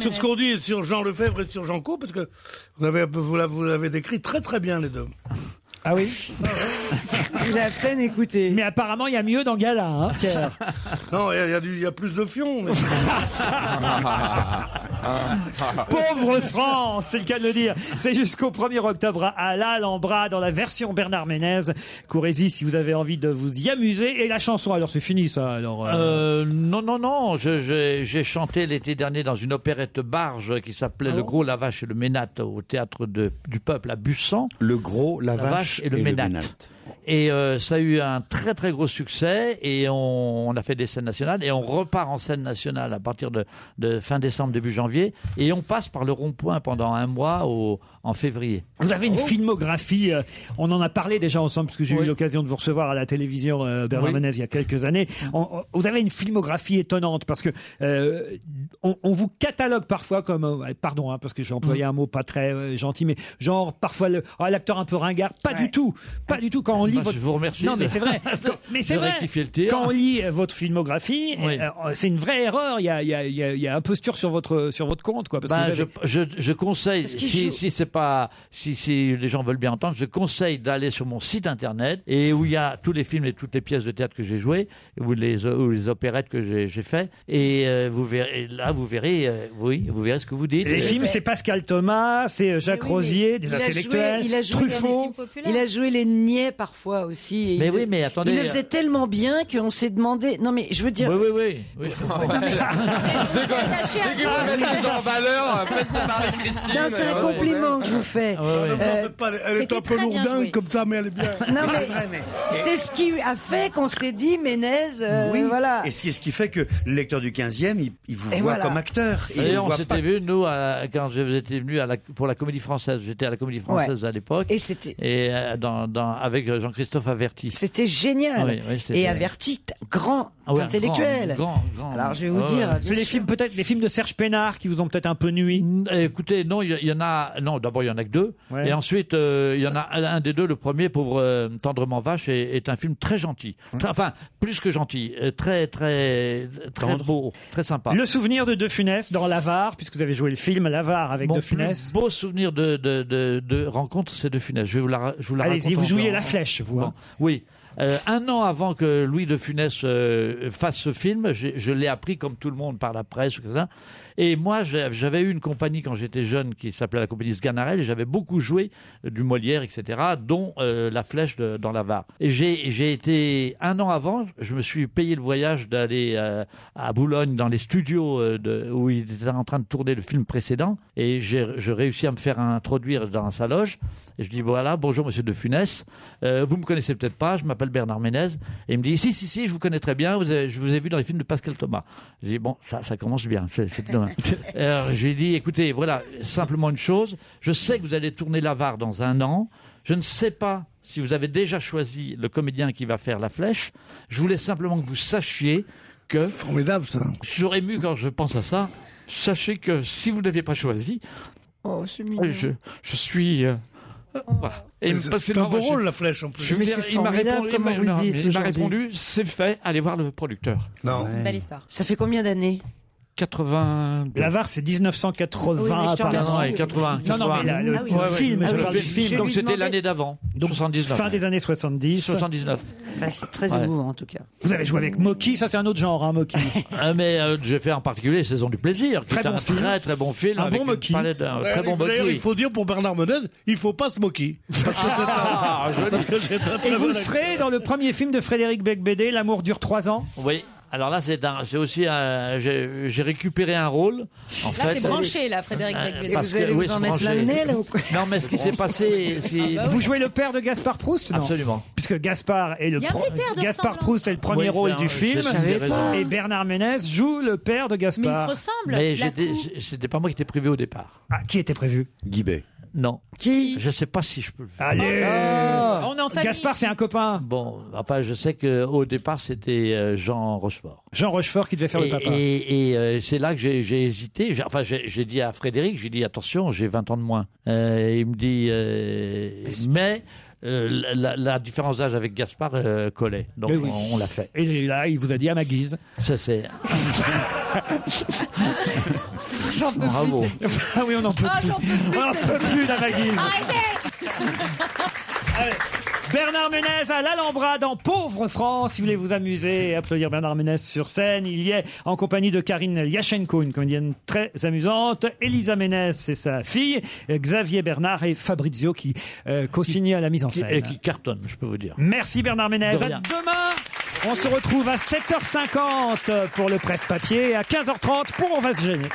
D: sur ce qu'on dit et sur Jean Lefebvre et sur Jean Co, parce que vous avez, vous l'avez- vous l'avez décrit très très bien les deux.
C: Ah oui Il a à peine écouté. Mais apparemment, il y a mieux dans Gala, hein, Pierre.
D: [LAUGHS] Non, il y a- il
N: [LAUGHS]
D: y, a du- il y a plus de
C: [LAUGHS]
D: fion. mais-
C: [LAUGHS] Pauvre France, c'est le cas de le dire. C'est jusqu'au 1er octobre à l'Alhambra dans la version Bernard Ménez. Courez-y si vous avez envie de vous y amuser. Et la chanson, alors c'est fini ça. Alors, euh,
N: Euh, non, non, non. Je- je- J'ai chanté l'été dernier dans une opérette barge qui s'appelait
K: Oh.
N: Le Gros, la Vache et le Ménate au théâtre de- du peuple à Bussan.
K: Le Gros, la,
N: La Vache et le Ménate. Et euh, ça a eu un très très gros succès et on, on a fait des scènes nationales et on repart en scène nationale à partir de, de fin décembre, début janvier et on passe par le rond-point pendant un mois au- en février. Oh.
C: Vous avez une filmographie, euh, on en a parlé déjà ensemble, parce que j'ai eu l'occasion de vous recevoir à la télévision euh, Bernard
N: Oui.
C: Menez il y a quelques années. On- on- vous avez une filmographie étonnante, parce que euh, on, on vous catalogue parfois comme, euh, pardon, hein, parce que j'ai employé
N: Mm.
C: un mot pas très euh, gentil, mais genre parfois le- ah, l'acteur un peu ringard, pas du tout, pas du tout quand on lit
N: Bah,
C: votre...
N: je vous remercie
C: Non mais
N: de-
C: c'est
N: [LAUGHS]
C: vrai, Quand- mais c'est
N: de
C: vrai,
N: rectifier le tir.
C: quand on lit euh, votre filmographie,
N: Oui.
C: euh, c'est une vraie erreur, il y a, il y a- il y a- il y a imposture sur votre, sur votre compte, quoi. Parce
N: Bah,
C: que vous
N: je,
C: avez-
N: je, je conseille,
C: qu'il
N: si,
C: joue-
N: si c'est pas, si, si les gens veulent bien entendre, je conseille d'aller sur mon site internet et où il y a tous les films et toutes les pièces de théâtre que j'ai jouées, ou les, ou les opérettes que j'ai- j'ai fait, et euh, vous verrez, et là vous verrez, euh, oui, vous verrez ce que vous dites.
C: Les films, c'est Pascal Thomas, c'est euh, Jacques
F: Oui, mais
C: Rosier, des
F: il a
C: intellectuels,
F: joué- il a joué dans des
C: Truffaut.
F: films populaires. Il a joué les niais parfois aussi. et
C: Mais
F: il
C: oui,
F: le-
C: mais attendez.
F: Il le faisait tellement bien qu'on s'est demandé. Non, mais je veux dire.
N: euh, Oui, oui, oui. oui je comprends.
I: Dès que vous mettez les gens en valeur, faites parler Christine.
F: Non, c'est un compliment que je vous fais. Euh,
D: Elle est un peu lourdingue comme ça, mais elle est bien.
F: Non, mais c'est ce qui a fait qu'on s'est dit, Ménez, euh, voilà.
K: Et ce qui, ce qui fait que le lecteur du 15e, il, il vous
F: Et
K: voit
F: voilà.
K: comme acteur. Il
N: Et
K: vous
N: on
K: voit
N: s'était
K: pas-
N: vu, nous, à- quand je- vous étiez venu à la- pour la Comédie Française. J'étais à la Comédie Française à l'époque.
F: Et c'était.
N: Et euh, dans, dans- avec euh, Jean-Christophe Averti. Ah
F: C'était génial.
N: Oui, oui, c'était
F: et
N: bien.
F: averti, t- grand
N: Ah ouais,
F: intellectuel.
N: grand, grand, grand.
F: Alors, je vais vous
N: Ah
F: dire.
N: ouais.
F: bien
C: C'est les
F: sûr.
C: films peut-être les films de Serge Pénard qui vous ont peut-être un peu nui.
N: eh, Écoutez, non, il y, il y en a. Non, d'abord il y en a que deux,
C: Ouais.
N: et ensuite euh, il y en a un, un des deux. Le premier, pauvre euh, tendrement vache, est, est un film très gentil. Très- enfin, plus que gentil, euh, très très très beau, très sympa.
C: Le souvenir de De Funès dans L'Avare, puisque vous avez joué le film L'Avare avec
N: Mon
C: De
N: plus
C: Funès.
N: beau souvenir de, de, de, de rencontre, c'est de Funès. Je vais vous la, ra- je vous la
C: Allez-y,
N: raconte
C: vous
N: encore.
C: jouiez la flèche, vous, hein.
N: Oui. Euh, un an avant que Louis de Funès euh, fasse ce film, j'ai- je l'ai appris comme tout le monde par la presse, etc. Et moi, j'ai- j'avais eu une compagnie quand j'étais jeune qui s'appelait la compagnie Sganarelle et j'avais beaucoup joué euh, du Molière, etc., dont euh, La Flèche de- dans la Var. Et j'ai j'ai été, un an avant, je me suis payé le voyage d'aller euh, à Boulogne dans les studios euh, de- où il était en train de tourner le film précédent et j'ai je réussis à me faire introduire dans sa loge. Et je dis voilà, bonjour monsieur de Funès, Euh, vous me connaissez peut-être pas, je m'appelle Bernard Ménez. Et il me dit si, si, si, je vous connais très bien, vous avez- je vous ai vu dans les films de Pascal Thomas. Je dis bon, ça, ça commence bien, c'est c'est
D: [LAUGHS]
N: demain. Alors j'ai dit écoutez, voilà, simplement une chose, je sais que vous allez tourner l'avare dans un an, je ne sais pas. Si vous avez déjà choisi le comédien qui va faire la flèche, je voulais simplement que vous sachiez que.
D: Formidable ça.
N: J'aurais mu quand je pense à ça. Sachez que si vous n'aviez pas choisi,
F: Oh, c'est Oh.
N: euh, je, je suis. euh, euh, voilà. Et
D: Mais
N: parce
D: c'est-
N: que
D: c'est un
N: non,
D: beau
N: je-
D: rôle, la flèche, en plus.
N: Je veux
D: Mais
N: dire,
D: c'est
N: il m'a
D: formidable
N: répondu, il
D: comment
N: m'a-
D: vous le
N: non,
D: dites
N: mais il m'a
D: aujourd'hui.
N: répondu, c'est fait, allez voir le producteur.
D: Non.
E: Belle histoire.
F: Ça fait combien d'années
N: 80.
C: L'Avare, c'est
F: Oui,
C: 1980
F: mais je te
C: par
F: remercie.
N: Non, non, et 80.
C: Non, non, mais la- le,
N: Ah oui,
C: le
N: ouais,
C: film,
N: ouais,
C: je
N: le
C: parle du film.
N: Donc c'était l'année d'avant,
C: Donc,
N: 79.
C: Fin des années 70.
N: 79.
F: Bah, c'est très
N: Ouais.
F: émouvant en tout cas.
C: Vous avez joué avec Moki, ça c'est un autre genre, hein,
N: [LAUGHS]
C: Moki.
N: Ah, mais euh, j'ai fait en particulier Saison du plaisir, qui
C: Très
N: est
C: bon
N: un
C: film.
N: très très bon film.
D: Un
N: avec
D: bon
N: une
D: Moki.
N: palette d'un Ah, très bon
D: D'ailleurs, il
N: motif.
D: faut dire pour Bernard Menez, il faut pas se moquer.
N: Ah, joli.
C: Et vous serez dans le premier film de Frédéric Becbédé, L'amour dure trois ans.
N: Oui. Alors là, c'est un- c'est aussi un- j'ai j'ai récupéré un rôle. En
E: Là,
N: fait,
E: c'est branché, là, Frédéric
N: Euh,
E: Becbédé.
N: parce que- oui, c'est branché. [LAUGHS] Non, mais ce qui s'est passé,
E: Ah, bah
N: c'est
C: Vous jouez le père de Gaspard Proust non
N: Ah bah Absolument.
C: Puisque Gaspard est le
E: Il y a un
C: pro-
E: petit air de
C: Gaspard
E: ressemblance.
C: Proust est le premier
N: Oui,
C: rôle
N: c'est un-
C: du film
N: c'est- c'est- c'est raison.
C: et Bernard Ménez joue le père de Gaspard.
E: Mais ils se ressemblent.
N: Mais
E: la
N: j'étais-
E: coupe.
N: c'était pas moi qui était prévu au départ.
C: Ah, qui était prévu
N: Guibet. Non. Qui Je sais pas si je peux le faire.
C: Allez
E: Ah,
C: Ah.
E: On est en famille.
C: Gaspard, c'est un copain.
N: Bon, enfin, je sais qu'au départ, c'était euh, Jean Rochefort.
C: Jean Rochefort qui devait faire
N: et,
C: le papa.
N: Et, et, euh, c'est là que j'ai j'ai hésité. J'ai- Enfin, j'ai j'ai dit à Frédéric, j'ai dit attention, j'ai 20 ans de moins. Euh, il me dit, euh, mais euh, la, la- la différence d'âge avec Gaspard euh, collait. Donc
C: Mais oui.
N: on, on l'a fait.
C: Et là, il vous a dit à
E: [LAUGHS]
C: ma guise. [LAUGHS]
N: Ça c'est. [LAUGHS]
C: J'en peux
N: Bravo.
C: Ah oui, on en peut
E: Ah,
C: plus.
E: j'en peux plus,
C: on en
E: c'est-
C: peut plus, la ma guise. [LAUGHS] Bernard Ménez à l'Alhambra dans Pauvre France. Si vous voulez vous amuser et applaudir Bernard Ménez sur scène, il y est en compagnie de Karine Liachenko, une comédienne très amusante. Elisa Ménez, c'est sa fille. Xavier Bernard et Fabrizio qui euh, co-signent à la mise en
N: Qui-
C: scène.
N: et qui cartonne, je peux vous dire.
C: Merci Bernard Ménez.
N: De
C: À
N: rien.
C: demain, on se retrouve à 7h50 pour le presse-papier et à 15h30 pour On va se gêner.